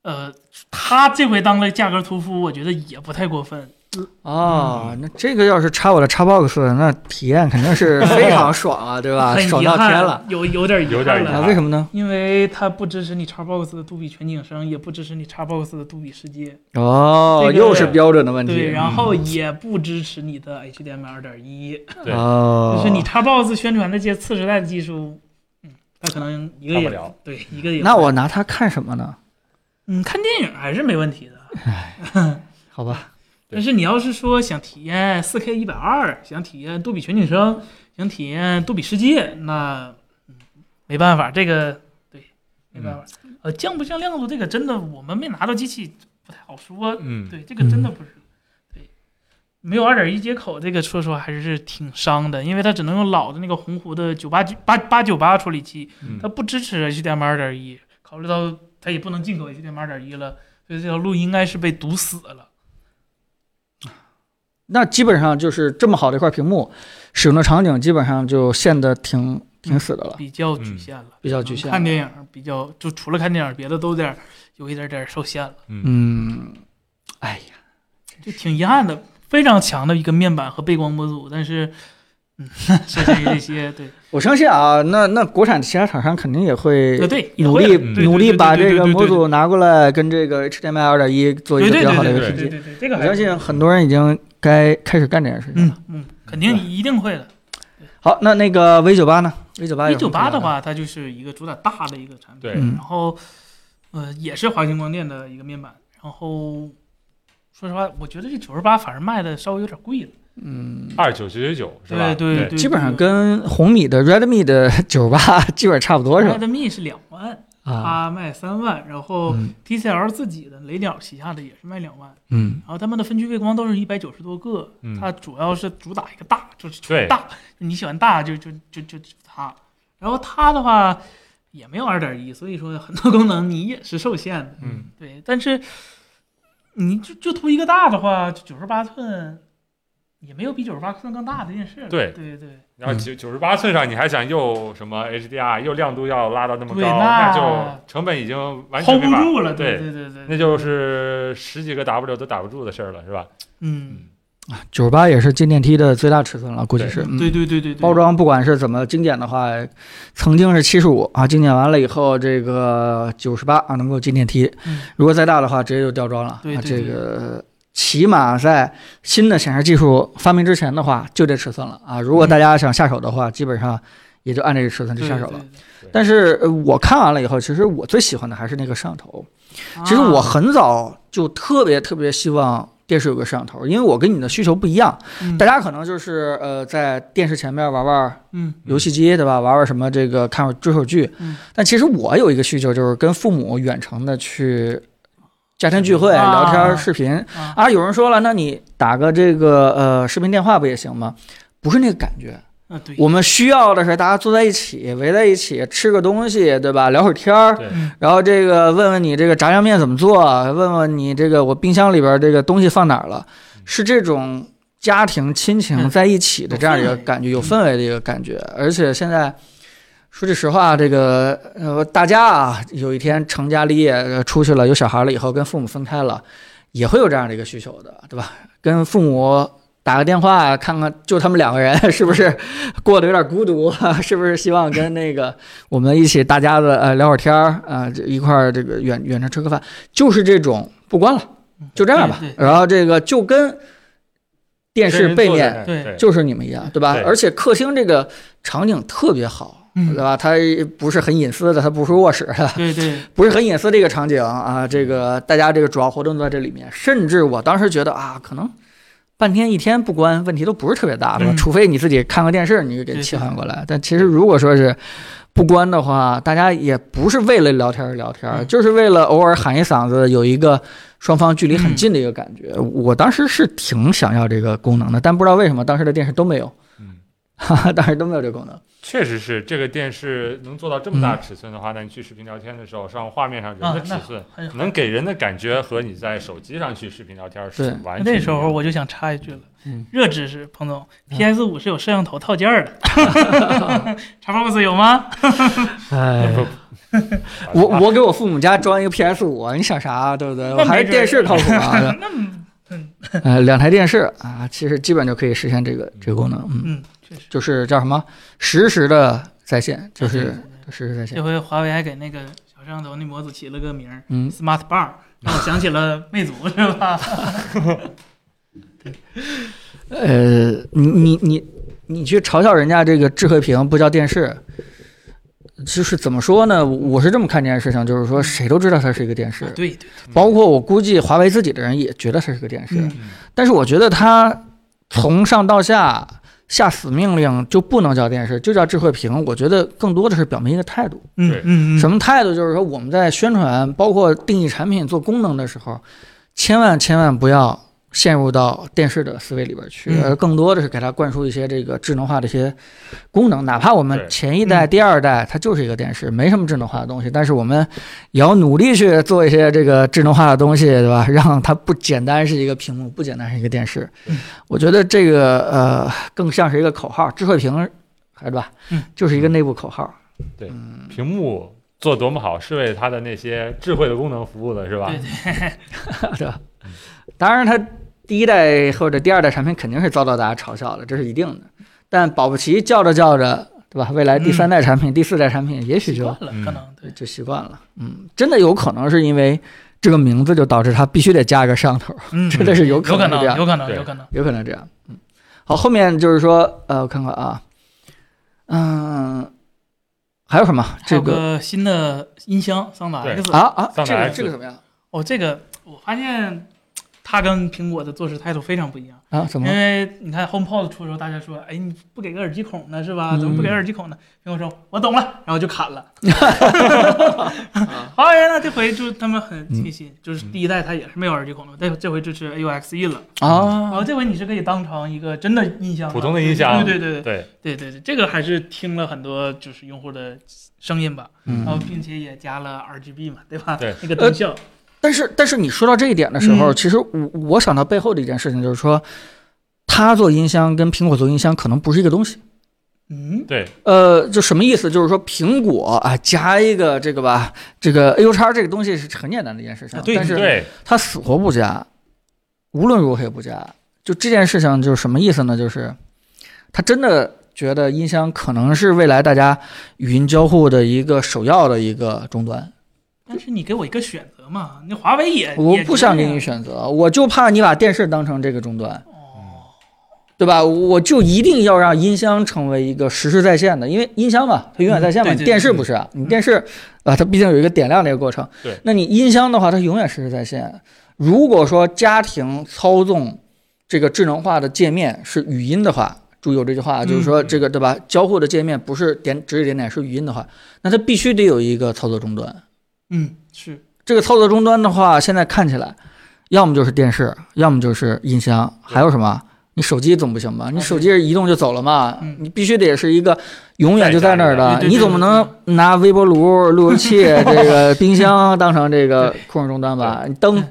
Speaker 2: 呃，他这回当了价格屠夫，我觉得也不太过分。
Speaker 1: 哦，那这个要是插我的 Xbox，那体验肯定 是非常爽啊，对吧？
Speaker 2: 很
Speaker 1: 爽
Speaker 2: 遗
Speaker 1: 到天
Speaker 2: 憾
Speaker 1: 了，
Speaker 2: 有有点遗
Speaker 4: 有
Speaker 2: 憾
Speaker 4: 点遗
Speaker 2: 了
Speaker 4: 憾。
Speaker 1: 啊！为什么呢？
Speaker 2: 因为它不支持你 Xbox 的杜比全景声，也不支持你 Xbox 的杜比世界，
Speaker 1: 哦，
Speaker 2: 这个
Speaker 1: 又是标准的问
Speaker 2: 对，
Speaker 1: 题。
Speaker 2: 然后也不支持你的 HDMI 2.1，
Speaker 4: 对
Speaker 1: 哦，
Speaker 2: 就是你 Xbox 宣传的这些次时代的技术，嗯，它可能一个
Speaker 4: 看不
Speaker 2: 也
Speaker 4: 了。
Speaker 2: 对一个也
Speaker 1: 那我拿它看什么呢？
Speaker 2: 嗯看电影还是没问题的，
Speaker 1: 好吧，
Speaker 2: 但是你要是说想体验 4K 一百二，想体验杜比全景声，想体验杜比世界，那嗯没办法，这个对没办法。呃，降不降亮度这个真的我们没拿到机器不太好说，
Speaker 4: 嗯，
Speaker 2: 对，这个真的不是，对，没有二点一接口，这个说实话还是挺伤的，因为它只能用老的那个鸿鹄的九八九八八九八处理器，
Speaker 4: 嗯
Speaker 2: 它不支持 HDMI 二点一，考虑到它也不能进口 HDMI 二点一了，所以这条路应该是被堵死了。
Speaker 1: 那基本上就是这么好的一块屏幕，使用的场景基本上就限得挺挺死的了，
Speaker 2: 比较局
Speaker 4: 嗯
Speaker 2: 限了，
Speaker 1: 比较局限。
Speaker 2: 看电影比较就除了看电影，别的都有点有一点点受限了，
Speaker 1: 嗯，哎呀，
Speaker 2: 就挺遗憾的。非常强的一个面板和背光模组，但是，嗯， 受限于这些，对，
Speaker 1: 我相信啊，那那国产其他厂商肯定也会
Speaker 2: 呃，对，也
Speaker 1: 努
Speaker 2: 会
Speaker 1: 力
Speaker 2: 的对
Speaker 1: 努力
Speaker 2: 对对
Speaker 1: 把
Speaker 2: 对
Speaker 1: 这
Speaker 2: 对
Speaker 1: 个
Speaker 2: 对
Speaker 1: 模
Speaker 2: 对
Speaker 1: 组拿过来，跟这个 HDMI 二点一做一个
Speaker 2: 对对
Speaker 1: 比较
Speaker 2: 对
Speaker 1: 好的
Speaker 2: 对
Speaker 1: 一个
Speaker 2: 对
Speaker 1: 拼接。
Speaker 2: 对对对，这个
Speaker 1: 我
Speaker 2: 还是
Speaker 1: 相信很多人已经该开始干这件事情
Speaker 2: 嗯
Speaker 1: 了。
Speaker 2: 嗯，肯定一定会的。
Speaker 1: 好，那那个 V 九八呢？V 九八
Speaker 2: 一九八的，话，它就是一个主打大的一个产品，
Speaker 4: 对
Speaker 1: 嗯
Speaker 2: 然后呃也是华星光电的一个面板，然后说实话，我觉得这九十八反而卖的稍微有点贵了，
Speaker 1: 嗯，
Speaker 4: 二九九九九是
Speaker 2: 对
Speaker 4: 吧？
Speaker 2: 对对，
Speaker 1: 基本上
Speaker 2: 对。
Speaker 1: 跟红米的 Redmi 的九八基本差不多是吧？
Speaker 2: Redmi 是两万，
Speaker 1: 啊，
Speaker 2: 它卖三万，然后
Speaker 1: 嗯
Speaker 2: TCL 自己的雷鸟旗下的也是卖两万，
Speaker 1: 嗯，
Speaker 2: 然后他们的分区背光都是一百九十多个，
Speaker 4: 嗯
Speaker 2: 它主要是主打一个大，就是
Speaker 4: 对
Speaker 2: 纯大，你喜欢大就就就就就它。然后它的话也没有二点一，所以说很多功能你也是受限的。
Speaker 4: 嗯，
Speaker 2: 对，但是你就就图一个大的话，九十八寸也没有比九十八寸更大的电视了。
Speaker 4: 对
Speaker 2: 对对，
Speaker 4: 然后九九十八寸上你还想又什么 HDR 又亮度要拉到那么高，
Speaker 2: 对
Speaker 4: 那
Speaker 2: 那
Speaker 4: 就成本已经完
Speaker 2: h o l
Speaker 4: 全
Speaker 2: d 不
Speaker 4: 没法
Speaker 2: 住了。
Speaker 4: 对
Speaker 2: 对对对，
Speaker 4: 那就是十几个 W 都打不住的事儿了，是吧？
Speaker 2: 嗯，
Speaker 1: 九十八也是进电梯的最大尺寸了，估计是。嗯
Speaker 2: 对对对对对，
Speaker 1: 包装不管是怎么精简的话，曾经是七十五啊，精简完了以后，这个九十八啊能够进电梯
Speaker 2: 嗯。
Speaker 1: 如果再大的话，直接就掉装了。
Speaker 2: 对
Speaker 1: 啊，
Speaker 2: 对
Speaker 1: 这
Speaker 2: 对
Speaker 1: 个起码在新的显示技术发明之前的话，就这尺寸了啊。如果大家想下手的话，基本上也就按这个尺寸
Speaker 2: 对
Speaker 1: 就下手。
Speaker 2: 嗯对
Speaker 1: 了。
Speaker 2: 对
Speaker 1: 但是呃我看完了以后，其实
Speaker 2: 啊
Speaker 1: 我最喜欢的还是那个摄像头。
Speaker 2: 对
Speaker 1: 其实我
Speaker 2: 啊
Speaker 1: 很早就特别特别希望电视有个摄像头，因为我跟你的需求不一样，
Speaker 2: 嗯
Speaker 1: 大家可能就是呃在电视前面玩玩
Speaker 2: 嗯
Speaker 1: 游戏机，对吧？玩玩什么这个看会追会儿剧
Speaker 2: 嗯，
Speaker 1: 但其实我有一个需求就是跟父母远程的去家庭聚会、
Speaker 2: 啊
Speaker 1: 聊天、视频
Speaker 2: 啊
Speaker 1: 啊。有人说了，那你打个这个呃视频电话不也行吗？不是那个感觉，
Speaker 2: 啊对，
Speaker 1: 我们需要的是大家坐在一起，围在一起吃个东西，对吧？聊会儿天儿，
Speaker 4: 对
Speaker 2: 嗯
Speaker 1: 然后这个问问你这个炸酱面怎么做，啊问问你这个我冰箱里边这个东西放哪儿了，是这种家庭亲情
Speaker 2: 嗯
Speaker 1: 在一起的
Speaker 2: 有
Speaker 1: 这样一个
Speaker 2: 氛围
Speaker 1: 感觉，有氛围的一个感觉。而且现在说句实话，这个呃大家啊，有一天成家立业呃出去了，有小孩了以后，跟父母分开了，也会有这样的一个需求的，对吧？跟父母。打个电话看看，就他们两个人 是不是过得有点孤独？ 是不是希望跟那个我们一起大家的呃聊会儿天儿啊、这一块儿这个远远程吃个饭，就是这种不关了，就这样吧。
Speaker 2: 嗯对对
Speaker 1: 然后这个就跟电视背面
Speaker 4: 对
Speaker 2: 对
Speaker 1: 就是你们一样，对吧？
Speaker 4: 对
Speaker 1: 而且客厅这个场景特别好，
Speaker 2: 嗯
Speaker 1: 对吧？它不是很隐私的，它不是卧室，
Speaker 2: 对对，
Speaker 1: 不是很隐私的一个场景啊。这个大家这个主要活动都在这里面，甚至我当时觉得啊，可能。半天一天不关，问题都不是特别大，对吧？
Speaker 2: 嗯
Speaker 1: 除非你自己看个电视，你就给
Speaker 2: 对
Speaker 1: 切换过来。但其实如果说是不关的话，大家也不是为了聊天而聊天，
Speaker 2: 嗯
Speaker 1: 就是为了偶尔喊一嗓子，有一个双方距离很近的一个感觉。
Speaker 2: 嗯
Speaker 1: 我当时是挺想要这个功能的，但不知道为什么当时的电视都没有，
Speaker 4: 嗯，
Speaker 1: 哈哈，当时都没有这个功能。
Speaker 4: 确实是这个电视能做到这么
Speaker 1: 嗯
Speaker 4: 大尺寸的话，那你去视频聊天的时候，上画面上人
Speaker 2: 啊
Speaker 4: 的尺
Speaker 2: 那
Speaker 4: 寸，
Speaker 2: 很
Speaker 4: 能给人的感觉和你在手机上去视频聊天是
Speaker 1: 对
Speaker 4: 完全不一
Speaker 2: 那
Speaker 4: 样
Speaker 2: 时候我就想插一句了，
Speaker 1: 嗯
Speaker 2: 热知识，彭总
Speaker 1: 嗯
Speaker 2: ，PS 五是有摄像头套件 儿的，查 box 有吗？
Speaker 1: 哎
Speaker 4: 不
Speaker 1: 我我给我父母家装一个 PS 五、你想啥、啊，对不对？
Speaker 2: 那
Speaker 1: 我还是
Speaker 2: 没准儿
Speaker 1: 电视靠谱啊。对
Speaker 2: 那嗯
Speaker 1: 呃，两台电视啊，其实基本就可以实现这个这个功能。嗯，
Speaker 2: 嗯，确 实，
Speaker 1: 就是叫什么实时的在线，就
Speaker 2: 对
Speaker 1: 是
Speaker 2: 对啊对
Speaker 1: 实时在线
Speaker 2: 这。回华为还给那个小摄像头那模组起了个名儿
Speaker 1: 嗯，
Speaker 2: ，Smart Bar，让我想起了魅族，是吧？
Speaker 1: 呃，你你你你去嘲笑人家这个智慧屏不叫电视，就是怎么说呢？我是这么看这件事情，就是说谁都知道它是一个电视，
Speaker 2: 啊对对，
Speaker 1: 包括我估计华为自己的人也觉得它是个电视，
Speaker 2: 嗯
Speaker 1: 但是我觉得它从上到下下死命令就不能叫电视，就叫智慧屏。我觉得更多的是表明一个态度，
Speaker 2: 嗯
Speaker 4: 对
Speaker 2: 嗯嗯，
Speaker 1: 什么态度？就是说我们在宣传，包括定义产品、做功能的时候，千万千万不要陷入到电视的思维里边去，
Speaker 2: 嗯
Speaker 1: 而更多的是给它灌输一些这个智能化的一些功能。哪怕我们
Speaker 4: 对
Speaker 1: 前一代、
Speaker 2: 嗯
Speaker 1: 第二代它就是一个电视，没什么智能化的东西，但是我们也要努力去做一些这个智能化的东西，对吧？让它不简单是一个屏幕，不简单是一个电视
Speaker 4: 对。
Speaker 2: 嗯
Speaker 1: 我觉得这个呃更像是一个口号，智慧屏，是吧
Speaker 2: 嗯？
Speaker 1: 就是一个内部口号。
Speaker 4: 屏幕做多么好，是为它的那些智慧的功能服务的，是吧？
Speaker 2: 对对，
Speaker 1: 对吧？当然，它第一代或者第二代产品肯定是遭到大家嘲笑的，这是一定的。但保不齐叫着叫着，对吧？未来第三代产品、第四代产品也许
Speaker 2: 习
Speaker 1: 就
Speaker 2: 惯了，
Speaker 4: 嗯
Speaker 2: 可能 对。
Speaker 1: 就习惯了。嗯，真的有可能是因为这个名字就导致它必须得加一个摄像头，
Speaker 2: 嗯，
Speaker 1: 真的是有
Speaker 2: 有
Speaker 1: 可能是
Speaker 2: 能，
Speaker 1: 这样，
Speaker 2: 有可能，
Speaker 4: 对
Speaker 2: 有可能。
Speaker 1: 有可能这样。嗯，好，后面就是说，呃，我看看啊，嗯，还有什么？
Speaker 2: 还
Speaker 1: 这
Speaker 2: 有
Speaker 1: 个
Speaker 2: 个新的音箱桑塔
Speaker 4: 对
Speaker 2: X，
Speaker 1: 啊啊，
Speaker 4: 上
Speaker 1: 这个
Speaker 4: 来
Speaker 1: 这个怎么样
Speaker 2: 哦，这个我发现它跟苹果的做事态度非常不一样。
Speaker 1: 啊？怎
Speaker 2: 因
Speaker 1: 么了？
Speaker 2: 为你看 HomePod 出的时候，大家说，哎，你不给个耳机孔呢是吧？
Speaker 1: 嗯
Speaker 2: 怎么不给耳机孔呢？苹果说，我懂了，然后就砍 了。华为呢，这回就他们
Speaker 1: 嗯
Speaker 2: 很细心，就是第一代它也是没有耳机孔的，但这回支持 AUXE E 了。然
Speaker 1: 啊
Speaker 2: 后，这回你是可以当成一个真的音箱了，
Speaker 4: 普通的音箱
Speaker 2: 对对对
Speaker 4: 对，
Speaker 2: 对对对，这个还是听了很多就是用户的声音吧，然后
Speaker 1: 嗯。
Speaker 2: 并且也加了 RGB 嘛，对吧？
Speaker 4: 对，
Speaker 2: 那个灯效，
Speaker 1: 但是，但是你说到这一点的时候，
Speaker 2: 嗯
Speaker 1: 其实我我想到背后的一件事情就是说，他做音箱跟苹果做音箱可能不是一个东西。
Speaker 2: 嗯，
Speaker 4: 对，
Speaker 1: 呃，就什么意思？就是说苹果啊，加一个这个吧，这个 A U 叉这个东西是很简单的一件事情，
Speaker 2: 啊对
Speaker 1: 但是
Speaker 4: 对，
Speaker 1: 他死活不加，无论如何也不加。就这件事情就是什么意思呢？就是他真的觉得音箱可能是未来大家语音交互的一个首要的一个终端。
Speaker 2: 但是你给我一个选择嘛，那华为也，
Speaker 1: 我
Speaker 2: 也
Speaker 1: 不想
Speaker 2: 这
Speaker 1: 给
Speaker 2: 样
Speaker 1: 你。选择，我就怕你把电视当成这个终端，
Speaker 2: 哦，
Speaker 1: 对吧？我就一定要让音箱成为一个实时在线的，因为音箱嘛，它永远在线嘛。
Speaker 2: 嗯对对
Speaker 1: 你电视不是啊，你电视啊，它毕竟有一个点亮的一个过程。
Speaker 4: 对
Speaker 1: 那你音箱的话，它永远实时在线。如果说家庭操纵这个智能化的界面是语音的话，注意我这句话啊，就是
Speaker 2: 嗯
Speaker 1: 说这个对吧？交互的界面不是点指指点点，是语音的话，那它必须得有一个操作终端。
Speaker 2: 嗯，是，
Speaker 1: 这个操作终端的话，现在看起来，要么就是电视，要么就是音箱，
Speaker 4: 对
Speaker 1: 还有什么？你手机总不行吧？你手机移动就走了嘛
Speaker 2: 哦嗯，
Speaker 1: 你必须得是一个永远就在那儿
Speaker 2: 在家
Speaker 1: 的
Speaker 2: 里，的
Speaker 1: 你总不能拿微波炉、路由 器、这个冰箱当成这个控制终端吧？你灯
Speaker 2: 对，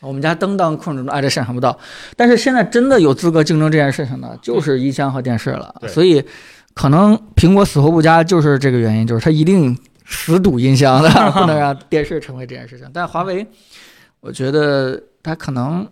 Speaker 1: 我们家灯当控制终端，哎，这想象不到。但是现在真的有资格竞争这件事情的，就是音箱和电视了，
Speaker 4: 对
Speaker 1: 所以可能苹果死活不加就是这个原因，就是它一定死赌音箱 的，不能让电视成为这件事情。但华为，我觉得它可能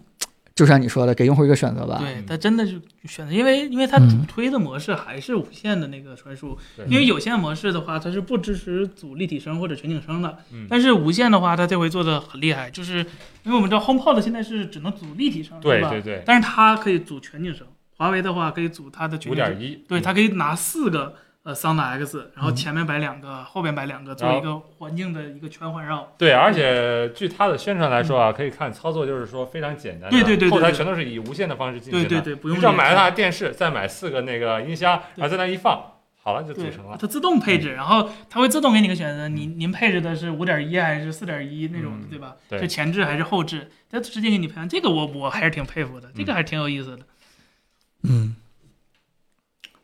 Speaker 1: 就像你说的，给用户一个选择吧。
Speaker 2: 对
Speaker 4: 嗯，
Speaker 2: 它真的是选择，因为因为它
Speaker 1: 嗯
Speaker 2: 主推的模式还是无线的那个传输，
Speaker 4: 对
Speaker 2: 因为有线模式的话，它是不支持组立体声或者全景声的
Speaker 4: 嗯，
Speaker 2: 但是无线的话，它这回做的很厉害，就是因为我们知道 HomePod 现在是只能组立体声，
Speaker 4: 对
Speaker 2: 是吧
Speaker 4: 对对，
Speaker 2: 但是它可以组全景声，华为的话可以组它的全
Speaker 4: 五
Speaker 2: 景声，
Speaker 4: 点一，
Speaker 2: 对，
Speaker 4: 嗯
Speaker 2: 它可以拿四个呃 Sound X，然后
Speaker 1: 嗯
Speaker 2: 前面摆两个，后边摆两个，做一个环境的一个全环绕。
Speaker 4: 对，而且据它的宣传来说啊，可以看操作就是说非常简单的，
Speaker 2: 对对对对
Speaker 4: 后台
Speaker 2: 对
Speaker 4: 全都是以无线的方式进行
Speaker 2: 对
Speaker 4: 的，
Speaker 2: 对对，不用
Speaker 4: 你只要
Speaker 2: 连
Speaker 4: 买了
Speaker 2: 接
Speaker 4: 它的电视，再买四个那个音箱，然后在那一放，好了就组
Speaker 2: 对
Speaker 4: 成 了。嗯
Speaker 2: 它自动配置，然后它会自动给你个选择，您您配置的是五点一还是四点一那种
Speaker 4: 嗯，
Speaker 2: 对吧？
Speaker 4: 对
Speaker 2: 是前置还是后置？它直接给你配，这个我我还是挺佩服的，这个还是挺有意思的。
Speaker 1: 嗯。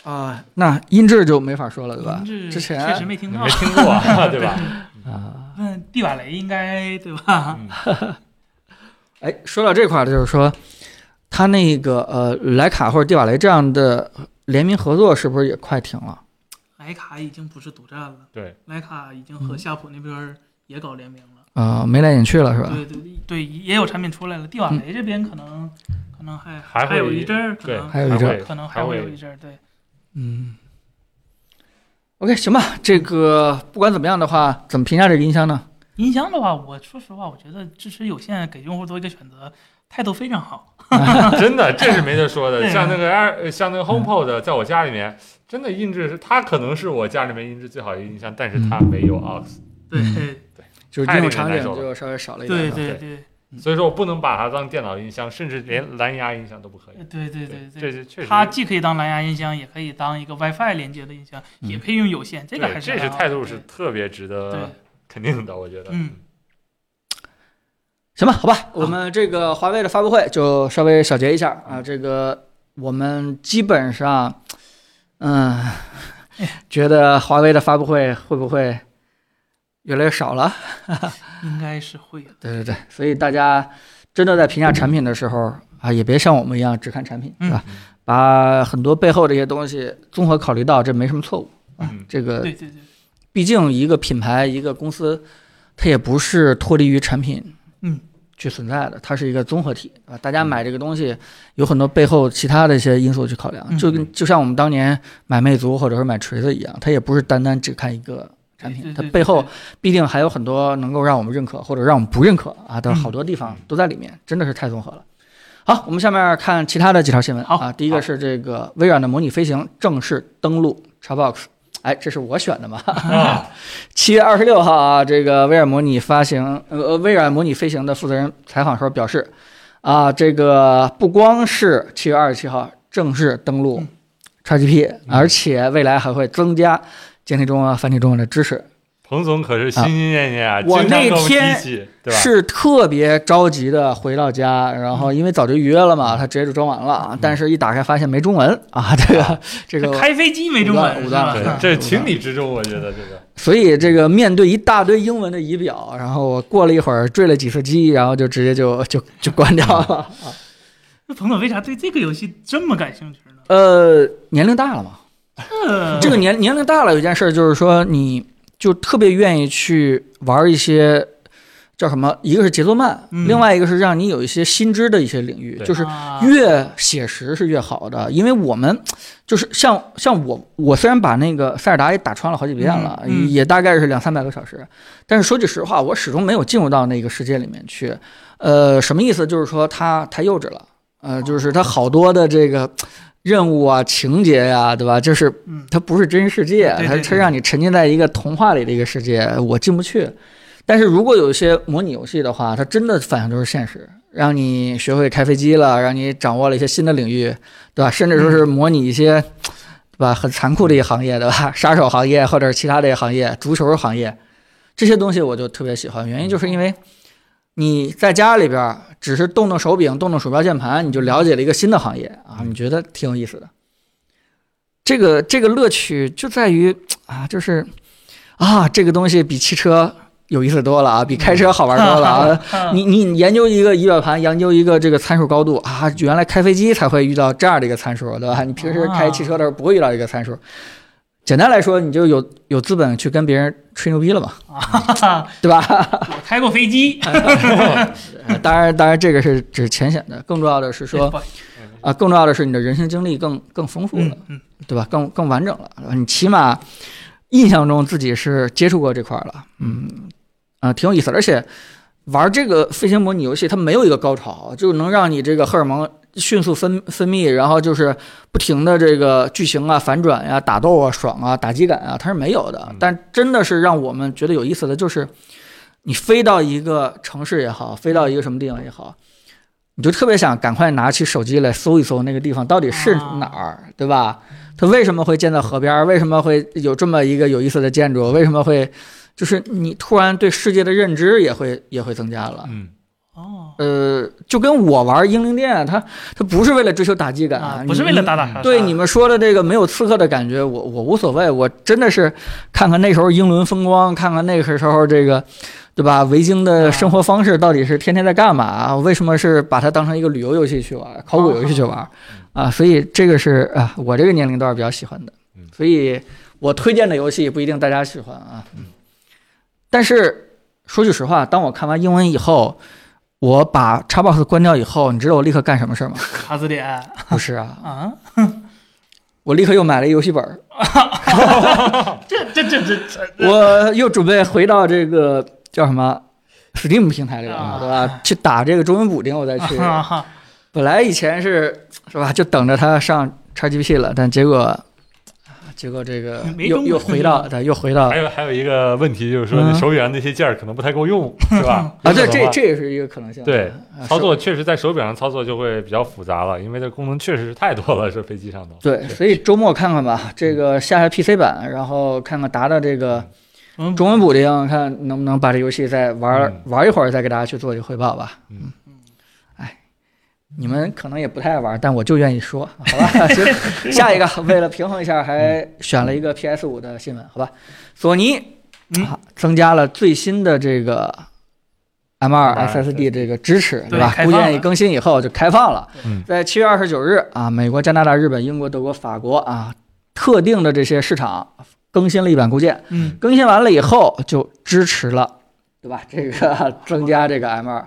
Speaker 1: 啊、那音质就没法说了，对吧
Speaker 2: 您？这
Speaker 1: 之
Speaker 2: 确
Speaker 1: 前
Speaker 2: 实没听
Speaker 4: 你
Speaker 2: 到
Speaker 4: 没，听过啊，对吧？
Speaker 1: 啊，
Speaker 2: 问毕瓦雷应该对吧？
Speaker 4: 嗯
Speaker 1: 哎，说到这块儿，就是说，它那个呃，徕卡或者蒂瓦雷这样的联名合作，是不是也快停了？
Speaker 2: 莱卡已经不是独占了，
Speaker 4: 对，
Speaker 2: 莱卡已经
Speaker 1: 嗯
Speaker 2: 和夏普那边也搞联名了，
Speaker 1: 啊、眉来眼去了是吧？嗯
Speaker 2: 对对对，也有产品出来了。蒂瓦雷这边可能可能还
Speaker 4: 还会
Speaker 2: 有一阵儿，可
Speaker 4: 对，
Speaker 2: 能
Speaker 1: 还有一阵儿
Speaker 4: 会
Speaker 2: 可能
Speaker 4: 还
Speaker 2: 还
Speaker 4: 会
Speaker 2: 会有一阵儿，对。
Speaker 1: 嗯。OK，行吧，这个不管怎么样的话，怎么评价这个音箱呢？
Speaker 2: 音箱的话，我说实话，我觉得支持有线给用户多一个选择，态度非常好。
Speaker 4: 真的，这是没得说的。
Speaker 2: 对啊
Speaker 4: 像那个 Air，像那呃个 HomePod，在我家里面，真的音质是它可能是我家里面音质最好的音箱，但是它
Speaker 2: 嗯
Speaker 4: 没有啊 aux，
Speaker 2: 对
Speaker 1: 嗯
Speaker 2: 对
Speaker 1: 就是
Speaker 4: 太
Speaker 1: 应用
Speaker 4: 令人
Speaker 1: 场景
Speaker 4: 难受了
Speaker 1: 就稍微少了一点。
Speaker 2: 对
Speaker 1: 是吧
Speaker 2: 对
Speaker 4: 对
Speaker 2: 对
Speaker 4: 所以说我不能把它当电脑音箱，甚至连蓝牙音箱都不可以。
Speaker 2: 对对
Speaker 4: 这
Speaker 2: 对
Speaker 4: 是确实，
Speaker 2: 它既可以当蓝牙音箱，也可以当一个 WiFi 连接的音箱，
Speaker 1: 嗯
Speaker 2: 也可以用有线，这个
Speaker 4: 对
Speaker 2: 还是
Speaker 4: 这是
Speaker 2: 蛮好
Speaker 4: 态
Speaker 2: 的
Speaker 4: 度是特别值
Speaker 2: 对对
Speaker 4: 得肯定的，我觉得。
Speaker 2: 嗯，
Speaker 1: 行吧，好吧，我们这个华为的发布会就稍微小结一下啊。这个我们基本上，嗯，觉得华为的发布会会不会越来越少了？
Speaker 2: 应该是会的。
Speaker 1: 对对对，所以大家真的在评价产品的时候啊，也别像我们一样只看产品，是吧？
Speaker 4: 嗯
Speaker 1: 把很多背后这些东西综合考虑到，这没什么错误。啊
Speaker 4: 嗯，
Speaker 1: 这个
Speaker 2: 对对对，
Speaker 1: 毕竟一个品牌、一个公司，它也不是脱离于产品，
Speaker 2: 嗯，
Speaker 1: 去存在的，它是一个综合体啊。大家买这个东西，有很多背后其他的一些因素去考量，
Speaker 2: 嗯
Speaker 1: 就跟就像我们当年买魅族或者是买锤子一样，它也不是单单只看一个产
Speaker 2: 对
Speaker 1: 品，
Speaker 2: 对
Speaker 1: 它
Speaker 2: 对
Speaker 1: 背后
Speaker 2: 对
Speaker 1: 必定还有很多能够让我们认可或者让我们不认可啊的
Speaker 2: 嗯
Speaker 1: 好多地方都在里面，真的是太综合了。好，我们下面看其他的几条新闻
Speaker 2: 好
Speaker 1: 啊。第一个
Speaker 4: 好
Speaker 1: 是这个微软的模拟飞行正式登陆 Xbox，哎，这是我选的嘛？
Speaker 2: 嗯
Speaker 4: 啊，
Speaker 1: 七月二十六号啊，这个微软模拟发行，呃，呃微软模拟飞行的负责人采访时候表示，啊，这个不光是七月二十七号正式登陆
Speaker 2: 嗯
Speaker 1: XGP，、而且未来还会增加简体中文、繁体中文的支持。
Speaker 4: 彭总可是心心念念啊，经
Speaker 1: 我
Speaker 4: 常跟
Speaker 1: 那
Speaker 4: 我们
Speaker 1: 天
Speaker 4: 提起，对吧？
Speaker 1: 是特别着急的回到家，然后因为早就预约了嘛，他直接就装完了啊，但是一打开发现没中文啊，这个这个
Speaker 2: 开飞机没中文
Speaker 1: 武
Speaker 2: 是
Speaker 1: 断武
Speaker 2: 吧
Speaker 1: 断？
Speaker 4: 对，这是情理之中，我觉得这个。
Speaker 1: 所以这个面对一大堆英文的仪表，然后我过了一会儿坠了几次机，然后就直接就就就关掉了。
Speaker 2: 那彭总为啥对这个游戏这么感兴趣呢？
Speaker 1: 呃，年龄大了嘛，
Speaker 2: 呃
Speaker 1: 这个年年龄大了有一件事儿就是说，你就特别愿意去玩一些叫什么，一个是节奏慢，
Speaker 2: 嗯
Speaker 1: 另外一个是让你有一些新知的一些领域，
Speaker 4: 对
Speaker 1: 就是
Speaker 2: 啊
Speaker 1: 越写实是越好的，因为我们就是像像我，我虽然把那个塞尔达也打穿了好几遍了，
Speaker 2: 嗯嗯
Speaker 1: 也大概是两三百个小时，但是说句实话，我始终没有进入到那个世界里面去。呃，什么意思？就是说它太幼稚了，呃，就是它好多的这个任务啊、情节呀、对吧？就是
Speaker 2: 嗯
Speaker 1: 它不是真世界，
Speaker 2: 对对
Speaker 1: 它
Speaker 2: 对
Speaker 1: 它让你沉浸在一个童话里的一个世界，我进不去。但是如果有一些模拟游戏的话，它真的反映就是现实，让你学会开飞机了，让你掌握了一些新的领域，对吧？甚至说是模拟一些，对吧？很残酷的一个行业，对吧？ 杀手行业或者是其他的一个行业，足球行业，这些东西我就特别喜欢。原因就是因为你在家里边儿只是动动手柄、动动鼠标键盘，你就了解了一个新的行业啊，你觉得挺有意思的。这个这个乐趣就在于啊，就是啊，这个东西比汽车有意思多了啊，比开车好玩多了啊。
Speaker 2: 啊
Speaker 1: 你你研究一个仪表盘，研究一个这个参数高度啊，原来开飞机才会遇到这样的一个参数，对吧？你平时开汽车的时候不会遇到一个参数。简单来说，你就有有资本去跟别人吹牛逼了嘛，对吧？
Speaker 2: 我开过飞机，
Speaker 1: 当然，当然这个是只是浅显的，更重要的是说
Speaker 2: 不好意
Speaker 4: 嗯
Speaker 1: 啊，更重要的是你的人生经历更更丰富了，
Speaker 2: 嗯
Speaker 1: 对吧？更更完整了，对吧你起码印象中自己是接触过这块儿了，嗯，啊、挺有意思的。而且玩这个飞行模拟游戏，它没有一个高潮，就能让你这个荷尔蒙迅速分分泌，然后就是不停的这个剧情啊、反转呀、打斗啊、爽啊、打击感啊，它是没有的
Speaker 4: 嗯。
Speaker 1: 但真的是让我们觉得有意思的就是，你飞到一个城市也好，飞到一个什么地方也好。你就特别想赶快拿起手机来搜一搜那个地方到底是
Speaker 2: 啊
Speaker 1: 哪儿，对吧？它为什么会建在河边儿？为什么会有这么一个有意思的建筑？为什么会，就是你突然对世界的认知也会也会增加了。
Speaker 4: 嗯，
Speaker 2: 哦
Speaker 1: 呃，就跟我玩英灵殿，啊它它不是为了追求打击感，
Speaker 2: 啊，不是为了
Speaker 1: 你
Speaker 2: 打打杀杀，
Speaker 1: 对你们说的这个没有刺客的感觉，我我无所谓，我真的是看看那时候英伦风光，看看那个时候这个，对吧？维京的生活方式到底是天天在干嘛？啊为什么是把它当成一个旅游游戏去玩，考古游戏去玩啊？所以这个是啊，我这个年龄段比较喜欢的
Speaker 4: 嗯，
Speaker 1: 所以我推荐的游戏不一定大家喜欢啊。但是说句实话，当我看完英文以后，我把 Xbox 关掉以后，你知道我立刻干什么事儿吗？
Speaker 2: 卡字典
Speaker 1: 不是啊，
Speaker 2: 啊，
Speaker 1: 我立刻又买了一游戏本儿。
Speaker 2: 这这这这 这
Speaker 1: 我又准备回到这个叫什么 Steam 平台里了嘛，
Speaker 2: 啊
Speaker 1: 对吧？去打这个中文补丁，我再去。
Speaker 2: 啊哈
Speaker 1: 本来以前是是吧，就等着它上 XGP 了，但结果结果这个
Speaker 2: 没
Speaker 1: 又
Speaker 2: 中
Speaker 1: 又
Speaker 2: 文
Speaker 1: 回到对又回到
Speaker 4: 还有还有一个问题就是说，
Speaker 1: 嗯
Speaker 4: 你手柄上那些键儿可能不太够用，是吧？
Speaker 1: 啊，
Speaker 4: 有
Speaker 1: 对，
Speaker 4: 可能
Speaker 1: 这
Speaker 4: 吧
Speaker 1: 这也是一个可能性。
Speaker 4: 对
Speaker 1: 啊
Speaker 4: 操。
Speaker 1: 手
Speaker 4: 作确实在手柄上操作就会比较复杂了，因为这功能确实是太多了，是飞机上头。
Speaker 1: 对，所以周末看看吧，这个下下 PC 版，然后看看达达这个
Speaker 2: 嗯
Speaker 1: 中文补丁，看能不能把这游戏再玩、
Speaker 4: 嗯
Speaker 1: 玩一会儿，再给大家去做一个汇报吧。
Speaker 4: 嗯
Speaker 1: 哎，你们可能也不太爱玩，但我就愿意说，好吧？ 行，下一 个，为了平衡一下，还选了一个 PS 五的新闻，好吧？索尼、
Speaker 2: 嗯
Speaker 1: 啊、增加了最新的这个 M 2 SSD 这个支持，
Speaker 2: 对
Speaker 1: 吧？
Speaker 2: 开
Speaker 1: 固
Speaker 2: 放
Speaker 1: 件
Speaker 2: 了
Speaker 1: 一更新以后就开放了
Speaker 4: 嗯。
Speaker 1: 在七月二十九日啊，美国、加拿大、日本、英国、德国、法国啊，特定的这些市场更新了一版固件，
Speaker 2: 嗯，
Speaker 1: 更新完了以后就支持了，对吧？这个 增加这个 M 2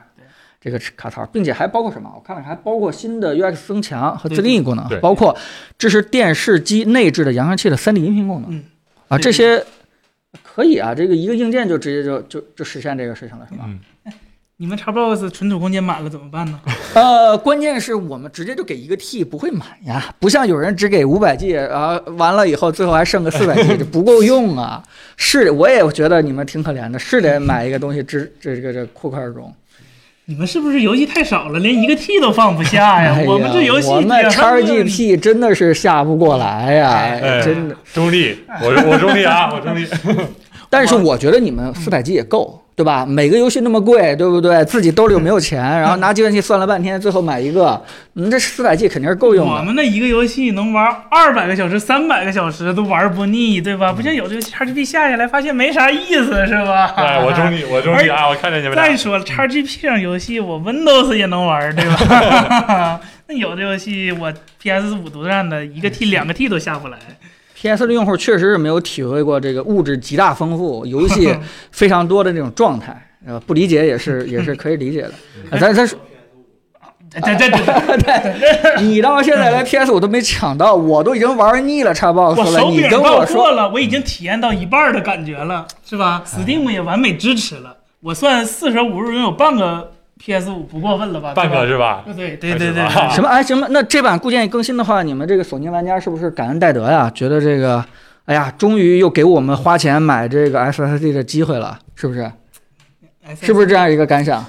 Speaker 1: 这
Speaker 2: 对
Speaker 1: 个卡槽，并且还包括什么？我看了看，还包括新的 UX 增强和
Speaker 2: 对
Speaker 1: 自定义功能
Speaker 4: 对，
Speaker 1: 包括支持电视机内置的扬声器的 3D 音频功能
Speaker 2: 嗯
Speaker 1: 啊，这
Speaker 2: 对对
Speaker 1: 些可以啊，这个一个硬件就直接就就就实现这个事情了，是吗？
Speaker 4: 嗯，
Speaker 2: 你们 Xbox 存储空间满了怎么办呢？
Speaker 1: 呃，关键是我们直接就给一个 T，不会满呀，不像有人只给五百 G 啊，完了以后最后还剩个四百 G，这不够用啊。是，我也觉得你们挺可怜的，是得买一个东西支这这个这库克尔中。
Speaker 2: 你们是不是游戏太少了，连一个 T 都放不下 哎呀？
Speaker 1: 哎呀
Speaker 2: 我们这游戏
Speaker 1: 我们
Speaker 2: 也放不下
Speaker 1: XGP 真的是下不过来呀，哎真的。
Speaker 4: 中立，我我中立啊，我 中立。
Speaker 1: 但是我觉得你
Speaker 2: 嗯
Speaker 1: 们四百 G 也够。对吧？每个游戏那么贵，对不对？自己兜里又没有钱，然
Speaker 2: 嗯
Speaker 1: 后拿计算器算了半天，最后买一个，你这四百 G 肯定是够用的
Speaker 2: 我。们那一个游戏能玩二百个小时、三百个小时都玩不腻，对吧？不像有的 XGP 下下来发现没啥意思，是吧？
Speaker 4: 哎，我中。立，我中立啊！我看着你 们
Speaker 2: 再
Speaker 4: 俩，
Speaker 2: 说了，XGP 上游戏我 Windows 也能玩，对吧？那有的游戏我 PS 五独占的，一个 T、两个 T 都下不来。
Speaker 1: PS 的用户确实是没有体会过这个物质极大丰富、游 戏非常多的这种状态，呃，不理解也是也是可以理解的。 呃咱咱说
Speaker 2: 这这这，
Speaker 1: 你到现在连 PS 我都没抢到，我都已经玩腻了
Speaker 2: 我
Speaker 1: Xbox 了，
Speaker 2: 手
Speaker 1: 你
Speaker 2: 柄
Speaker 1: 跟
Speaker 2: 到
Speaker 1: 我说哎
Speaker 2: 货了，我已经体验到一半的感觉了，是吧？Steam 也完美支持了，我算四舍五入拥有半个 PS 五不过分了吧？
Speaker 4: 半个
Speaker 2: 对吧呃
Speaker 4: 是 吧？
Speaker 2: 对对对对对，
Speaker 1: 什么？哎，行吧，那这版固件一更新的话，你们这个索尼玩家是不是感恩戴德呀？觉得这个，哎呀，终于又给我们花钱买这个 SSD 的机会了，是不是？
Speaker 2: 哎
Speaker 1: 是不是这样一个感想？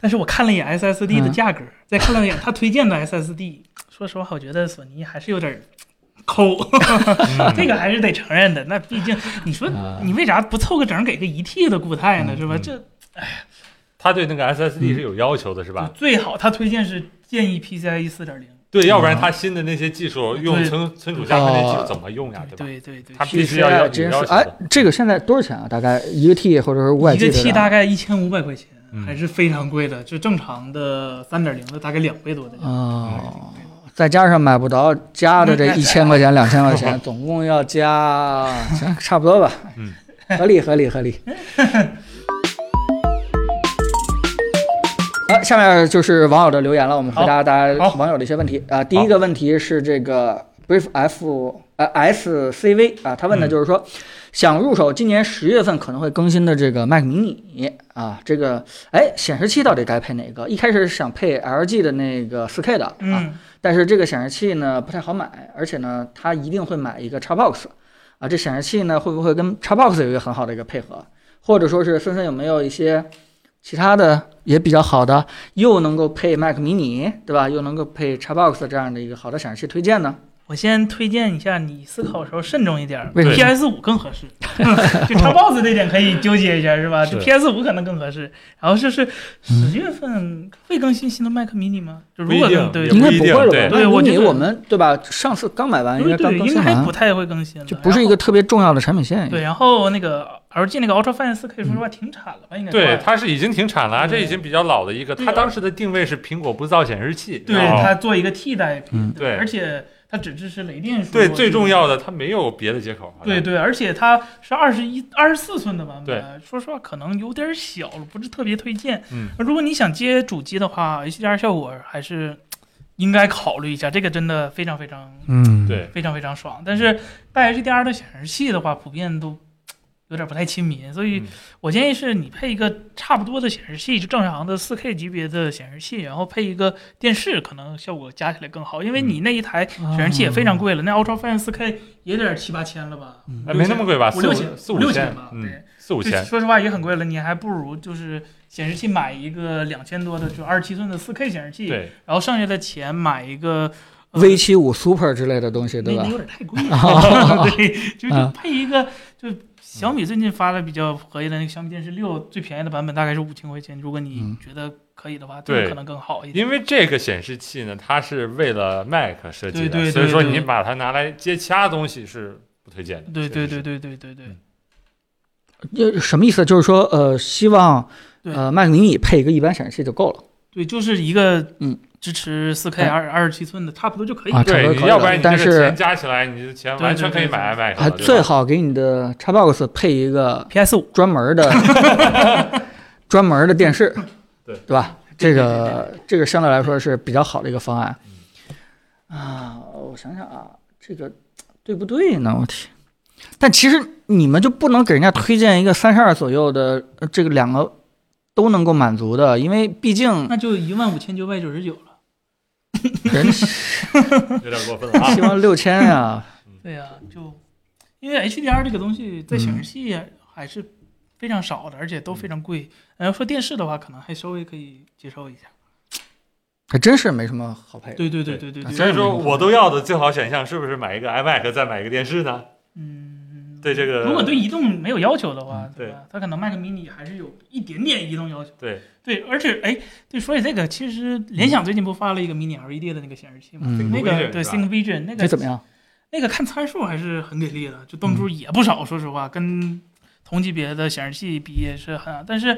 Speaker 2: 但是我看了一眼 SSD 的
Speaker 1: 嗯
Speaker 2: 价格，再看了一眼他推荐的 SSD，说实话，我觉得索尼还是有点儿 抠，
Speaker 4: 嗯
Speaker 2: 这个还是得承认的。那毕竟你说
Speaker 1: 啊
Speaker 2: 你为啥不凑个整儿给个一 T 的固态呢？是吧？
Speaker 4: 嗯
Speaker 2: 这
Speaker 4: 他对那个 SSD
Speaker 1: 嗯
Speaker 4: 是有要求的，是吧？
Speaker 2: 最好他推荐是建议 PCIe 四点零。
Speaker 4: 对，要不然他新的那些技术用
Speaker 2: 对
Speaker 4: 存存储下面那技术怎么用
Speaker 1: 啊
Speaker 4: 呀？对吧？
Speaker 2: 哦对啊对对，
Speaker 4: 他
Speaker 2: 对
Speaker 4: 必须要要有
Speaker 1: 真
Speaker 4: 要
Speaker 1: 是
Speaker 4: 求
Speaker 1: 哎
Speaker 4: 的。，
Speaker 1: 这个现在多少钱啊？大概一个 T 或者是五百
Speaker 2: 一
Speaker 1: G
Speaker 2: 个
Speaker 1: 的
Speaker 2: T 大概一千五百块钱，
Speaker 4: 嗯
Speaker 2: 还是非常贵的，就正常的三点零的大概两倍多的价格。
Speaker 1: 哦，再加上买不着加的这一千块钱、两千块钱，总共要加，行，差不多吧，
Speaker 4: 嗯，
Speaker 1: 合理，合理，合理。好，下面就是网友的留言了，我们回答大家
Speaker 2: 好
Speaker 1: 网友的一些问题啊。第一个问题是这个 brief f 呃 s c v 啊，他问的就是说，想入手今年十月份可能会更新的这个 Mac mini 啊，这个哎，显示器到底该配哪个？一开始是想配 LG 的那个 4K 的啊，
Speaker 2: 嗯，
Speaker 1: 但是这个显示器呢不太好买，而且呢，他一定会买一个 Xbox 啊，这显示器呢会不会跟 Xbox 有一个很好的一个配合，或者说是森森有没有一些其他的也比较好的，又能够配 Mac mini 对吧，又能够配 Xbox 这样的一个好的显示器推荐呢？
Speaker 2: 我先推荐一下，你思考的时候慎重一点儿
Speaker 1: 为什么
Speaker 2: ，PS 五更合 适。 就 Xbox 这点可以纠结一下，是吧？
Speaker 4: 是
Speaker 2: 就 PS 五可能更合适。然后就是十月份会更新新的 Mac mini 吗？就如果
Speaker 4: 不一定
Speaker 2: 更对
Speaker 4: 也
Speaker 1: 应该
Speaker 4: 不一
Speaker 1: 不会
Speaker 4: 定
Speaker 1: 了吧
Speaker 4: 对
Speaker 1: ？Mac
Speaker 2: 对我觉
Speaker 1: mini
Speaker 2: 得
Speaker 1: 我们对吧？上次刚买完，应该
Speaker 2: 对
Speaker 1: 刚
Speaker 2: 对，
Speaker 1: 更
Speaker 2: 应
Speaker 1: 新
Speaker 2: 该
Speaker 1: 完啊
Speaker 2: 不，太会更新了，
Speaker 1: 就不是一个特别重要的产品线
Speaker 2: 然后。。对，然后那个 LG 那个 UltraFine 四可以说实
Speaker 1: 嗯
Speaker 2: 话停产了吧？应该快
Speaker 4: 对，它是已经停产了，
Speaker 2: 对
Speaker 4: 这已经比较老的一个。
Speaker 2: 对
Speaker 4: 它当时的定位是苹果不造显示器，
Speaker 2: 对
Speaker 4: 然后
Speaker 2: 它做一个替代品
Speaker 1: 嗯，
Speaker 4: 对
Speaker 2: 而且它只支持雷电输入，
Speaker 4: 对最重要的，它没有别的接口。好像
Speaker 2: 对对，而且它是二十一、二十四寸的版本
Speaker 4: 对，
Speaker 2: 说实话可能有点小了，不是特别推荐。
Speaker 4: 嗯，
Speaker 2: 如果你想接主机的话，HDR 效果还是应该考虑一下，这个真的非常非常
Speaker 1: 嗯，
Speaker 4: 对，
Speaker 2: 非常非常爽。但是带 HDR 的显示器的话，普遍都有点不太亲民，所以
Speaker 4: 嗯
Speaker 2: 我建议是你配一个差不多的显示器，就正常的 4K 级别的显示器，然后配一个电视，可能效果加起来更好。因为你
Speaker 4: 嗯
Speaker 2: 那一台显示器也非
Speaker 1: 哦
Speaker 2: 常贵了，那 UltraFine 4K 也得七八千了吧？
Speaker 1: 嗯
Speaker 4: 哎没那么贵吧？
Speaker 2: 五
Speaker 4: 四
Speaker 2: 六
Speaker 4: 五
Speaker 2: 千
Speaker 4: 四
Speaker 2: 五
Speaker 4: 五
Speaker 2: 六
Speaker 4: 千
Speaker 2: 千吧，
Speaker 4: 嗯
Speaker 2: 对，
Speaker 4: 四五
Speaker 2: 就
Speaker 4: 千。
Speaker 2: 说实话也很贵了，你还不如就是显示器买一个两千多的，就二十七寸的 4K 显示器，
Speaker 4: 对，
Speaker 2: 然后剩下的钱买一个、呃
Speaker 1: V 七五 Super 之类的东西，对
Speaker 2: 那
Speaker 1: 吧
Speaker 2: 那？有点太贵了， 对，就就
Speaker 1: 啊
Speaker 2: 配一个，就小米最近发的比较合意的那个小米电视六，最便宜的版本大概是五千块钱，如果你
Speaker 1: 嗯
Speaker 2: 觉得可以的话，这
Speaker 4: 对
Speaker 2: 个可能更好一点。
Speaker 4: 因为这个显示器呢，它是为了 Mac 设计
Speaker 2: 对
Speaker 4: 的，
Speaker 2: 对对
Speaker 4: 所以说
Speaker 2: 对
Speaker 4: 你把它拿来接其他东西是不推荐的。
Speaker 2: 对对对
Speaker 4: 对，
Speaker 2: 对对对对
Speaker 1: 呃，什么意思？就是说，呃，希望
Speaker 2: 对
Speaker 1: 呃 Mac mini 配一个一般显示器就够了
Speaker 2: 对，就是一个
Speaker 1: 嗯
Speaker 2: 支持四 K
Speaker 1: 哎
Speaker 2: 二二十七寸的，差不多就可以。
Speaker 1: 啊，差不多
Speaker 4: 对，
Speaker 1: 可以
Speaker 4: 你
Speaker 1: 了
Speaker 4: 要不然你这
Speaker 1: 但
Speaker 4: 个钱
Speaker 1: 是
Speaker 4: 加起来，你的钱完全可以买
Speaker 1: 还
Speaker 4: iMac 了。
Speaker 1: 啊最
Speaker 4: 对吧
Speaker 1: 好给你的 Xbox 配一个
Speaker 2: PS 五，
Speaker 1: 专门的 专门的电视，
Speaker 4: 对
Speaker 1: 对吧？这个这个相对来说是比较好的一个方案啊。我想想啊，这个对不对呢？我天！但其实你们就不能给人家推荐一个三十二左右的，呃这个两个都能够满足的，因为毕竟
Speaker 2: 那就一万五千九百九十九了。
Speaker 1: 人
Speaker 4: 有点过分了啊
Speaker 1: 希！望六千啊，
Speaker 2: 对呀、就因为 HDR 这个东西在显示
Speaker 1: 嗯
Speaker 2: 器还是非常少的，而且都非常贵。然后说电视的话，可能还稍微可以接受一下。
Speaker 1: 还真是没什么好配的。
Speaker 2: 对对对对对对，
Speaker 4: 所以说我都要的最好选项是不是买一个 iMac 再买一个电视呢？
Speaker 2: 嗯，
Speaker 4: 对这个
Speaker 2: 如果对移动没有要求的话
Speaker 4: 嗯，
Speaker 2: 吧？它可能 Mac mini 还是有一点点移动要求。
Speaker 4: 对
Speaker 2: 对，而且哎，对，说起这个，其实联想最近不发了一个 mini LED E 的那个显示器吗？
Speaker 1: 嗯
Speaker 2: 那个
Speaker 4: ThinkVision
Speaker 2: 对
Speaker 4: 是吧
Speaker 2: ThinkVision 那
Speaker 1: 这
Speaker 2: 个
Speaker 1: 怎么样？嗯
Speaker 2: 那个看参数还是很给力的，就动珠也不少，说实话，跟同级别的显示器比也是很，但是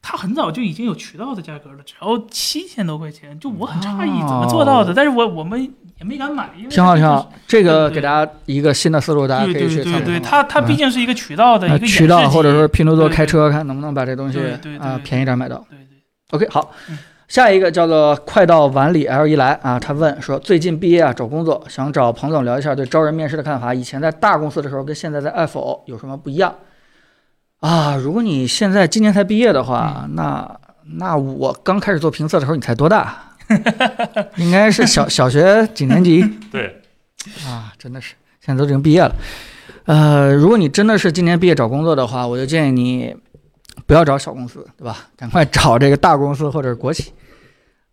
Speaker 2: 它很早就已经有渠道的价格了，只要七千多块钱，就我很诧异怎么做到的，但是我我们也没敢买，因为
Speaker 1: 啊挺好，
Speaker 2: 它
Speaker 1: 挺
Speaker 2: 就是
Speaker 1: 好。这个
Speaker 2: 对对
Speaker 1: 给大家一个新的思路，大家
Speaker 2: 对
Speaker 1: 可以去
Speaker 2: 对
Speaker 1: 参考一
Speaker 2: 对
Speaker 1: 下
Speaker 2: 对，它它毕竟是一个渠道的一
Speaker 1: 呃
Speaker 2: 个演示
Speaker 1: 渠道，
Speaker 2: 机
Speaker 1: 或者说拼多多
Speaker 2: 对
Speaker 1: 开车，看能不能把这东西
Speaker 2: 对对对
Speaker 1: 啊
Speaker 2: 对
Speaker 1: 便宜点买到。
Speaker 2: 对对
Speaker 1: OK，好
Speaker 2: 嗯，
Speaker 1: 下一个叫做快到碗里 L 一来啊，他问说最近毕业啊找工作，想找彭总聊一下对招人面试的看法。以前在大公司的时候跟现在在 F O 有什么不一样啊？如果你现在今年才毕业的话，
Speaker 2: 嗯
Speaker 1: 那那我刚开始做评测的时候你才多大？ 应该是小小学几年级？
Speaker 4: 对，
Speaker 1: 啊，真的是，现在都已经毕业了。呃，如果你真的是今年毕业找工作的话，我就建议你不要找小公司，对吧？赶快找这个大公司或者是国企。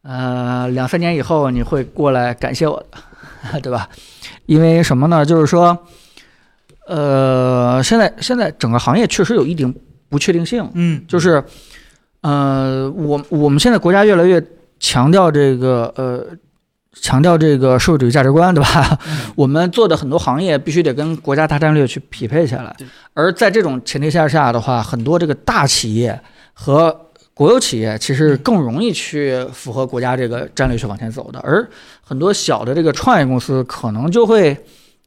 Speaker 1: 呃，两三年以后你会过来感谢我的，对吧？因为什么呢？就是说，呃，现在现在整个行业确实有一定不确定性，
Speaker 2: 嗯
Speaker 1: 就是，呃，我我们现在国家越来越强调这个呃，强调这个社会主义价值观，对吧？我们做的很多行业必须得跟国家大战略去匹配下来
Speaker 2: 对，
Speaker 1: 而在这种前提下下的话，很多这个大企业和国有企业其实更容易去符合国家这个战略去往前走的，而很多小的这个创业公司可能就会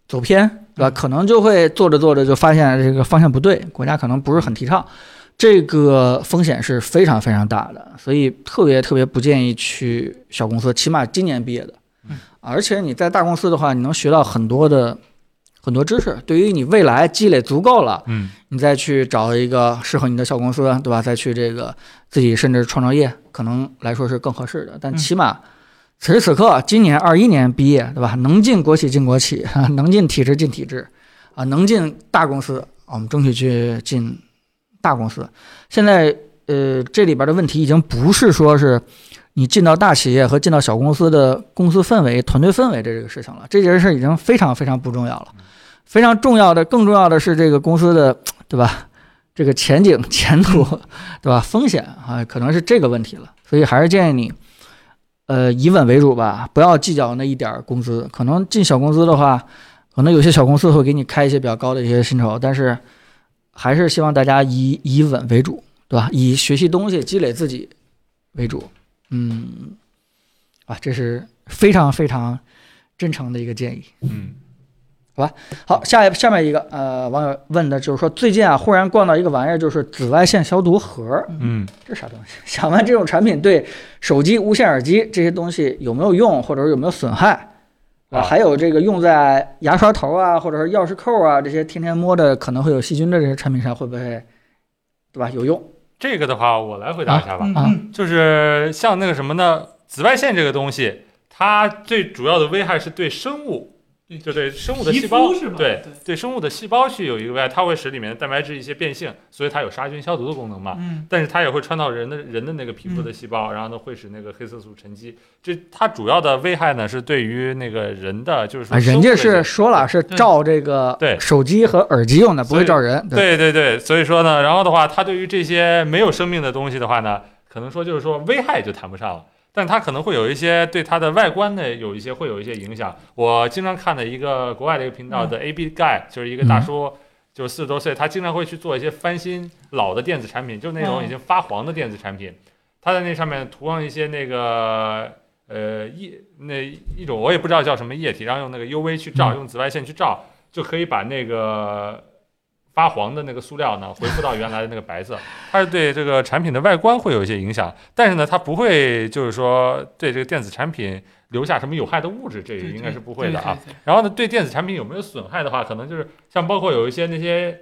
Speaker 1: 走偏，对吧？可能就会做着做着就发现这个方向不对，国家可能不是很提倡，这个风险是非常非常大的，所以特别特别不建议去小公司，起码今年毕业的
Speaker 2: 嗯。
Speaker 1: 而且你在大公司的话，你能学到很多的很多知识，对于你未来积累足够了，
Speaker 4: 嗯，
Speaker 1: 你再去找一个适合你的小公司，对吧？再去这个自己甚至创创业，可能来说是更合适的。但
Speaker 2: 嗯
Speaker 1: 起码此时此刻，今年二一年毕业，对吧？能进国企进国企， 能进体制进体制，啊，能进大公司，啊我们争取去进大公司。现在呃，这里边的问题已经不是说是你进到大企业和进到小公司的公司氛围、团队氛围这个事情了，这件事已经非常非常不重要了。非常重要的，更重要的是这个公司的，对吧？这个前景、 前途，对吧？风险啊，可能是这个问题了。所以还是建议你，呃，以稳为主吧，不要计较那一点儿工资。可能进小公司的话，可能有些小公司会给你开一些比较高的一些薪酬，但是还是希望大家以以稳为主，对吧？以学习东西、积累自己为主。嗯，啊，这是非常非常真诚的一个建议。
Speaker 4: 嗯，
Speaker 1: 好，下一下面一个呃，网友问的就是说，最近啊，忽然逛到一个玩意儿，就是紫外线消毒盒儿，
Speaker 4: 嗯，
Speaker 1: 这啥东西？ 想问这种产品对手机、无线耳机这些东西有没有用，或者是有没有损害？啊，
Speaker 4: 啊
Speaker 1: 还有这个用在牙刷头啊，或者是钥匙扣啊这些天天摸的可能会有细菌的这些产品上，会不会对吧有用？
Speaker 4: 这个的话我来回答一下吧。
Speaker 2: 嗯
Speaker 1: 啊
Speaker 2: 嗯
Speaker 4: 就是像那个什么呢，紫外线这个东西，它最主要的危害是对生物，就对生物的
Speaker 2: 皮
Speaker 4: 细胞
Speaker 2: 肤是吧，
Speaker 4: 对
Speaker 2: 对，
Speaker 4: 对生物的细胞去有一个危害，它会使里面的蛋白质一些变性，所以它有杀菌消毒的功能嘛。
Speaker 2: 嗯
Speaker 4: 但是它也会穿到人的人的那个皮肤的细胞，然后呢会使那个黑色素沉积。这它主要的危害呢是对于那个人的，就是说
Speaker 1: 啊，
Speaker 4: 生
Speaker 1: 人
Speaker 4: 物的
Speaker 1: 家
Speaker 4: 这个
Speaker 1: 是说了是
Speaker 2: 对
Speaker 1: 照这个
Speaker 4: 对
Speaker 1: 手机和耳机用的，不
Speaker 4: 所
Speaker 1: 会
Speaker 4: 以
Speaker 1: 照人。对
Speaker 4: 对对对，所以说呢，然后的话，它对于这些没有生命的东西的话呢，可能说就是说危害就谈不上了。但它可能会有一些对它的外观的有一些会有一些影响。我经常看的一个国外的一个频道的 AB Guy，、就是一个大叔，就是四十多岁，他经常会去做一些翻新老的电子产品，就那种
Speaker 2: 嗯
Speaker 4: 已经发黄的电子产品，他在那上面涂上一些那个呃液那一种我也不知道叫什么液体，然后用那个 UV 去照，
Speaker 1: 嗯
Speaker 4: 用紫外线去照，就可以把那个发黄的那个塑料 呢恢复到原来的那个白色。它是对这个产品的外观会有一些影响，但是呢，它不会就是说对这个电子产品留下什么有害的物质，这
Speaker 2: 对，
Speaker 4: 应该是不会的
Speaker 2: 对
Speaker 4: 啊。。
Speaker 2: 对对
Speaker 4: 然后呢，对电子产品有没有损害的话，可能就是像包括有一些那些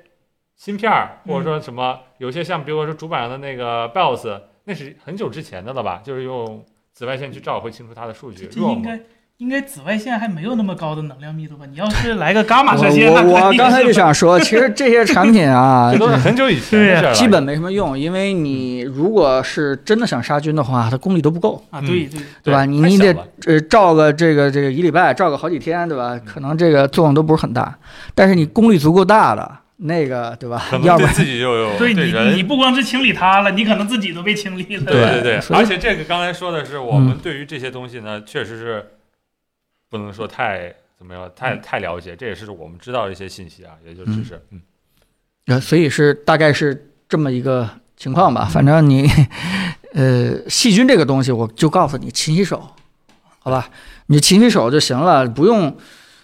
Speaker 4: 芯片儿，或者说什么，有些像比如说主板上的那个 BIOS，那是很久之前的了吧，就是用紫外线去照会清除它的数据。
Speaker 2: 这
Speaker 4: 如果
Speaker 2: 应该应该紫外线还没有那么高的能量密度吧？你要是来个 伽马射线，
Speaker 1: 我
Speaker 2: 那
Speaker 1: 我
Speaker 2: 肯
Speaker 1: 我
Speaker 2: 定
Speaker 1: 刚才
Speaker 2: 是
Speaker 1: 就想说，其实 这些产品啊，
Speaker 4: 这都是很久以前的
Speaker 2: 啊
Speaker 4: 事儿了，
Speaker 1: 基本没什么用，因为你
Speaker 4: 嗯
Speaker 1: 如果是真的想杀菌的话，它功率都不够，
Speaker 2: 啊，
Speaker 4: 嗯
Speaker 2: 对对，
Speaker 4: 哦
Speaker 1: 对吧？你你
Speaker 4: 太小
Speaker 1: 得
Speaker 4: 了嗯
Speaker 1: 呃照个这个这个一礼拜，照个好几天，对吧？可能这个作用都不是很大，但是你功率足够大的那个，对吧
Speaker 4: 可？能
Speaker 1: 要不
Speaker 4: 对
Speaker 1: 然
Speaker 4: 自己就有
Speaker 2: 对你
Speaker 4: 人
Speaker 2: 你不光是清理它了，你可能自己都被清理了。
Speaker 4: 对对
Speaker 1: 所以
Speaker 4: 对，而且这个刚才说的是，我
Speaker 1: 嗯
Speaker 4: 们对于这些东西呢，确实是不能说太怎么样，
Speaker 1: 嗯
Speaker 4: 太太了解，这也是我们知道的一些信息啊，也就只是嗯
Speaker 1: 呃，所以是大概是这么一个情况吧。反正你，呃，细菌这个东西，我就告诉你，勤洗手，好吧？你勤洗手就行了，不用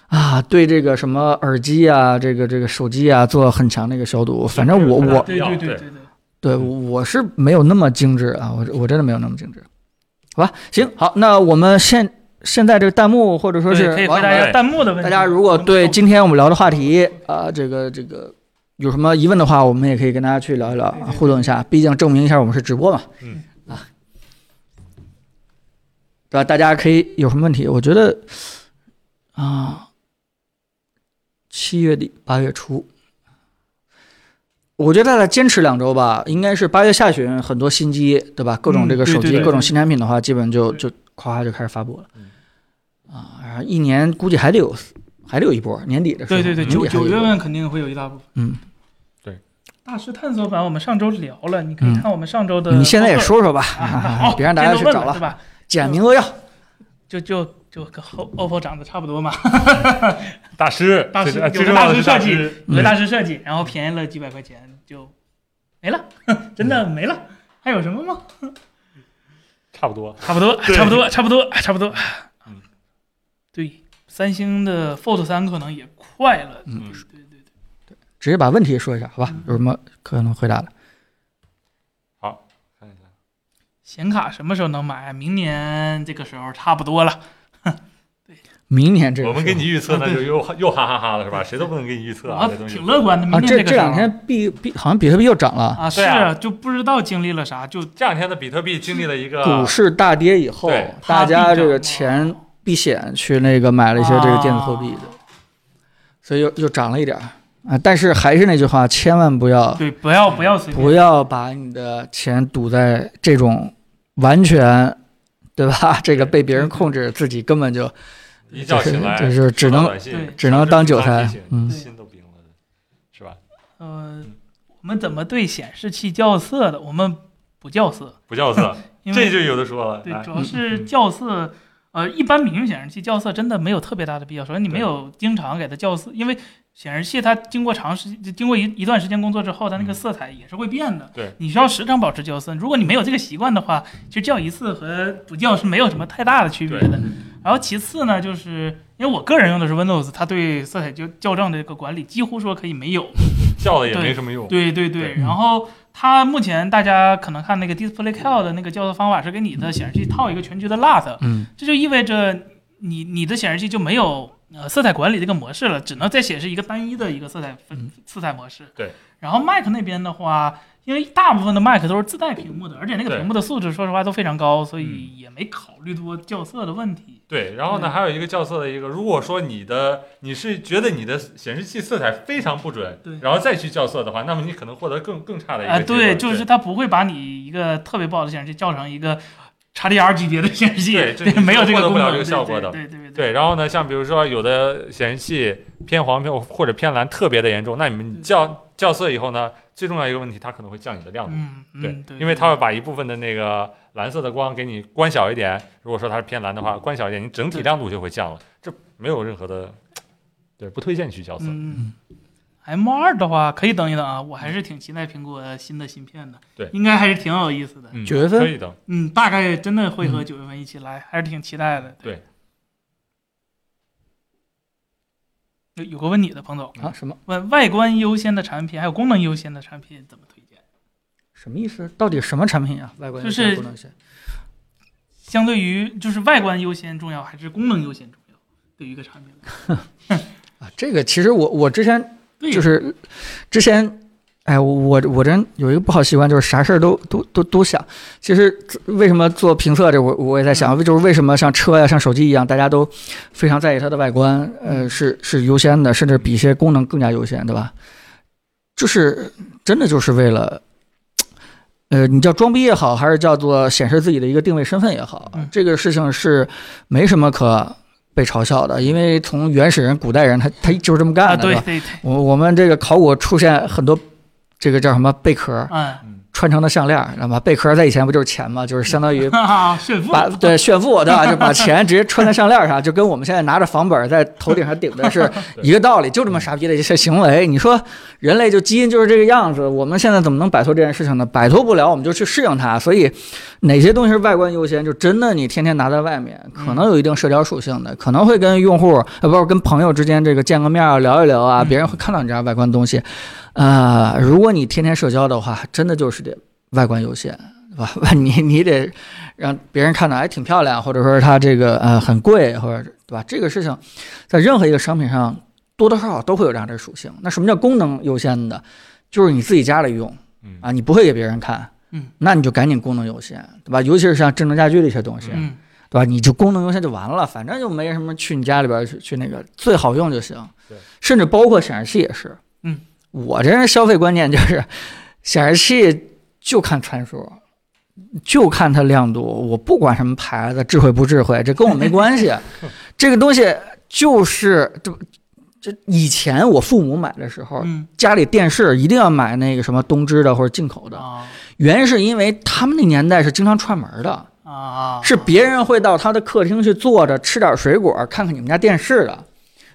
Speaker 1: 啊，对这个什么耳机啊、这个这个手机啊做很强的一个消毒。反正我
Speaker 4: 这个
Speaker 1: 我
Speaker 2: 对对对对对，
Speaker 1: 对
Speaker 2: 嗯
Speaker 1: 我是没有那么精致啊，我我真的没有那么精致，好吧？行，好，那我们现现在这个弹幕或者说是
Speaker 2: 对可以
Speaker 1: 网
Speaker 2: 回
Speaker 1: 友
Speaker 2: 答
Speaker 1: 们
Speaker 2: 一下弹幕的问
Speaker 1: 大
Speaker 2: 题。
Speaker 1: 家如果对今天我们聊的话题啊、这个这个有什么疑问的话，我们也可以跟大家去聊一聊，
Speaker 2: 对
Speaker 1: 啊
Speaker 2: 对对
Speaker 1: 互动一下，毕竟证明一下我们是直播嘛。
Speaker 4: 嗯
Speaker 1: 啊，对吧？大家可以有什么问题？我觉得啊，七月底八月初，我觉得大概坚持两周吧，应该是八月下旬，很多新机对吧？各种这个
Speaker 2: 嗯对
Speaker 1: 手
Speaker 2: 对
Speaker 1: 机、
Speaker 2: 对
Speaker 1: 各种新产品的话，基本就
Speaker 2: 对
Speaker 1: 就夸就开始发布了
Speaker 4: 嗯。
Speaker 1: 啊，然后一年估计还得有，还得有一波，年底的时候。
Speaker 2: 对对对，
Speaker 1: 年底
Speaker 2: 九
Speaker 1: 还得有
Speaker 2: 九
Speaker 1: 一波
Speaker 2: 月份肯定会有一大部分。
Speaker 1: 嗯，
Speaker 2: 大师探索版我们上周聊了，你可以看我们上周的哦播客。
Speaker 1: 嗯你现在也说说吧，
Speaker 2: 好，
Speaker 1: 别让大家去
Speaker 2: 啊嗯哦别都
Speaker 1: 找
Speaker 2: 问了，
Speaker 1: 了
Speaker 2: 对，吧？
Speaker 1: 捡名额要。
Speaker 2: 就就就跟 OPPO 长得差不多嘛，
Speaker 4: 大师，
Speaker 2: 大师
Speaker 4: 这是啊
Speaker 2: 有
Speaker 4: 最
Speaker 2: 个
Speaker 4: 重
Speaker 2: 大
Speaker 4: 要的
Speaker 2: 师
Speaker 4: 是大
Speaker 2: 设计
Speaker 4: 师，
Speaker 2: 有个大师设计，然后便宜了几百块钱就没了， 真的没了。还有什么吗？
Speaker 4: 差不多。
Speaker 2: 差不多，
Speaker 4: 对
Speaker 2: 差不多，差不多，差不多
Speaker 4: 嗯。
Speaker 2: 对，三星的 Fold 三可能也快了。
Speaker 1: 嗯
Speaker 2: 对对对，
Speaker 1: 直接把问题说一下，好吧
Speaker 2: 嗯？
Speaker 1: 有什么可能回答的？
Speaker 4: 看一下，
Speaker 2: 显卡什么时候能买？明年这个时候差不多了。
Speaker 1: 明年这个
Speaker 4: 我们给你预测 那
Speaker 2: 啊对
Speaker 4: 就又又哈哈哈了是吧？谁都不能给你预测啊，
Speaker 2: 我
Speaker 4: 这东西
Speaker 2: 挺。乐观的，
Speaker 1: 啊，
Speaker 2: 明
Speaker 1: 这
Speaker 2: 年
Speaker 1: 这
Speaker 2: 个时候
Speaker 1: 两天币币好像比特币又涨了，
Speaker 2: 啊，是
Speaker 4: 对啊
Speaker 2: 就不知道经历了啥，就
Speaker 4: 这两天的比特币经历了一个
Speaker 1: 股市大跌以后
Speaker 4: 啊对，
Speaker 1: 大家这个
Speaker 2: 它
Speaker 1: 钱避险去那个买了一些这个电子货
Speaker 2: 啊
Speaker 1: 币的，所以又又涨了一点儿啊。但是还是那句话，千万不要
Speaker 2: 对，不要不要随便
Speaker 1: 不要把你的钱赌在这种完全，对吧？ 这个被别人控制，自己根本就
Speaker 4: 一觉醒来，
Speaker 1: 就是就是只能
Speaker 4: 收到短信
Speaker 2: 对
Speaker 1: 只能当韭菜
Speaker 4: 强制
Speaker 1: 嗯
Speaker 4: 心都冰了，是吧？
Speaker 2: 呃，我们怎么对显示器校色的？我们不校色，
Speaker 4: 不叫色，
Speaker 2: 因
Speaker 4: 这
Speaker 2: 为
Speaker 4: 就啊嗯有的说了。哎
Speaker 2: 对，
Speaker 4: 来
Speaker 2: 主要是校色。呃，一般民用显示器校色真的没有特别大的必要。首先，你没
Speaker 4: 对
Speaker 2: 有经常给它校色，因为显示器它经过长时间、经过一一段时间工作之后，它那个
Speaker 4: 嗯
Speaker 2: 色彩也是会变的。
Speaker 4: 对，
Speaker 2: 你需要时常保持校色。如果你没有这个习惯的话，其实校一次和不校是没有什么太大的区别的。然后其次呢，就是因为我个人用的是 Windows，它对色彩校校正的这个管理几乎说可以没有。
Speaker 4: 叫了也
Speaker 2: 对
Speaker 4: 没什么用。
Speaker 2: 对对对，
Speaker 4: 对嗯
Speaker 2: 然后它目前大家可能看那个 Display Cal 的那个校色方法是给你的显示器套一个全局的 LUT，
Speaker 1: 嗯
Speaker 2: 这就意味着你你的显示器就没有呃色彩管理这个模式了，只能再显示一个单一的一个色彩分色彩模式。
Speaker 4: 嗯对，
Speaker 2: 然后 Mac 那边的话，因为大部分的 Mac 都是自带屏幕的，而且那个
Speaker 4: 对嗯
Speaker 2: 屏幕的素质说实话都非常高，所以也没考虑多校色的问题。
Speaker 4: 对，然后呢，
Speaker 2: 对
Speaker 4: 还有一个校色的一个，如果说你的你是觉得你的显示器色彩非常不准
Speaker 2: 对，
Speaker 4: 然后再去校色的话，那么你可能获得更更差的一
Speaker 2: 啊、
Speaker 4: 个结果。
Speaker 2: 对，就是它不会把你一个特别不好的显示器校成一个 XDR 级别的显示器，
Speaker 4: 对这你
Speaker 2: 没有这
Speaker 4: 获
Speaker 2: 个
Speaker 4: 得不
Speaker 2: 功
Speaker 4: 了
Speaker 2: 能，
Speaker 4: 这个效果的
Speaker 2: 对对对
Speaker 4: 对，然后呢，像比如说有的显示器偏黄偏或者偏蓝特别的严重，那你
Speaker 2: 嗯
Speaker 4: 们校校色以后呢，最重要一个问题，它可能会降你的亮度。
Speaker 2: 嗯嗯，对，
Speaker 4: 因为它会把一部分的那个蓝色的光给你关小一点。如果说它是偏蓝的话，关小一点，你整体亮度就会降了。这没有任何的，对，不推荐去校色。
Speaker 2: 嗯，M 二的话可以等一等啊，我还是挺期待苹果新的芯片的，
Speaker 4: 嗯对
Speaker 2: 应该还是挺有意思的，
Speaker 4: 嗯
Speaker 1: 九月份
Speaker 4: 可以的，
Speaker 2: 嗯，大概真的会和九月份一起来，还是挺期待的，有有个问你的，彭总，
Speaker 1: 啊，什么
Speaker 2: 问外观优先的产品还有功能优先的产品怎么推荐？什
Speaker 1: 什么意思？到底什么产品啊？外观
Speaker 2: 就是
Speaker 1: 有些功能性
Speaker 2: 相对于就是外观优先重要还是功能优先重要？对于一个产品来说，
Speaker 1: 啊，这个其实我我之前
Speaker 2: 对，
Speaker 1: 就是之前，哎，我我我真有一个不好习惯，就是啥事儿都都都都想。其实为什么做评测这我我也在想，
Speaker 2: 嗯
Speaker 1: 就是为什么像车呀、像手机一样，大家都非常在意它的外观，呃，是是优先的，甚至比一些功能更加优先，对吧？就是真的就是为了。呃，你叫装逼也好，还是叫做显示自己的一个定位身份也好，
Speaker 2: 嗯
Speaker 1: 这个事情是没什么可被嘲笑的，因为从原始人、古代人他他就是这么干的，
Speaker 2: 啊，
Speaker 1: 对吧
Speaker 2: 对对对，
Speaker 1: 我我们这个考古出现很多这个叫什么贝壳
Speaker 2: 嗯，
Speaker 1: 穿成的项链，知道吗？贝壳在以前不就是钱吗？就是相当于
Speaker 2: 哈哈，炫富，
Speaker 1: 把对炫富对吧？就把钱直接穿在项链上，就跟我们现在拿着房本在头顶上顶着是一个道理，就这么傻逼的一些行为。你说人类就基因就是这个样子，我们现在怎么能摆脱这件事情呢？摆脱不了，我们就去适应它。所以哪些东西是外观优先？就真的你天天拿在外面，可能有一定社交属性的，可能会跟用户呃不是跟朋友之间这个见个面啊聊一聊啊，
Speaker 2: 嗯
Speaker 1: 别人会看到你这样外观的东西。啊、如果你天天社交的话，真的就是得外观优先。对吧？ 你你得让别人看到，哎，挺漂亮，或者说它这个呃很贵，或者对吧？这个事情在任何一个商品上多多少少都会有这样的属性。那什么叫功能优先的？就是你自己家里用
Speaker 4: 嗯
Speaker 1: 啊，你不会给别人看，
Speaker 2: 嗯，
Speaker 1: 那你就赶紧功能优先，对吧？尤其是像智能家居的一些东西，
Speaker 2: 嗯，
Speaker 1: 对吧？你就功能优先就完了，反正就没什么去你家里边儿去去那个最好用就行。
Speaker 4: 对，
Speaker 1: 甚至包括显示器也是，
Speaker 2: 嗯，
Speaker 1: 我这人消费观念就是， 显示器就看参数，就看它亮度，我不管什么牌子，智慧不智慧，这跟我没关 系。这个东西就是这这以前我父母买的时候，
Speaker 2: 嗯
Speaker 1: 家里电视一定要买那个什么东芝的或者进口的，
Speaker 2: 啊
Speaker 1: 原因是因为他们那年代是经常串门的，
Speaker 2: 啊啊，
Speaker 1: 是别人会到他的客厅去坐着吃点水果，看看你们家电视的，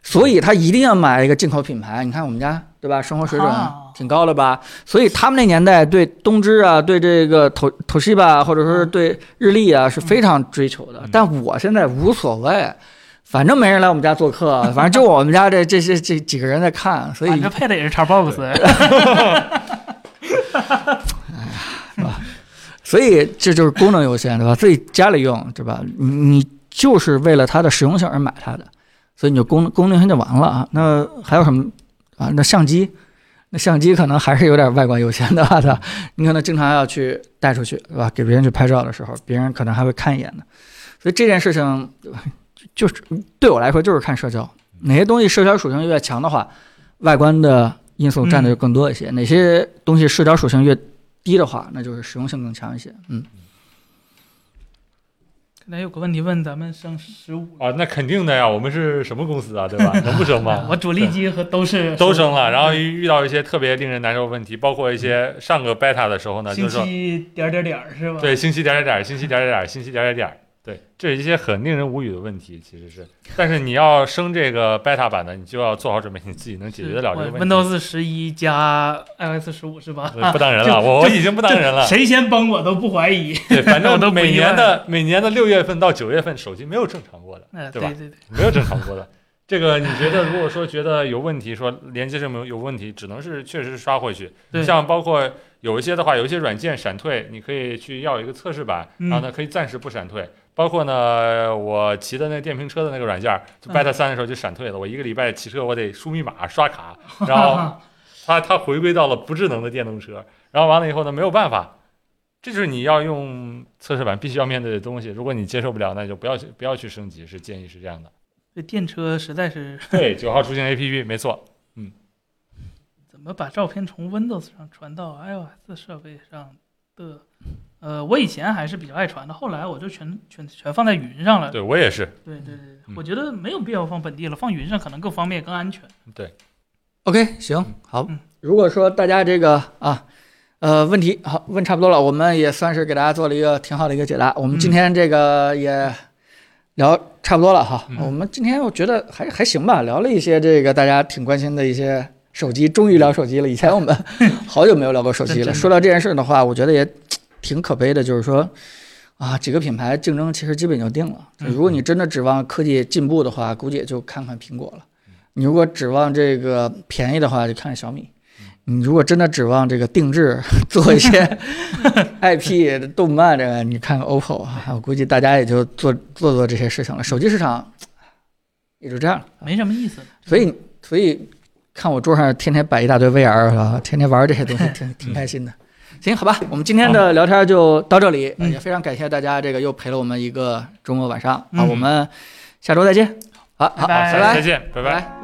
Speaker 1: 所以他一定要买一个进口品牌。你看我们家对吧，生活水准
Speaker 2: 啊
Speaker 1: 挺高的吧？所以他们那年代对东芝啊，对这个头头西吧，或者说是对日立啊是非常追求的
Speaker 4: 嗯。
Speaker 1: 但我现在无所谓。反正没人来我们家做客，反正就我们家这这些这几个人在看，所以
Speaker 2: 反正啊配的也是 Xbox，
Speaker 1: 所以这就是功能优先，对吧？自己家里用，对吧？你你就是为了它的实用性而买它的，所以你就功功能性就完了啊。那还有什么啊？那相机，那相机可能还是有点外观优先的吧？对吧？ 你可能经常要去带出去，对吧？给别人去拍照的时候，别人可能还会看一眼的。所以这件事情对吧就就是对我来说就是看社交，哪些东西社交属性越强的话，外观的因素占的就更多一些；哪些东西社交属性越低的话，那就是实用性更强一些。嗯，
Speaker 2: 刚才有个问题问咱们升十五，
Speaker 4: 啊，那肯定的呀，我们是什么公司啊，对 吧？能不升吗？
Speaker 2: 我主力机和都是嗯
Speaker 4: 都升了，然后遇到一些特别令人难受的问题，包括一些上个 beta 的时候呢，
Speaker 2: 星
Speaker 4: 就是说
Speaker 2: 期点儿点儿点儿是吧？
Speaker 4: 对，星期点儿点儿点儿，星期点儿点儿点儿，星期点儿点儿点儿，对，这是一些很令人无语的问题，其实是。但是你要升这个 beta 版的，你就要做好准备，你自己能解
Speaker 2: 是，
Speaker 4: 决得了这个问题。
Speaker 2: Windows 十一加 iOS 十五是吧？
Speaker 4: 呃不当人
Speaker 2: 就
Speaker 4: 了，我我
Speaker 2: 就
Speaker 4: 已经不当人 了。
Speaker 2: 谁先崩我都不怀疑。
Speaker 4: 对，反
Speaker 2: 我都
Speaker 4: 正
Speaker 2: 不
Speaker 4: 每
Speaker 2: 意外
Speaker 4: 年的每年的六月份到九月份，手机没有正常过的，
Speaker 2: 哎对
Speaker 4: 对吧
Speaker 2: 对对，
Speaker 4: 没有正常过的。这个你觉得，如果说觉得有问题，说连接上没有有问题，只能是确实是刷回去。
Speaker 2: 对
Speaker 4: 像包括有一些的话，有一些软件闪退，你可以去要一个测试版，
Speaker 2: 嗯
Speaker 4: 然后呢可以暂时不闪退。包括呢，我骑的那电瓶车的那个软件，就
Speaker 2: 嗯
Speaker 4: Beta 三的时候就闪退了。我一个礼拜骑车，我得输密码刷卡，然后 它它回归到了不智能的电动车。然后完了以后呢，没有办法，这就是你要用测试版必须要面对的东西。如果你接受不了，那就不要去不要去升级，是建议是这样的。
Speaker 2: 这电车实在是
Speaker 4: 对，九号出行 APP 没错，
Speaker 2: 怎么把照片从 Windows 上传到 iOS 设备上的？呃，我以前还是比较爱传的，后来我就全全全放在云上了。
Speaker 4: 对我也是。
Speaker 2: 对对对，
Speaker 4: 嗯
Speaker 2: 我觉得没有必要放本地了，放云上可能更方便、更安全。
Speaker 1: OK，行，好
Speaker 2: 嗯。
Speaker 1: 如果说大家这个啊，呃，问题好问差不多了，我们也算是给大家做了一个挺好的一个解答。我们今天这个也聊差不多了哈。
Speaker 4: 嗯
Speaker 1: 我们今天我觉得还还行吧，聊了一些这个大家挺关心的一些手机，终于聊手机了。以前我们好久没有聊过手机
Speaker 2: 真
Speaker 1: 了。
Speaker 2: 真的
Speaker 1: 说到这件事的话，我觉得也挺可悲的，就是说。啊，几个品牌竞争其实基本就定了。
Speaker 2: 嗯
Speaker 1: 如果你真的指望科技进步的话，估计也就看看苹果了。你如果指望这个便宜的话，就看看小米。
Speaker 2: 嗯
Speaker 1: 你如果真的指望这个定制 做一些 IP 动漫这个，你看看 OPPO 啊，我估计大家也就做做做这些事情了。手机市场也就这样了。
Speaker 2: 没什么意思的。
Speaker 1: 所以所以看我桌上天天摆一大堆 VR 啊，天天玩这些东西，挺挺开心的。行，好吧，我们今天的聊天就到这里，
Speaker 2: 嗯
Speaker 1: 也非常感谢大家这个又陪了我们一个周末晚上、啊，
Speaker 2: 嗯
Speaker 1: 我们下周再见。好，好，
Speaker 2: 拜拜
Speaker 1: 拜
Speaker 4: 再见，拜
Speaker 1: 拜
Speaker 4: 拜。
Speaker 1: 拜